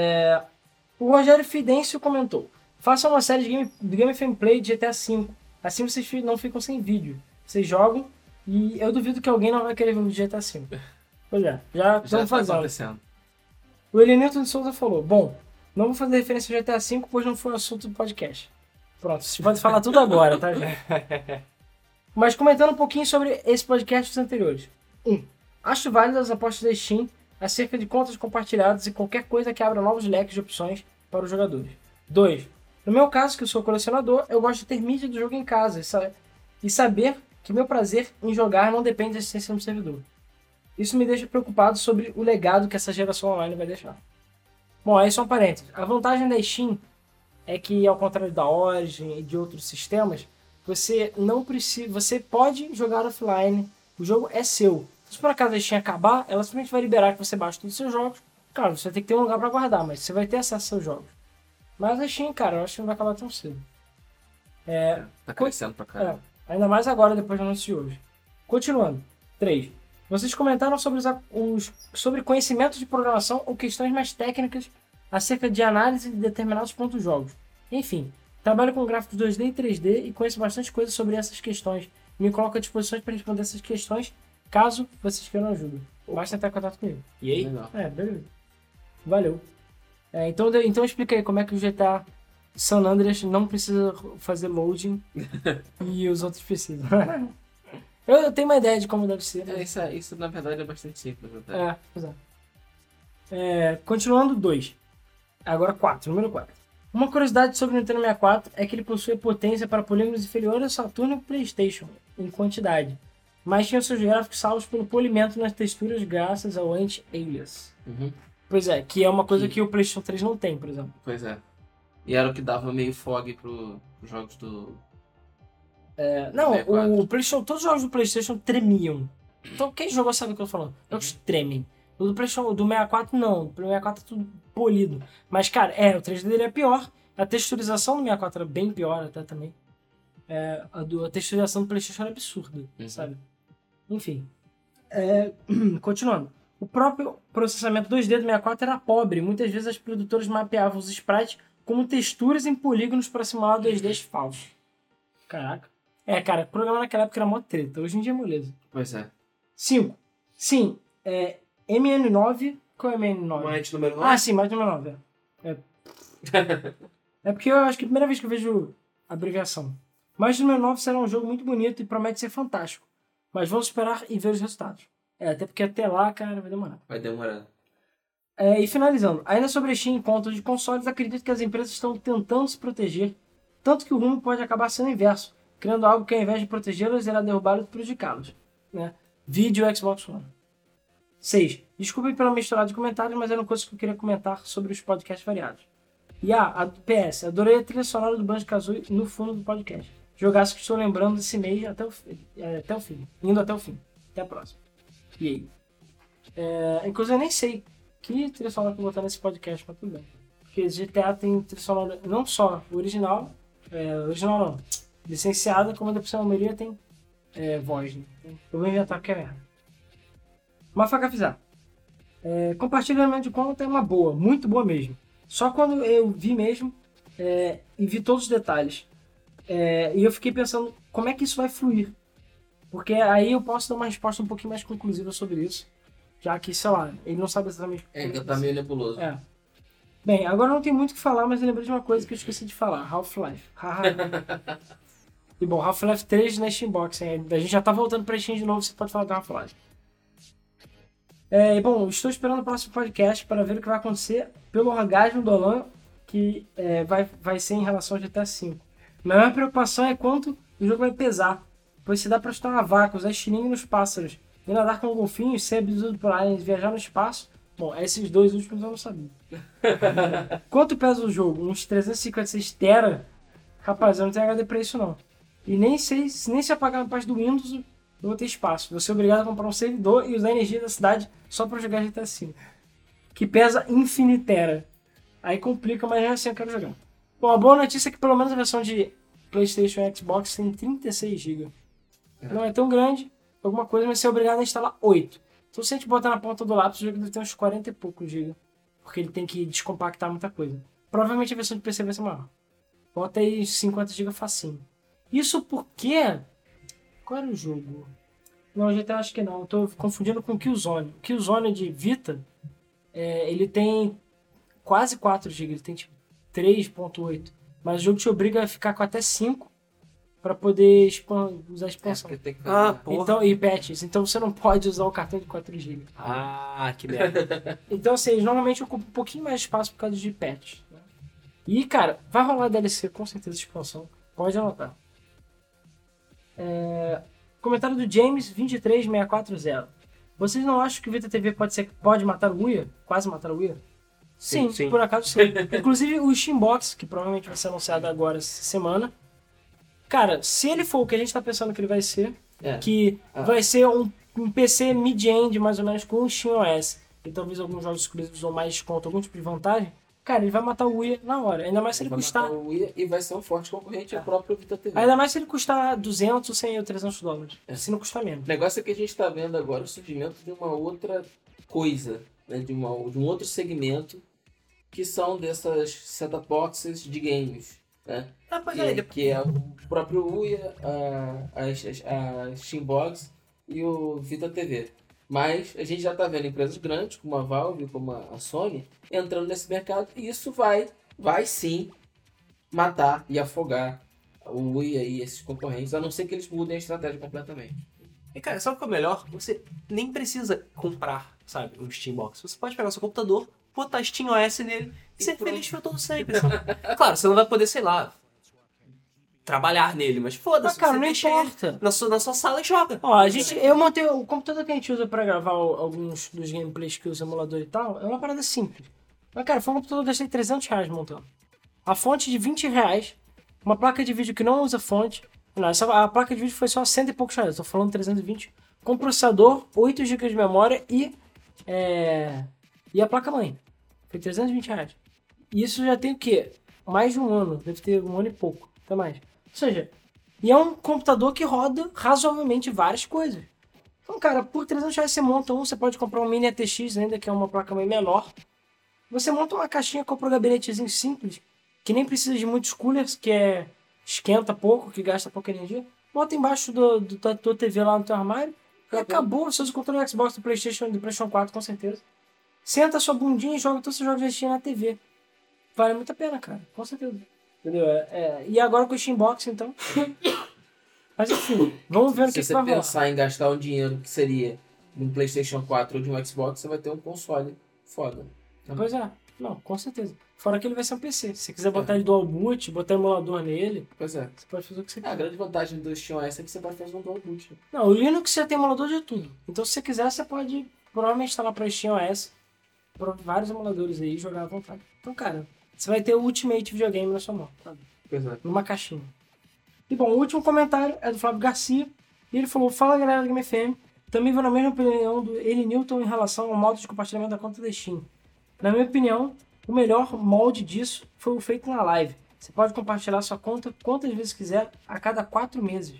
Speaker 3: O Rogério Fidêncio comentou: Faça uma série de game, de game gameplay de GTA V. Assim vocês fi- não ficam sem vídeo. Vocês jogam e eu duvido que alguém não vai querer ver um de GTA V. Pois é, já
Speaker 4: Já tá
Speaker 3: estamos fazendo.
Speaker 4: acontecendo.
Speaker 3: O Elenilton de Souza falou: Bom, não vou fazer referência ao GTA V, pois não foi o assunto do podcast. Pronto, vocês podem falar tudo agora, tá, gente? Mas comentando um pouquinho sobre esse podcast e os anteriores. 1. Acho válidas as apostas da Steam acerca de contas compartilhadas e qualquer coisa que abra novos leques de opções para os jogadores. 2. No meu caso, que eu sou colecionador, eu gosto de ter mídia do jogo em casa e, sa- e saber que meu prazer em jogar não depende da existência do servidor. Isso me deixa preocupado sobre o legado que essa geração online vai deixar. Bom, aí só um parênteses. A vantagem da Steam é que, ao contrário da Origin e de outros sistemas, você não precisa. Você pode jogar offline. O jogo é seu. Se por acaso a Steam acabar, ela simplesmente vai liberar que você baixe todos os seus jogos. Claro, você tem que ter um lugar para guardar, mas você vai ter acesso aos seus jogos. Mas a Steam, cara, eu acho que não vai acabar tão cedo.
Speaker 4: Tá crescendo pra
Speaker 3: É,
Speaker 4: caramba.
Speaker 3: ainda mais agora, depois do anúncio de hoje. Continuando. 3. Vocês comentaram sobre, os, a- os- sobre conhecimentos de programação ou questões mais técnicas acerca de análise de determinados pontos dos jogos. Enfim, trabalho com gráficos 2D e 3D e conheço bastante coisa sobre essas questões. Me coloco à disposição para responder essas questões, caso vocês queiram ajuda. Basta entrar em contato comigo.
Speaker 1: E aí?
Speaker 4: Legal.
Speaker 3: É, beleza. Valeu. É, então, de- então explica aí como é que o GTA San Andreas não precisa fazer loading e os outros precisam. eu, eu tenho uma ideia de como deve ser.
Speaker 4: É, isso, é- isso na verdade é bastante simples. Até.
Speaker 3: É, pois é. É, continuando, 2. Agora 4, número 4. Uma curiosidade sobre o Nintendo 64 é que ele possui potência para polígonos inferiores ao Saturno e PlayStation, em quantidade, mas tinha seus gráficos salvos pelo polimento nas texturas graças ao anti-alias.
Speaker 4: Uhum.
Speaker 3: Pois é, que é uma coisa
Speaker 4: Que-
Speaker 3: que o PlayStation 3 não tem, por exemplo.
Speaker 4: Pois é. E era o que dava meio fog pro, pros jogos do.
Speaker 3: É, não,
Speaker 4: 64.
Speaker 3: o PlayStation, todos os jogos do PlayStation tremiam. Então quem jogou sabe o que eu tô falando. Jogos tremem. O do PlayStation, o do 64 não, o do 64 é tudo polido. Mas cara, é, o 3D dele é pior. A texturização do 64 era bem pior até também. É, a, do- a texturização do PlayStation era absurda,
Speaker 4: Uhum.
Speaker 3: sabe? Enfim. É, continuando. O próprio processamento 2D do 64 era pobre. Muitas vezes as produtoras mapeavam os sprites como texturas em polígonos para simular 2Ds falsos. Caraca. É, cara, programa naquela época era mó treta. Hoje em dia é moleza.
Speaker 4: Pois é.
Speaker 3: 5. Sim, é MN9. Qual é MN9?
Speaker 1: Mante número 9.
Speaker 3: Ah, sim, mais de uma nova. É. é porque eu acho que é a primeira vez que eu vejo a abreviação. Mais de uma nova será um jogo muito bonito e promete ser fantástico. Mas vamos esperar e ver os resultados. É, até porque até lá, cara, vai demorar.
Speaker 4: Vai demorando.
Speaker 3: É, e finalizando, ainda sobre a Steam em contas de consoles, acredito que as empresas estão tentando se proteger, tanto que o rumo pode acabar sendo inverso, criando algo que ao invés de protegê-los, irá derrubá-los e prejudicá-los. Né? Vídeo Xbox One. 6. Desculpem pela misturada de comentários, mas eram coisas que eu queria comentar sobre os podcasts variados. E ah, a PS, adorei a trilha sonora do Banjo Kazooie no fundo do podcast. Jogaço que estou lembrando desse mês até o, fi- eh, até o fim. Indo até o fim. Até a próxima. E aí? É, inclusive eu nem sei que trilha sonora que eu vou botar nesse podcast, mas tudo bem. Porque GTA tem trilha sonora não só original, é, original não, licenciada, como a depressão Almeria tem é, voz. Né? Eu vou inventar porque é merda. Mas faca avisar. É, compartilhamento de conta é uma boa, muito boa mesmo. Só quando eu vi mesmo é, e vi todos os detalhes. É, e eu fiquei pensando como é que isso vai fluir. Porque aí eu posso dar uma resposta um pouquinho mais conclusiva sobre isso. Já que, sei lá, ele não sabe exatamente.
Speaker 4: É, ainda tá meio nebuloso.
Speaker 3: É. Bem, agora não tem muito o que falar, mas eu lembrei de uma coisa que eu esqueci de falar: Half-Life. Haha. e bom, Half-Life 3 na Steam Box. hein? A gente já tá voltando pra Steam de novo, você pode falar do Half-Life. É, e bom, estou esperando o próximo podcast para ver o que vai acontecer pelo orgasmo do Alan, que é, vai, vai ser em relação ao GTA V. Minha maior preocupação é quanto o jogo vai pesar, pois se dá pra estourar vácuos, usar estilingue nos pássaros, ir nadar com golfinhos, ser abduzido por aliens, viajar no espaço, Bom, esses dois últimos eu não sabia. Quanto pesa o jogo? Uns 356 tera? Rapaz, eu não tenho HD pra isso não. E nem sei, se- nem se apagar uma parte do Windows, eu vou ter espaço. Vou ser obrigado a comprar um servidor e usar a energia da cidade só pra jogar GTA V. Que pesa infinitera. Aí complica, mas é assim eu quero jogar. Bom, a boa notícia é que pelo menos a versão de Playstation e Xbox tem 36 GB. Não é tão grande, alguma coisa, mas você é obrigado a instalar 8. Então, se a gente botar na ponta do lápis, o jogo deve ter uns 40 e poucos GB. Porque ele tem que descompactar muita coisa. Provavelmente a versão de PC vai ser maior. Bota aí uns 50 GB facinho. Isso porque. Qual era o jogo? Não, GTA acho que não. Eu tô confundindo com o Killzone. O Killzone de Vita, é, ele tem quase 4 GB. Ele tem tipo 3.8. Mas o jogo te obriga a ficar com até 5 para poder expan- usar
Speaker 4: É,
Speaker 3: a expansão.
Speaker 4: porque tem que fazer.
Speaker 1: Ah, porra.
Speaker 3: Então, e patches. Então você não pode usar o cartão de 4 GB.
Speaker 1: Ah, que merda.
Speaker 3: Então, assim, eles normalmente ocupam um pouquinho mais de espaço por causa de patches. né? E, cara, vai rolar DLC, com certeza, expansão. Pode anotar. É, Comentário do James23640. Vocês não acham que o Vita TV pode, ser... pode matar o Uia? Quase matar o Uia? Sim,
Speaker 1: Sim, sim.
Speaker 3: por acaso sim. Inclusive o Steam Box, que provavelmente vai ser anunciado agora essa semana. Cara, se ele for o que a gente tá pensando que ele vai ser,
Speaker 4: É.
Speaker 3: que
Speaker 1: Ah.
Speaker 3: vai ser um, um PC mid-end, mais ou menos, com um o SteamOS, e talvez alguns jogos exclusivos ou mais desconto, algum tipo de vantagem, cara, ele vai matar o Wii na hora. Ainda mais se ele
Speaker 4: Vai
Speaker 3: custar... É.
Speaker 4: matar o Wii e vai ser um forte concorrente ao próprio Vita TV.
Speaker 3: Ainda mais se ele custar 200, ou 100 ou 300 dólares.
Speaker 4: É.
Speaker 3: Se não custar menos.
Speaker 4: O negócio é que a gente está vendo agora o surgimento de uma outra coisa, né? de, uma- de um outro segmento, que são dessas set-top boxes de games. Né?
Speaker 1: Ah, mas
Speaker 4: que, que é o próprio Uia, a, a, a Steambox e o Vita TV. Mas a gente já está vendo empresas grandes, como a Valve, como a a Sony, entrando nesse mercado e isso vai, vai sim matar e afogar o Uia e esses concorrentes, a não ser que eles mudem a estratégia completamente.
Speaker 1: E cara, sabe o que é o melhor? Você nem precisa comprar, sabe, um Steambox. Você pode pegar seu computador, botar Steam OS nele e
Speaker 4: E
Speaker 1: ser
Speaker 4: pronto.
Speaker 1: feliz pra todo sempre. sabe? claro, você não vai poder, sei lá, trabalhar nele, mas
Speaker 3: Mas,
Speaker 1: foda-se.
Speaker 3: cara,
Speaker 1: Então, assim, você
Speaker 3: não
Speaker 1: deixa ele
Speaker 3: importa.
Speaker 1: Na sua, na sua sala e joga.
Speaker 3: Ó, a gente, eu montei o computador que a gente usa pra gravar o- alguns dos gameplays que usa emulador e tal, é uma parada simples. Mas, cara, foi um computador que eu gastei 300 reais montando. A fonte de 20 reais, uma placa de vídeo que não usa fonte. Não, essa, a placa de vídeo foi só 100 e poucos reais, eu tô falando 320. Com processador, 8 GB de memória e. É, e a placa mãe. Foi 320 reais. E isso já tem o quê? Mais de um ano. Deve ter um ano e pouco, até mais. Ou seja, e é um computador que roda razoavelmente várias coisas. Então, cara, por 300 reais você monta um, você pode comprar um mini ATX ainda, que é uma placa mãe menor. Você monta uma caixinha, compra um gabinetezinho simples, que nem precisa de muitos coolers, que é esquenta pouco, que gasta pouca energia. Bota embaixo do, do, da tua TV lá no teu armário e acabou. Você usa o controle do Xbox, do Playstation, do Playstation 4, com certeza. Senta a sua bundinha e joga todos os seus jogos de Steam na TV. Vale muito a pena, cara. Com certeza. Entendeu? É, é, e agora com o Steam Box, então... Mas enfim, vamos ver o que,
Speaker 4: Se
Speaker 3: que
Speaker 4: você
Speaker 3: vai rolar.
Speaker 4: pensar em gastar um dinheiro que seria de um PlayStation 4 ou de um Xbox, você vai ter um console foda.
Speaker 3: Pois é. Não, com certeza. Fora que ele vai ser um PC. Se você quiser botar ele dual boot, botar emulador nele,
Speaker 5: Pois é.
Speaker 3: você pode fazer o que você
Speaker 5: É, A
Speaker 4: Ah,
Speaker 3: quiser.
Speaker 5: grande vantagem do SteamOS é que você pode fazer um dual boot.
Speaker 3: Não, o Linux já tem emulador de tudo. Então, se você quiser, você pode provavelmente instalar para SteamOS, para vários emuladores aí, e jogar à vontade. Então, cara, você vai ter o Ultimate videogame na sua mão, sabe?
Speaker 5: Pois é.
Speaker 3: numa caixinha. E bom, o último comentário é do Flávio Garcia, e ele falou: Fala galera do Game FM, também vou na mesma opinião do Eli Newton em relação ao modo de compartilhamento da conta da Steam. Na minha opinião, o melhor molde disso foi o feito na live. Você pode compartilhar sua conta quantas vezes quiser a cada quatro meses.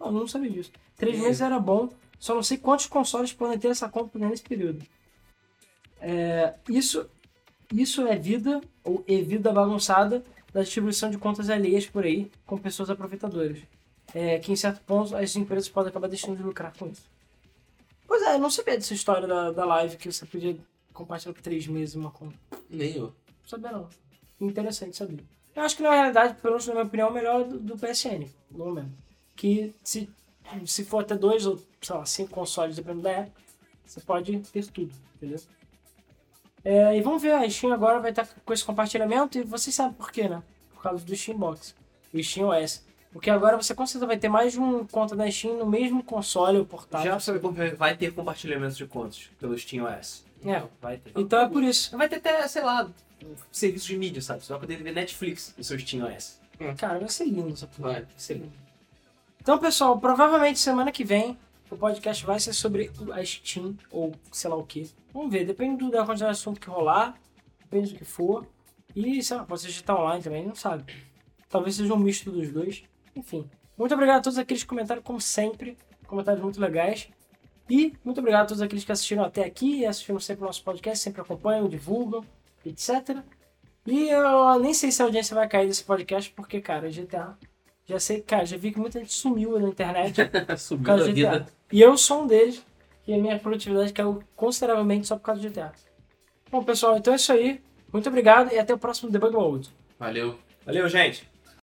Speaker 3: Não, eu não sabia disso. Três meses era bom, só não sei quantos consoles podem ter essa conta nesse período. É, isso, isso é vida, ou é vida bagunçada, da distribuição de contas alheias por aí, com pessoas aproveitadoras. É, que em certo ponto as empresas podem acabar deixando de lucrar com isso. Pois é, eu não sabia dessa história da, da live que você podia compartilhar por três meses uma conta.
Speaker 4: Nem eu.
Speaker 3: Não sabia não. Interessante saber. Eu acho que na realidade, pelo menos na minha opinião, é o melhor do, do PSN, no momento. Que se, se for até dois ou, sei lá, cinco consoles, dependendo da época, você pode ter tudo, entendeu? É, e vamos ver, a Steam agora vai estar com esse compartilhamento e vocês sabem por quê, né? Por causa do Steam Box e Steam OS. Porque agora você com certeza vai ter mais de um conta da Steam no mesmo console ou portável.
Speaker 1: Já sabe como tá? é? vai ter compartilhamento de contas pelo SteamOS.
Speaker 3: É.
Speaker 1: Vai ter.
Speaker 3: Então é por isso.
Speaker 1: Vai ter até, sei lá, um serviço de mídia, sabe? Você vai poder ver Netflix no seu SteamOS.
Speaker 3: Cara, é vai ser lindo essa porra.
Speaker 4: Vai, sei lá.
Speaker 3: Então, pessoal, provavelmente semana que vem o podcast vai ser sobre a Steam ou sei lá o que. Vamos ver, depende do, da quantidade de assunto que rolar, depende do que for. E sei lá, pode ser digital online também, não sabe. Talvez seja um misto dos dois. Enfim, muito obrigado a todos aqueles que comentaram, como sempre. Comentários muito legais. E muito obrigado a todos aqueles que assistiram até aqui, e assistiram sempre o nosso podcast, sempre acompanham, divulgam, etc. E eu nem sei se a audiência vai cair desse podcast, porque, cara, GTA. Já sei, cara, já vi que muita gente sumiu na internet por
Speaker 4: Subiu
Speaker 3: causa
Speaker 4: a
Speaker 3: do
Speaker 4: vida.
Speaker 3: GTA. E eu sou um deles, e a minha produtividade caiu consideravelmente só por causa do GTA. Bom, pessoal, então é isso aí. Muito obrigado e até o próximo Debug Mode.
Speaker 4: Valeu.
Speaker 1: Valeu, gente!